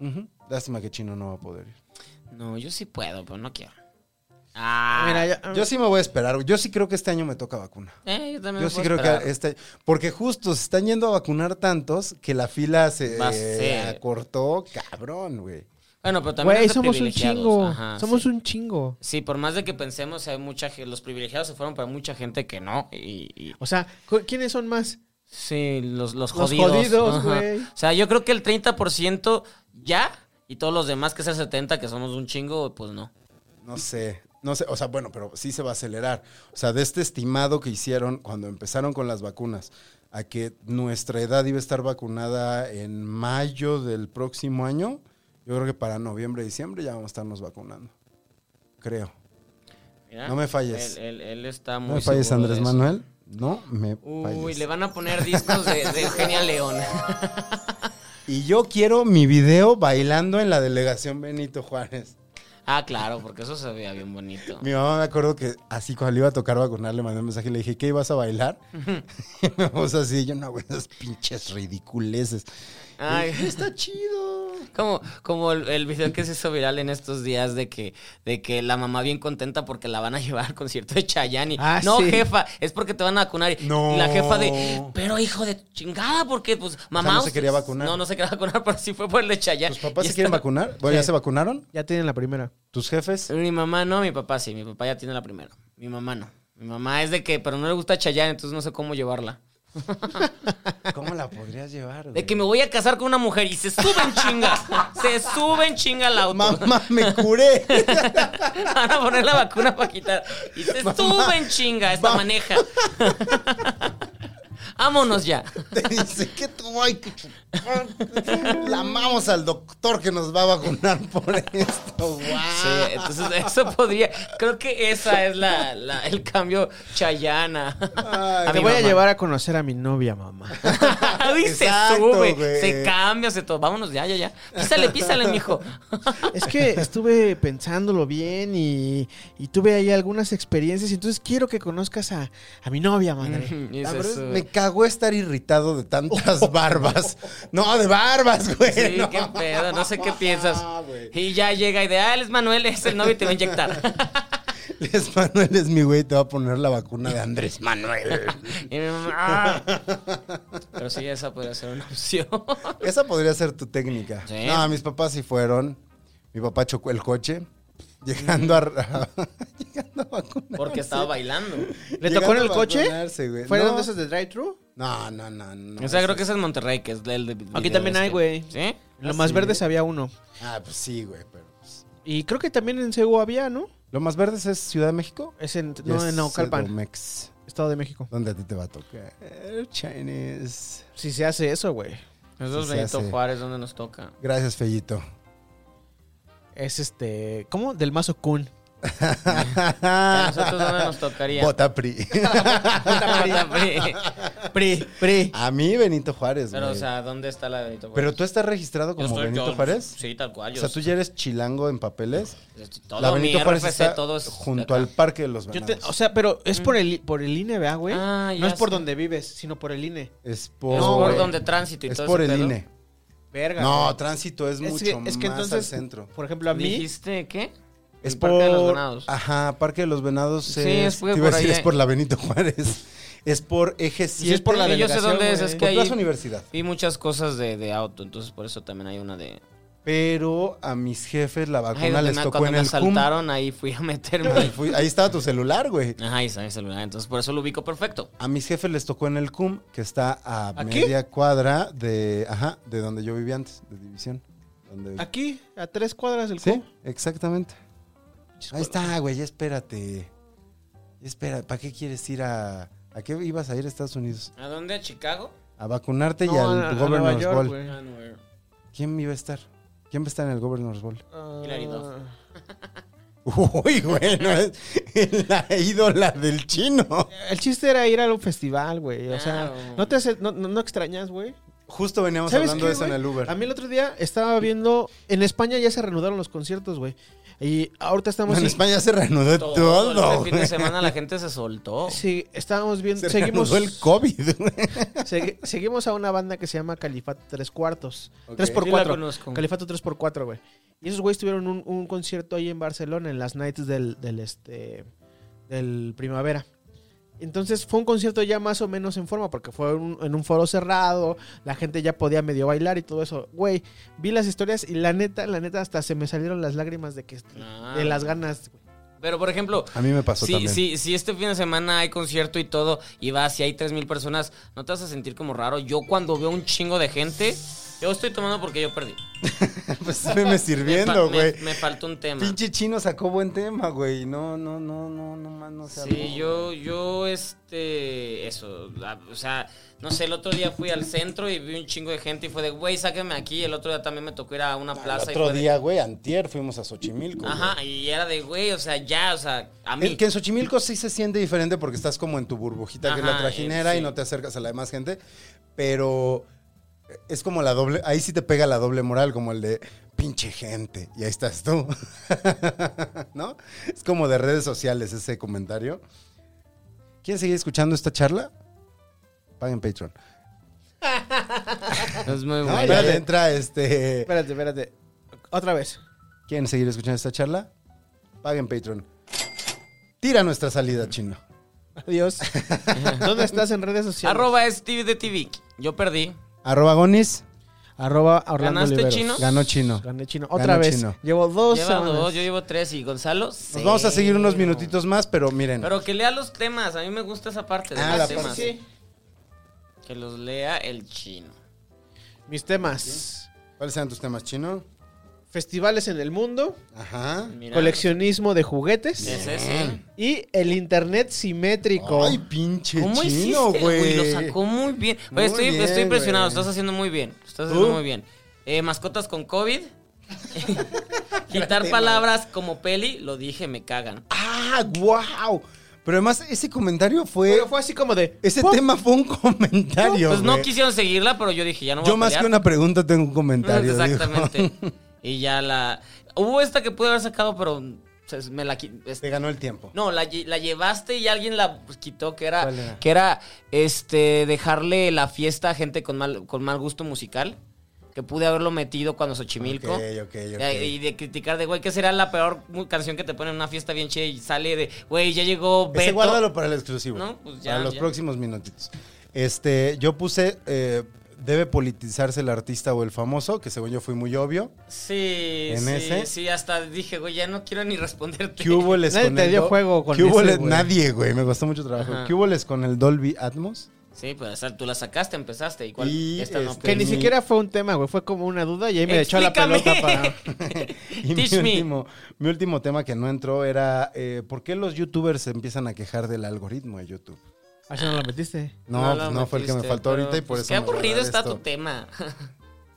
B: ujú. Lástima que Chino no va a poder ir.
D: No, yo sí puedo, pero no quiero. Ah,
C: Mira, ya-
B: Yo sí me voy a esperar. güey. Yo sí creo que este año me toca vacuna.
D: eh, yo también
B: Yo
D: me
B: sí
D: puedo
B: creo
D: esperar.
B: que este, porque justo se están yendo a vacunar tantos que la fila se
D: Va a ser.
B: acortó, cabrón, güey.
D: Bueno, pero también
C: Güey,
D: es de
C: somos un
D: privilegiados.
C: chingo.
D: Ajá,
C: somos
D: sí.
C: un chingo.
D: Sí, por más de que pensemos, hay mucha ge- los privilegiados se fueron para mucha gente que no. Y, y-
C: O sea, cu- ¿quiénes son más?
D: sí, los, los
C: Los
D: jodidos.
C: jodidos,
D: ajá.
C: güey.
D: O sea, yo creo que el 30% ya y todos los demás que es el 70% que somos un chingo, pues no.
B: No sé, no sé, o sea, bueno, pero sí se va a acelerar. O sea, de este estimado que hicieron cuando empezaron con las vacunas a que nuestra edad iba a estar vacunada en mayo del próximo año, yo creo que para noviembre, diciembre ya vamos a estarnos vacunando. Creo.
D: Mira,
B: No me falles.
D: Él, él- él está muy
B: No me falles,
D: seguro
B: Andrés
D: de eso.
B: Manuel. No me
D: Uy,
B: falles.
D: le van a poner discos de, de Eugenia León. *laughs*
B: Y yo quiero mi video bailando en la delegación Benito Juárez.
D: ah, claro, porque eso se veía bien bonito.
B: Mi mamá me acuerdo que así cuando le iba a tocar vacunar le mandé un mensaje y le dije, ¿qué ibas a bailar? *laughs* Y me puso así, yo no hago esas pinches ridiculeces.
D: Ay.
B: Y dije, Está *laughs* chido.
D: Como, como el, el video que se hizo viral en estos días de que, de que la mamá bien contenta porque la van a *laughs* llevar al concierto de Chayanne. y,
C: Ah,
D: no,
C: sí.
D: jefa, es porque te van a vacunar. Y
B: No.
D: la jefa de, pero hijo de chingada, porque pues mamá.
B: no se
D: usted-
B: quería vacunar.
D: No, no se quería *laughs* vacunar, pero sí fue por el de Chayanne.
B: ¿Tus papás
D: Y
B: se quieren
D: está-
B: vacunar? Bueno, ¿ya
C: Sí.
B: se vacunaron?
C: Ya tienen la primera.
B: ¿Tus jefes?
D: Mi mamá no, mi papá sí, mi papá ya tiene la primera. Mi mamá no. Mi mamá es de que, pero no le gusta Chayanne, entonces no sé cómo llevarla.
B: ¿Cómo la podrías llevar?
D: De que me voy a casar con una mujer y se
B: *laughs*
D: suben chinga. se suben chinga al auto.
B: Mamá, me *laughs* curé.
D: *laughs* Van a poner la vacuna para quitar. Y se
B: Mamá,
D: suben chinga esta
B: va-
D: maneja. *laughs* Vámonos ya.
B: Te dice, ¿qué tú hay que chupar? Lamamos al doctor que nos va a vacunar por esto. Wow.
D: Sí, entonces *laughs* eso podría. Creo que esa es la, la- el cambio Chayana.
B: Ay,
D: *laughs* A
C: Te
D: mi
C: voy a
D: mamá.
C: llevar a conocer a mi novia, mamá.
D: *laughs* Ay,
B: Exacto,
D: se sube,
B: güey.
D: se cambia, se todo. Vámonos ya, ya, ya. Písale, písale, mijo. *laughs*
C: Es que estuve pensándolo bien y, y tuve ahí algunas experiencias. y Entonces quiero que conozcas a, a mi novia, madre.
D: Y
B: La
D: se
B: verdad,
D: sube.
B: me *laughs* cagó estar irritado de tantas *laughs* barbas. No, de barbas, güey.
D: Sí,
B: no.
D: qué pedo, no sé qué piensas.
B: *laughs* Ah, güey.
D: Y ya llega y de, ah, él es Manuel, es el novio y te va a inyectar. *laughs*
B: *laughs* Les Manuel es mi güey, te va a poner la vacuna de
C: *laughs*
B: Andrés Manuel.
D: Y mi mamá, "Ah". Pero sí, esa podría ser una
C: *laughs*
D: opción.
B: Esa podría ser tu técnica.
D: Sí.
B: No, mis papás sí fueron. Mi papá chocó el coche. *laughs* Llegando a, *laughs* llegando a vacunarse.
D: Porque estaba bailando.
C: Mm. ¿Le tocó en el
B: Llegando a
C: coche?
B: vacunarse, güey.
C: ¿Fueron
B: No.
C: de esas de drive-thru?
B: No, no, no, no.
D: O sea, creo que esa es Monterrey, que es del. del
C: Aquí
D: video
C: también hay, güey.
D: Ah, ¿Sí?
C: En lo más verdes había uno.
B: Ah, pues sí, güey, pero. pues-
C: Y creo que también en CEU había, ¿no?
B: ¿Lo más verdes es Ciudad de México?
C: Es en, no,
B: Y es
C: en Naucalpan, Eh,
B: Edomex,
C: Estado de México.
B: donde a ti te va a tocar. Chinese.
C: Si se hace eso, güey.
D: Nosotros
B: Sí, se
D: Benito
B: hace.
D: Juárez, donde nos toca.
B: Gracias, Fellito.
C: Es este. ¿Cómo? Del mazo Kun.
D: ¿A
B: *laughs*
D: nosotros dónde nos tocaría? *laughs*
B: Bota
C: *laughs*
B: PRI. *laughs*
C: Pri,
D: Ah,
C: pri.
B: A mí, Benito Juárez,
D: Pero, o
B: güey.
D: sea, ¿dónde está la de Benito Juárez?
B: Pero tú estás registrado
D: Pues. Yo
B: como
D: estoy-
B: Benito
D: yo-
B: Juárez.
D: Sí, tal cual.
B: O
D: yo
B: sea, tú ya eres chilango en papeles.
D: estoy- Todo
B: la
D: mi
B: Benito Juárez
D: RFC,
B: está
D: todo es de
B: junto
D: acá.
B: al Parque de los
C: Yo
B: Venados.
C: te- o sea, pero es por el, por el INE, ¿verdad, güey?
D: Ah,
C: no
D: ya
C: es por
D: sé.
C: donde vives, sino por el E. INE.
B: es
D: Es
B: por,
D: por
B: güey.
D: donde tránsito y
B: Es
D: todo
B: por el
D: ese pedo.
B: INE.
C: Verga.
B: No, tránsito es, mucho
C: que, es que
B: más
C: entonces,
B: al centro.
C: Por ejemplo, a mí.
D: ¿Dijiste qué?
B: Es Ah.
D: El Parque de los Venados.
B: Ajá, Parque de los Venados
D: Sí,
B: es...
D: es por-
B: te iba a
D: por
B: decir,
D: ahí.
B: es por la Benito Juárez. Es por Eje 7.
C: es por la
D: Sí, yo sé
C: delegación,
D: dónde es,
C: güey.
D: es que
B: Por
D: ahí
B: Plaza Universidad.
D: vi muchas cosas de, de auto, entonces por eso también hay una de...
B: Pero a mis jefes la
D: Ay,
B: vacuna
D: donde
B: les
D: me,
B: tocó
D: cuando
B: en
D: me
B: el cum.
D: asaltaron, ahí fui a meterme.
B: Ahí, fui- ahí estaba tu celular, güey.
D: Ajá, ahí está mi celular, entonces por eso lo ubico perfecto.
B: A mis jefes les tocó en el CUM, que está a
C: ¿Aquí?
B: media cuadra de, ajá, de donde yo vivía antes, de División. Donde-
C: Aquí, a tres cuadras del
B: Sí,
C: CUM.
B: exactamente. Ahí está, güey, ya espérate. Ya Espera, ¿para qué quieres ir a... ¿A qué ibas a ir a Estados Unidos?
D: ¿A dónde? ¿A Chicago? Ah,
B: A vacunarte y
C: No,
B: al
C: a- a Nueva
B: Governor's
C: York,
B: Ball.
C: güey.
D: no, eh, güey.
B: ¿Quién iba a estar? ¿Quién va a estar en el Governor's Ball? *laughs*
C: Ah,
D: Hillary Duff.
B: Uy, güey, no es la ídola del chino.
C: El chiste era ir a un festival, güey. O sea,
D: Claro.
C: no te hace- no, no- no extrañas, güey.
B: Justo veníamos
C: ¿Sabes
B: hablando
C: qué,
B: de eso en
C: güey?
B: el Uber.
C: A mí el otro día estaba viendo. En España ya se reanudaron los conciertos, güey. Y ahorita estamos.
B: en
C: sí-
B: España se reanudó todo,
D: Todo, este fin
B: güey.
D: de semana la gente se
B: *laughs*
D: soltó.
C: Sí, estábamos viendo.
B: Se
C: Seguimos,
B: reanudó el COVID, güey.
C: segui- seguimos a una banda que se llama Califato Tres Cuartos.
B: Ok.
C: Tres por
D: Sí la
C: cuatro.
D: conozco.
C: Califato 3x4, güey. Y esos güeyes tuvieron un, un concierto ahí en Barcelona, en las nights del, del, este, del primavera. Entonces fue un concierto ya más o menos en forma, porque fue un- en un foro cerrado, la gente ya podía medio bailar y todo eso. Güey, vi las historias y la neta, la neta, hasta se me salieron las lágrimas de que
D: Ah.
C: de las ganas. güey.
D: Pero, por ejemplo,
B: A mí me pasó
D: si,
B: Ah, también.
D: si, si este fin de semana hay concierto y todo, y vas y hay 3.000 personas, ¿no te vas a sentir como raro? Yo cuando veo un chingo de gente, yo estoy tomando porque yo perdí.
B: Pues me, me
D: Me fa-
B: sirviendo,
D: me,
B: güey.
D: me faltó un tema.
B: Pinche chino sacó buen tema, güey. No, no, no, no, no más no se
D: Sí, yo, yo, este, eso, la- o sea, no sé, el otro día fui al centro y vi un chingo de gente y fue de, güey, sáquenme aquí. El otro día también me tocó ir a una
B: El
D: plaza. y
B: otro
D: fue de-
B: día, güey, antier fuimos a Xochimilco. Ajá.
D: Ajá, y era de, güey, o sea, ya, o sea, a mí.
B: Que en Xochimilco sí se siente diferente porque estás como en tu burbujita que es la
D: Ajá,
B: trajinera
D: eh, sí.
B: y no te acercas a la demás gente, pero es como la doble, ahí sí te pega la doble moral, como el de pinche gente, y ahí estás tú, *laughs* ¿no? Es como de redes sociales ese comentario. ¿Quieren seguir escuchando esta charla? Paguen Patreon.
D: *laughs* Es muy
B: No,
D: bueno.
B: ya le entra este...
C: Espérate, espérate. Otra vez.
B: ¿Quieren seguir escuchando esta charla? Paguen Patreon. Tira nuestra salida, chino.
C: *laughs* Adiós. ¿Dónde estás en redes sociales?
D: Arroba es TV de TV. Yo perdí.
B: Arroba Gonis,
C: Arroba Orlando
D: ¿Ganaste
C: Oliveros.
D: chino?
B: ganó chino.
C: Gané chino. Otra vez.
B: chino.
C: Llevo dos
D: Lleva
C: semanas.
D: dos, yo llevo tres y Gonzalo.
B: Nos vamos a seguir unos minutitos más, pero miren.
D: Pero que lea los temas, a mí me gusta esa parte de
B: Ah,
D: los
B: la
D: temas.
B: parte-
D: Que los lea el chino.
C: Mis temas.
B: ¿Cuáles sean tus temas, chino?
C: festivales en el mundo,
B: Ajá.
D: Mira,
C: coleccionismo de juguetes
D: Es ese.
C: y el internet simétrico.
B: Ay, pinche
D: ¿Cómo
B: chino,
D: hiciste, güey?
B: güey.
D: Lo sacó muy bien. Oye,
B: Muy
D: estoy,
B: bien,
D: estoy impresionado.
B: güey.
D: Estás haciendo muy bien. Estás haciendo
B: ¿Tú?
D: muy bien. Eh, mascotas con COVID.
B: *laughs*
D: Quitar palabras como peli. Lo dije, me cagan.
B: Ah, wow. Pero además ese comentario fue
C: Pero fue así como de
B: ese
C: ¡pum!
B: tema fue un comentario.
D: Pues no
B: güey.
D: quisieron seguirla, pero yo dije, ya no voy
B: Yo
D: a
B: más
D: pelear.
B: que una pregunta tengo un comentario. digo. *laughs*
D: Exactamente. y ya la. Hubo esta que pude haber sacado, pero se- me la qui- este,
B: Te ganó el tiempo.
D: No, la, lle- la llevaste y alguien la pues, quitó, que era,
B: ¿Cuál era?
D: que era este dejarle la fiesta a gente con mal, con mal gusto musical. Que pude haberlo metido cuando Xochimilco.
B: Ok, ok, ok.
D: Eh, Y de criticar de, güey, ¿qué será la peor mu- canción que te ponen en una fiesta bien chida? Y sale de, güey, ya llegó
B: Ese
D: Beto.
B: guárdalo para el exclusivo.
D: No, pues ya,
B: para los
D: ya.
B: próximos minutitos. Este, yo puse eh, debe politizarse el artista o el famoso, que según yo fui muy
D: *laughs*
B: obvio.
D: Sí,
B: ¿En
D: sí,
B: ese?
D: sí, hasta dije, güey, ya no quiero ni responderte.
B: ¿Qué hubo les
C: Nadie
B: con
C: te
B: el
C: dio
B: do-
C: juego con
B: ¿Qué hubo
C: ese,
B: les-
C: güey.
B: Nadie, güey. Me costó mucho trabajo.
D: Ajá.
B: ¿Qué hubo les con el Dolby Atmos?
D: *laughs* Sí, pues o sea, tú la sacaste, empezaste. ¿Y cuál?
B: Y,
D: Esta no,
B: este,
C: que ni
B: Mi-
C: siquiera fue un tema, güey, fue como una duda y ahí me echó la
D: Explícame.
C: pelota para
B: Y mi
D: Teach me.
B: último, mi último tema que no entró era eh, ¿por qué los youtubers se empiezan a quejar del algoritmo de YouTube?
C: Ah, ya no la metiste.
B: No,
D: *laughs* la
B: pues no fue el que me
D: metiste,
B: faltó
D: pero,
B: ahorita y por
D: pues,
B: eso.
D: Qué
B: me voy a
D: aburrido
B: dar
D: está
B: esto.
D: tu tema.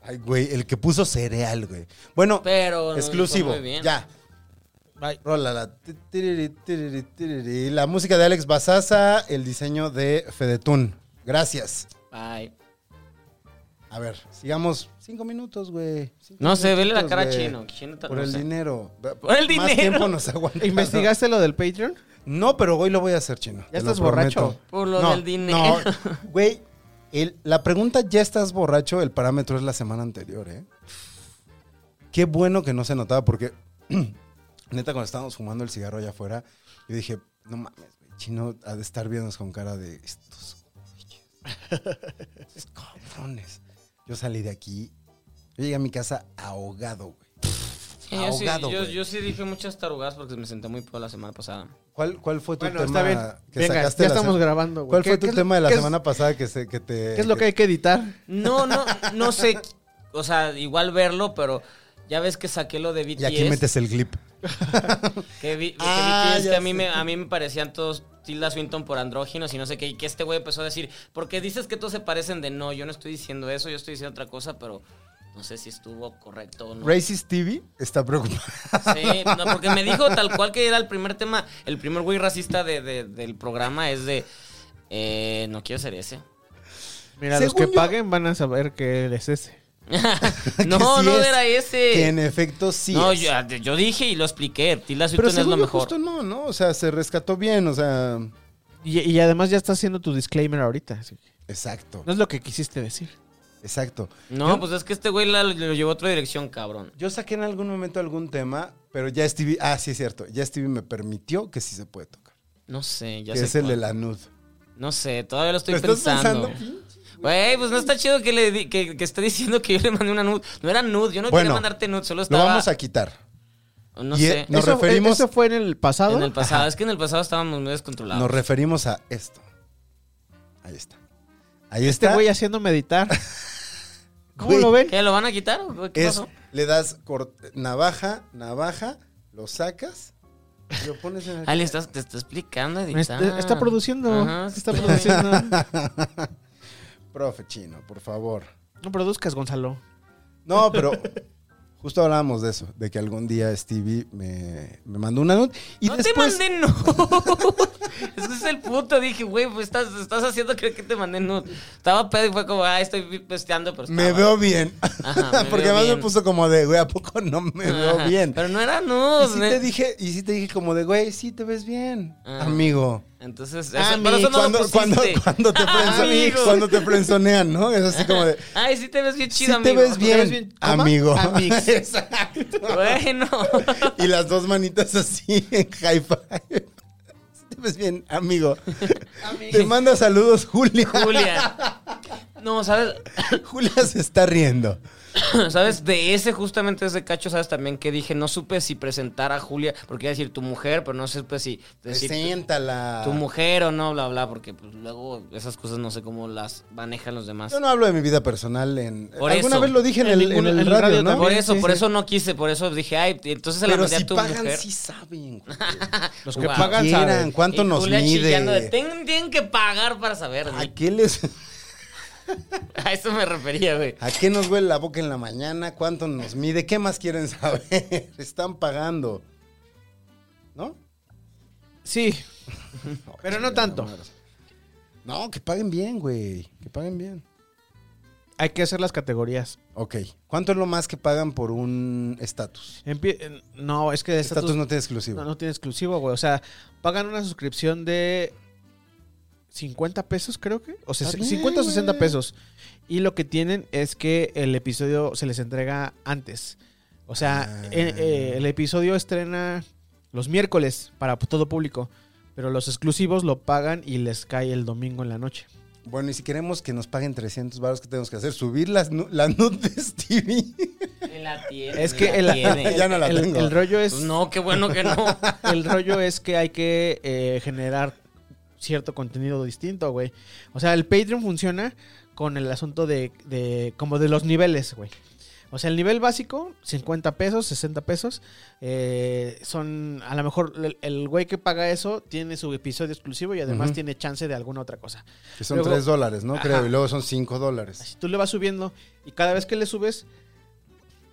B: Ay, güey, el que puso cereal, güey. Bueno,
D: Pero. no,
B: exclusivo.
D: fue muy bien.
B: Ya. Rólala. Ti, tiriri, tiriri, tiriri. La música de Alex Basasa, el diseño de Fedetun. Gracias.
D: Bye.
B: A ver, sigamos cinco minutos, güey. Cinco
D: No sé, vele la
B: minutos,
D: cara a
B: güey.
D: Chino. Chino ta-
B: Por
D: no
B: el
D: sé.
B: dinero.
D: Por
B: Más
D: el dinero.
B: tiempo nos aguanta.
C: ¿Investigaste lo del Patreon?
B: No, pero hoy lo voy a hacer, chino. te lo
C: estás borracho?
B: prometo.
D: Por lo
B: No,
D: del dinero. *laughs*
B: No, güey. el- La pregunta, ¿ya estás borracho? El parámetro es la semana anterior, ¿eh? Qué bueno que no se notaba, porque *clears throat* neta, cuando estábamos fumando el cigarro allá afuera, yo dije, no mames, güey, chino ha de estar viéndonos con cara de estos güeyes, estos cabrones. Yo salí de aquí, yo llegué a mi casa ahogado, güey.
D: Sí, yo, sí,
B: ahogado,
D: yo,
B: güey.
D: yo sí dije muchas tarugadas porque me senté muy peor la semana pasada.
B: ¿Cuál, cuál fue tu
C: Bueno,
B: tema
C: está bien.
B: que
C: Venga,
B: sacaste
C: ya
B: la
C: estamos
B: se-
C: grabando, güey.
B: ¿Cuál
C: ¿Qué-
B: fue tu
C: qué-
B: tema de la
C: qué es-
B: semana pasada que, se, que te...
C: ¿Qué es lo que hay que editar?
D: No, no, no sé. O sea, igual verlo, pero ya ves que saqué lo de BTS.
B: Y aquí metes el clip.
D: Que, vi- que
B: Ah,
D: BTS,
B: ya
D: que a mí,
B: sé.
D: me, a mí me parecían todos Tilda Swinton por andróginos y no sé qué. Y que este güey empezó a decir, porque dices que todos se parecen de no, yo no estoy diciendo eso, yo estoy diciendo otra cosa, pero no sé si estuvo correcto o no.
B: Racist TV está preocupado.
D: Sí, no, porque me dijo tal cual que era el primer tema, el primer güey racista de- de- del programa es de, eh, no quiero ser
B: *laughs*
D: ese.
C: Mira, los
B: Según
C: que
B: yo-
C: paguen van a saber que él es ese.
D: no,
B: sí
D: no
B: es.
D: era
B: Que en
D: ese.
B: efecto sí
D: no,
B: es.
D: yo, ah, yo dije y lo expliqué, Tilda
B: Pero
D: Swinton es
B: según
D: lo
B: yo
D: mejor.
B: justo no, ¿no? O sea, se rescató bien, o sea...
C: Y, y además ya estás haciendo tu disclaimer ahorita. así que
B: Exacto,
C: No es lo que quisiste decir.
B: exacto.
D: No, pues es que este güey la- lo llevó a otra dirección, cabrón.
B: Yo saqué en algún momento algún tema, pero ya Stevie... Ah, sí es cierto. Ya Stevie me permitió que sí se puede tocar.
D: No sé, ya
B: que
D: sé.
B: es el
D: cuál.
B: de la nud.
D: No sé, todavía lo estoy
B: ¿Lo estás
D: pensando.
B: pensando,
D: Güey, pues no está chido que le di- que, que esté diciendo que yo le mandé una nude. No era nude, yo no
B: Bueno,
D: quería mandarte nude, solo
B: Lo
D: estaba.
B: vamos a quitar.
D: No
B: y-
D: sé.
B: Nos
C: eso, e-,
B: referimos-
C: ¿Eso fue en el pasado?
D: En el pasado, es que en el pasado estábamos muy descontrolados.
B: Nos referimos a esto. Ahí está. Ahí
C: Este
B: está.
C: güey haciendo *laughs* meditar. ¿Cómo
B: Güey,
C: lo ven?
D: ¿Qué, lo van a quitar? o ¿Qué
B: es
D: pasó?
B: le das cort- navaja, navaja, lo sacas, y lo pones en el...
D: Ah, le estás, te está explicando,
C: Me
D: editar.
C: Está, Este, está produciendo.
D: Ajá,
C: está
D: sí.
C: produciendo.
B: Profe chino, por favor.
C: No produzcas, Gonzalo.
B: No,
D: *laughs*
B: pero justo hablábamos de eso, de que algún día Stevie me, me mandó una nota y
D: no
B: después
D: te mandé nude. *laughs* Ese es el punto. Dije, güey, pues estás, estás haciendo creer que te mandé nude. Estaba pedo y fue como, ah, estoy pesteando, pero
B: me
D: estaba.
B: veo bien.
D: Ah,
B: *laughs*
D: Ajá, me
B: Porque
D: veo
B: además
D: bien.
B: me puso como de, güey, ¿a poco no me
D: Ajá,
B: veo bien?
D: Pero no era
B: Y
D: nude.
B: sí
D: me-
B: te dije, y sí te dije como de, güey, sí te ves bien,
D: Ah.
B: amigo.
D: Entonces, eso,
B: Ah,
D: pero eso no
B: cuando,
D: lo pusiste. Ah,
B: cuando, cuando *laughs* te prensonean,
D: Amigo.
B: cuando te prensonean, ¿no? Es así como de,
D: Ay, sí te ves bien
B: sí
D: chido,
B: te
D: amigo.
B: ves bien,
C: ¿Cómo?
B: amigo.
C: Amix.
D: Bueno.
B: *laughs* y las dos manitas así *laughs* en high five. Sí te ves bien, amigo. Te manda *laughs* saludos, Julia.
D: Julia. No, ¿sabes?
B: Julia se está riendo.
D: *clears throat* ¿Sabes? De ese, justamente ese cacho, ¿sabes? También que dije, no supe si presentar a Julia, porque iba a decir tu mujer, pero no supe si decir tu-
B: Preséntala.
D: tu, mujer o no, bla, bla, porque pues, luego esas cosas no sé cómo las manejan los demás.
B: Yo no hablo de mi vida personal en.
D: Por
B: Alguna
D: eso.
B: vez lo dije en,
C: En
B: el,
C: ningún-
B: en
C: en
B: el
C: el
B: radio,
C: radio
B: ¿no?
C: también.
D: Por
C: Sí,
D: eso,
C: sí,
D: por
C: sí.
D: eso no quise, por eso dije, ay, entonces se la
B: Pero
D: mandé
B: si
D: a tu
B: pagan,
D: mujer.
B: sí saben. güey.
C: Los que
D: Wow.
C: pagan
B: Quieran,
C: saben.
B: ¿Cuánto
D: Y
B: nos
D: Julia chillando de,
B: mide?
D: "Ten- tienen que pagar para saber.
B: ¿A qué, les,
D: *laughs* A eso me refería, güey.
B: ¿A qué nos huele la boca en la mañana? ¿Cuánto nos mide? ¿Qué más quieren saber? *laughs* Están pagando. ¿No?
C: Sí. Pero no tanto.
B: No, que paguen bien, güey. Que paguen bien.
C: Hay que hacer las categorías.
B: Ok. ¿Cuánto es lo más que pagan por un estatus?
C: Empie- eh, no, es que de
B: Estatus
C: estatus
B: no tiene exclusivo.
C: no, no tiene exclusivo, güey. O sea, pagan una suscripción de 50 pesos, creo que. O sea,
B: Está bien,
C: 50 o 60
B: güey.
C: pesos. Y lo que tienen es que el episodio se les entrega antes. O sea,
B: Ah.
C: eh, eh, el episodio estrena los miércoles para todo público. Pero los exclusivos lo pagan y les cae el domingo en la noche.
B: Bueno, y si queremos que nos paguen 300 baros, ¿qué tenemos que hacer? Subir las, *laughs* nu- la Nudes TV.
D: la tiene.
C: Es que el,
B: *laughs* Ya no la
C: el-
B: tengo.
C: el rollo es.
D: Pues no, qué bueno
B: *laughs*
D: que no.
C: El rollo es que hay que eh, generar cierto contenido distinto, güey. O sea, el Patreon funciona con el asunto de, de- como de los niveles, güey. O sea, el nivel básico, 50 pesos, 60 pesos, eh, son, a lo mejor el- el güey que paga eso tiene su episodio exclusivo y además
B: Ujú.
C: tiene chance de alguna otra cosa.
B: Que son
C: Luego-
B: 3 dólares, ¿no?
C: Ajá.
B: Creo. Y luego son 5 dólares.
C: Así tú le vas subiendo y cada vez que le subes,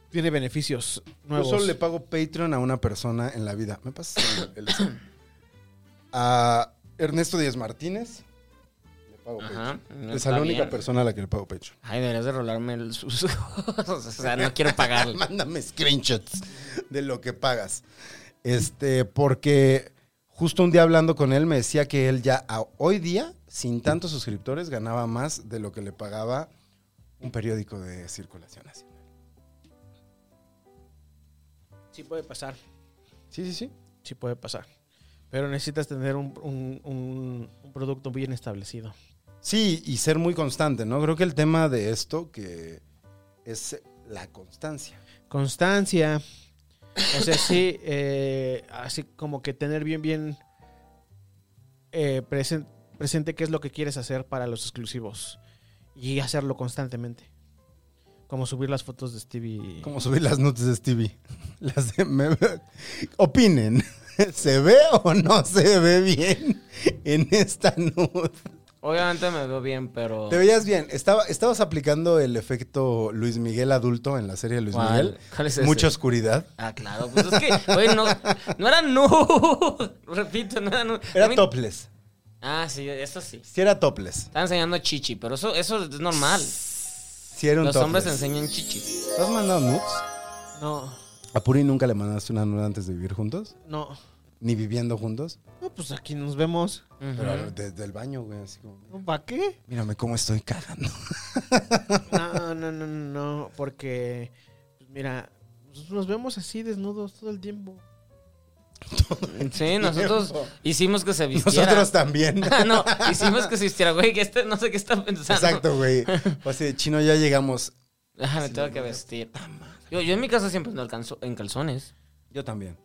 C: tiene beneficios nuevos.
B: Yo solo le pago Patreon a una persona en la vida. ¿Me pasas el, el- A Ernesto Díaz Martínez le pago Patreon.
D: Ajá. no
B: Esa es
D: está
B: la única
D: bien.
B: persona a la que le pago Patreon.
D: Ay, deberías de rolarme el- sus cosas. *laughs* O sea, no quiero pagarle.
B: *laughs* Mándame screenshots de lo que pagas. Este, porque justo un día hablando con él me decía que él ya a- hoy día, sin tantos suscriptores, ganaba más de lo que le pagaba un periódico de circulación nacional.
C: Sí puede pasar.
B: Sí, sí, sí.
C: sí puede pasar. Pero necesitas tener un, un- un- un producto bien establecido.
B: Sí, y ser muy constante, ¿no? Creo que el tema de esto que es la constancia.
C: Constancia. O sea, sí, eh, así como que tener bien, bien eh, presen- presente qué es lo que quieres hacer para los exclusivos. Y hacerlo constantemente. Como subir las fotos de Stevie.
B: Como subir las notas de Stevie. *laughs* Las de- me- opinen. *laughs* ¿Se ve o no se ve bien en esta *laughs* nude?
D: Obviamente me veo bien, pero.
B: Te veías bien. Estaba, estabas aplicando el efecto Luis Miguel adulto en la serie de Luis
D: ¿Cuál?
B: Miguel.
D: ¿Cuál es ese?
B: Mucha oscuridad.
D: Ah, claro. Pues es que, güey, no, no era no. *laughs* Repito, no era no. A
B: Era
D: mí-
B: topless.
D: Ah, sí, eso sí.
B: Sí era topless.
D: Estaba enseñando chichi, pero eso, eso es normal.
B: Sí era un
D: Los
B: topless.
D: hombres enseñan chichi.
B: ¿Te has mandado nudes?
C: No,
B: ¿A Puri nunca le mandaste una nude antes de vivir juntos?
C: no.
B: ¿Ni viviendo juntos?
C: No, pues aquí nos vemos.
B: *laughs* Pero desde el baño, güey. Así como,
C: ¿Para qué?
B: mírame cómo estoy cagando.
C: No, no, no, no, no, porque, pues, mira, pues, nos vemos así desnudos todo el tiempo.
D: Sí, nosotros hicimos que se vistiera.
B: *laughs* Nosotros
D: *laughs*
B: también.
D: Ah, no, hicimos que se vistiera, güey, que este no sé qué está pensando.
B: Exacto, güey. O sea, chino, ya llegamos.
D: Ah, me tengo que vestir. Yo, yo en mi casa siempre no alcanzo en calzones.
B: Yo también.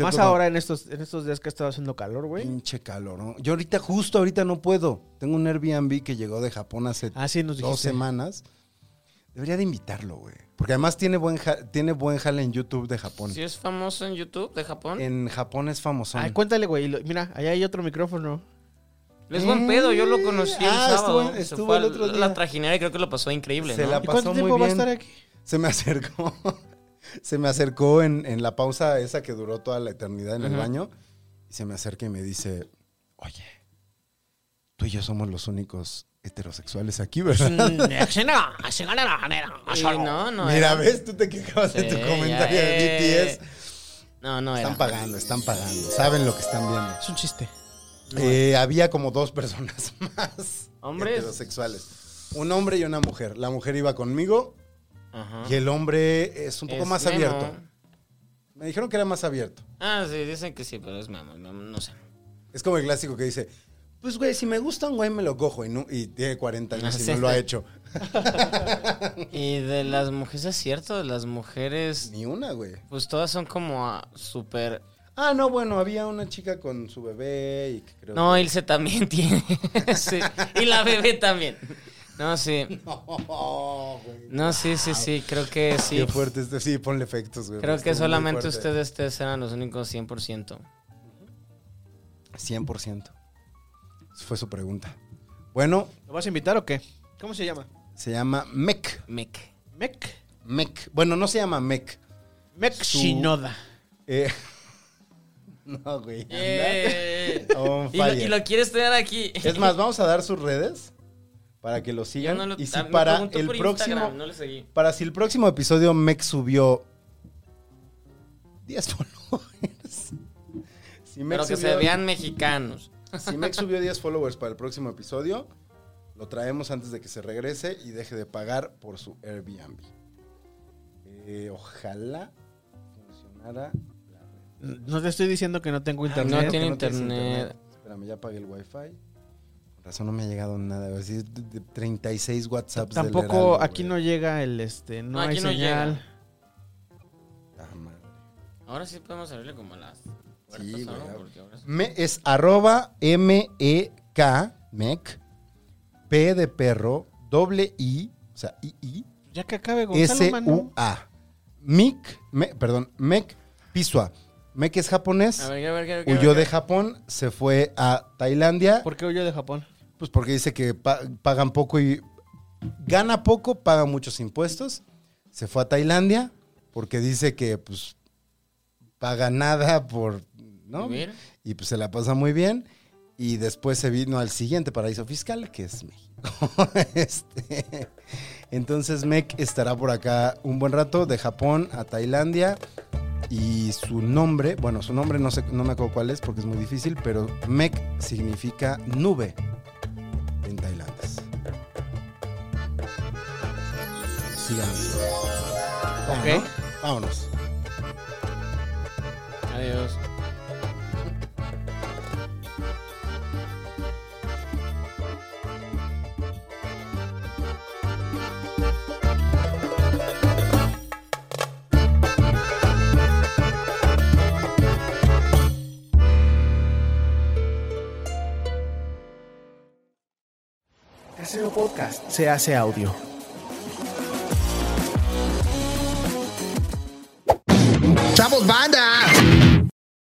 C: Más ahora en estos, en estos días que ha estado haciendo calor, güey.
B: Pinche calor, ¿no? Yo ahorita, justo ahorita no puedo. Tengo un Airbnb que llegó de Japón hace
C: Ah, sí, nos
B: dos
C: dijiste.
B: semanas. Debería de invitarlo, güey. Porque además tiene buen, ja- tiene buen jale en YouTube de Japón.
D: Si es famoso en YouTube de Japón.
B: En Japón es famoso.
C: Ay, cuéntale, güey. lo- Mira, allá hay otro micrófono.
D: Es buen pedo, yo lo conocí el
B: Ah, estuvo-
D: sábado. Se
B: estuvo
D: fue
B: el
D: al-
B: otro día.
D: La trajinera y creo que lo pasó increíble,
B: Se
D: ¿no?
B: la-
D: *laughs*
C: ¿Y
B: pasó
C: cuánto
B: muy
C: tiempo va a
B: bien.
C: estar aquí?
B: Se me acercó. *laughs* se me acercó en, en la pausa esa que duró toda la eternidad en el
D: Ajá.
B: baño. Y se me acerca y me dice, oye, tú y yo somos los únicos heterosexuales aquí, ¿verdad?
D: Sí, no, no.
B: *laughs* Mira,
D: era.
B: ves, tú te quejabas de tu
D: Sí,
B: comentario
D: ya,
B: de
D: eh.
B: BTS.
D: No, no era.
B: Están pagando, están pagando. Saben lo que están viendo.
C: Es un chiste.
B: Eh, había como dos personas *laughs* más.
D: ¿Hombres?
B: Heterosexuales. Un hombre y una mujer. La mujer iba conmigo
D: Ajá.
B: y el hombre es un poco
D: Ah. Es
B: más
D: memo.
B: abierto. Me dijeron que era más abierto.
D: Ah, sí, dicen que sí, pero es memo, memo, no sé.
B: Es como el clásico que dice, Pues, güey, si me gusta un güey, me lo cojo y, no- y tiene 40 años y
D: Ah, Sí.
B: no lo ha hecho.
D: Y de las mujeres, es cierto, de las mujeres,
B: Ni una, güey.
D: pues todas son como ah, súper...
B: Ah, no, bueno, había una chica con su bebé y que creo *laughs*
D: No, Ilse también *laughs* tiene. sí. Y la bebé también. No, sí.
B: No, Oh, güey.
D: No, sí, sí, sí. Creo que sí.
B: Qué fuerte este. Sí, ponle efectos, güey.
D: Creo
B: Estuvo
D: que
B: muy
D: solamente
B: fuerte.
D: ustedes tres eran los únicos 100%.
B: 100%. Esa fue su pregunta. Bueno,
C: ¿Lo vas a invitar o qué? ¿Cómo se llama?
B: se llama Mec.
D: Mec.
C: Mec.
B: Mec. Bueno, no se llama Mec.
C: Mec
B: Su-
C: Shinoda.
B: Eh, *laughs* No, güey. anda
D: *laughs* Eh.
B: on
D: Y lo,
B: Oh, fire.
D: y lo quieres tener aquí.
B: Es más, vamos a dar sus redes para que lo
D: *laughs* Yo
B: sigan.
D: no lo-
B: y si
D: ah, me
B: para
D: preguntó
B: el
D: por
B: próximo.
D: Instagram, No le seguí.
B: Para si el próximo episodio Mec subió 10 followers. *laughs* Si Mec,
D: Pero que
B: subió,
D: se vean mexicanos.
B: si Mec subió 10 followers para el próximo episodio, lo traemos antes de que se regrese y deje de pagar por su Airbnb. Eh, ojalá funcionara la red.
C: No te estoy diciendo que no
B: Ah,
C: tengo internet.
D: no tiene
B: que tienes
D: internet.
B: Espérame, ya pagué el wifi. Con razón no me ha llegado nada. güey. Sí, de- de 36 WhatsApps. pues, del
C: Tampoco
B: Heraldo,
C: aquí no
B: güey.
C: llega el este, no,
D: No,
C: hay
D: aquí no
C: señal.
B: Ah, madre.
D: Ahora sí podemos abrirle como a las. puertas,
B: Sí,
D: ¿no?
B: güey.
D: Porque ahora sí.
B: Me es arroba M-E-K, mec, P de perro, doble I, o sea, I-I,
C: Ya que acabe Gonzalo, mano.
B: S-U-A. Mic, me- perdón, mec, pisua. Mec es
D: A
B: japonés,
D: ver, a ver, a ver, a ver, a
B: huyó
D: ver.
B: de Japón, se fue a Tailandia,
C: ¿Por qué huyó de Japón?
B: pues porque dice que pa- pagan poco y gana poco, paga muchos impuestos. Se fue a Tailandia porque dice que pues paga nada por, ¿no?
D: Vivir.
B: y pues se la pasa muy bien. Y después se vino al siguiente paraíso fiscal, que es México. *laughs* Este, Entonces Mec estará por acá un buen rato, de Japón a Tailandia. Y su nombre, bueno, su nombre no, sé, no me acuerdo cuál es porque es muy difícil, pero Mec significa nube en tailandés. Síganos.
C: Ok.
B: Vámonos.
D: Adiós.
A: Casero Podcast se hace audio.
E: ¡Chavos, banda!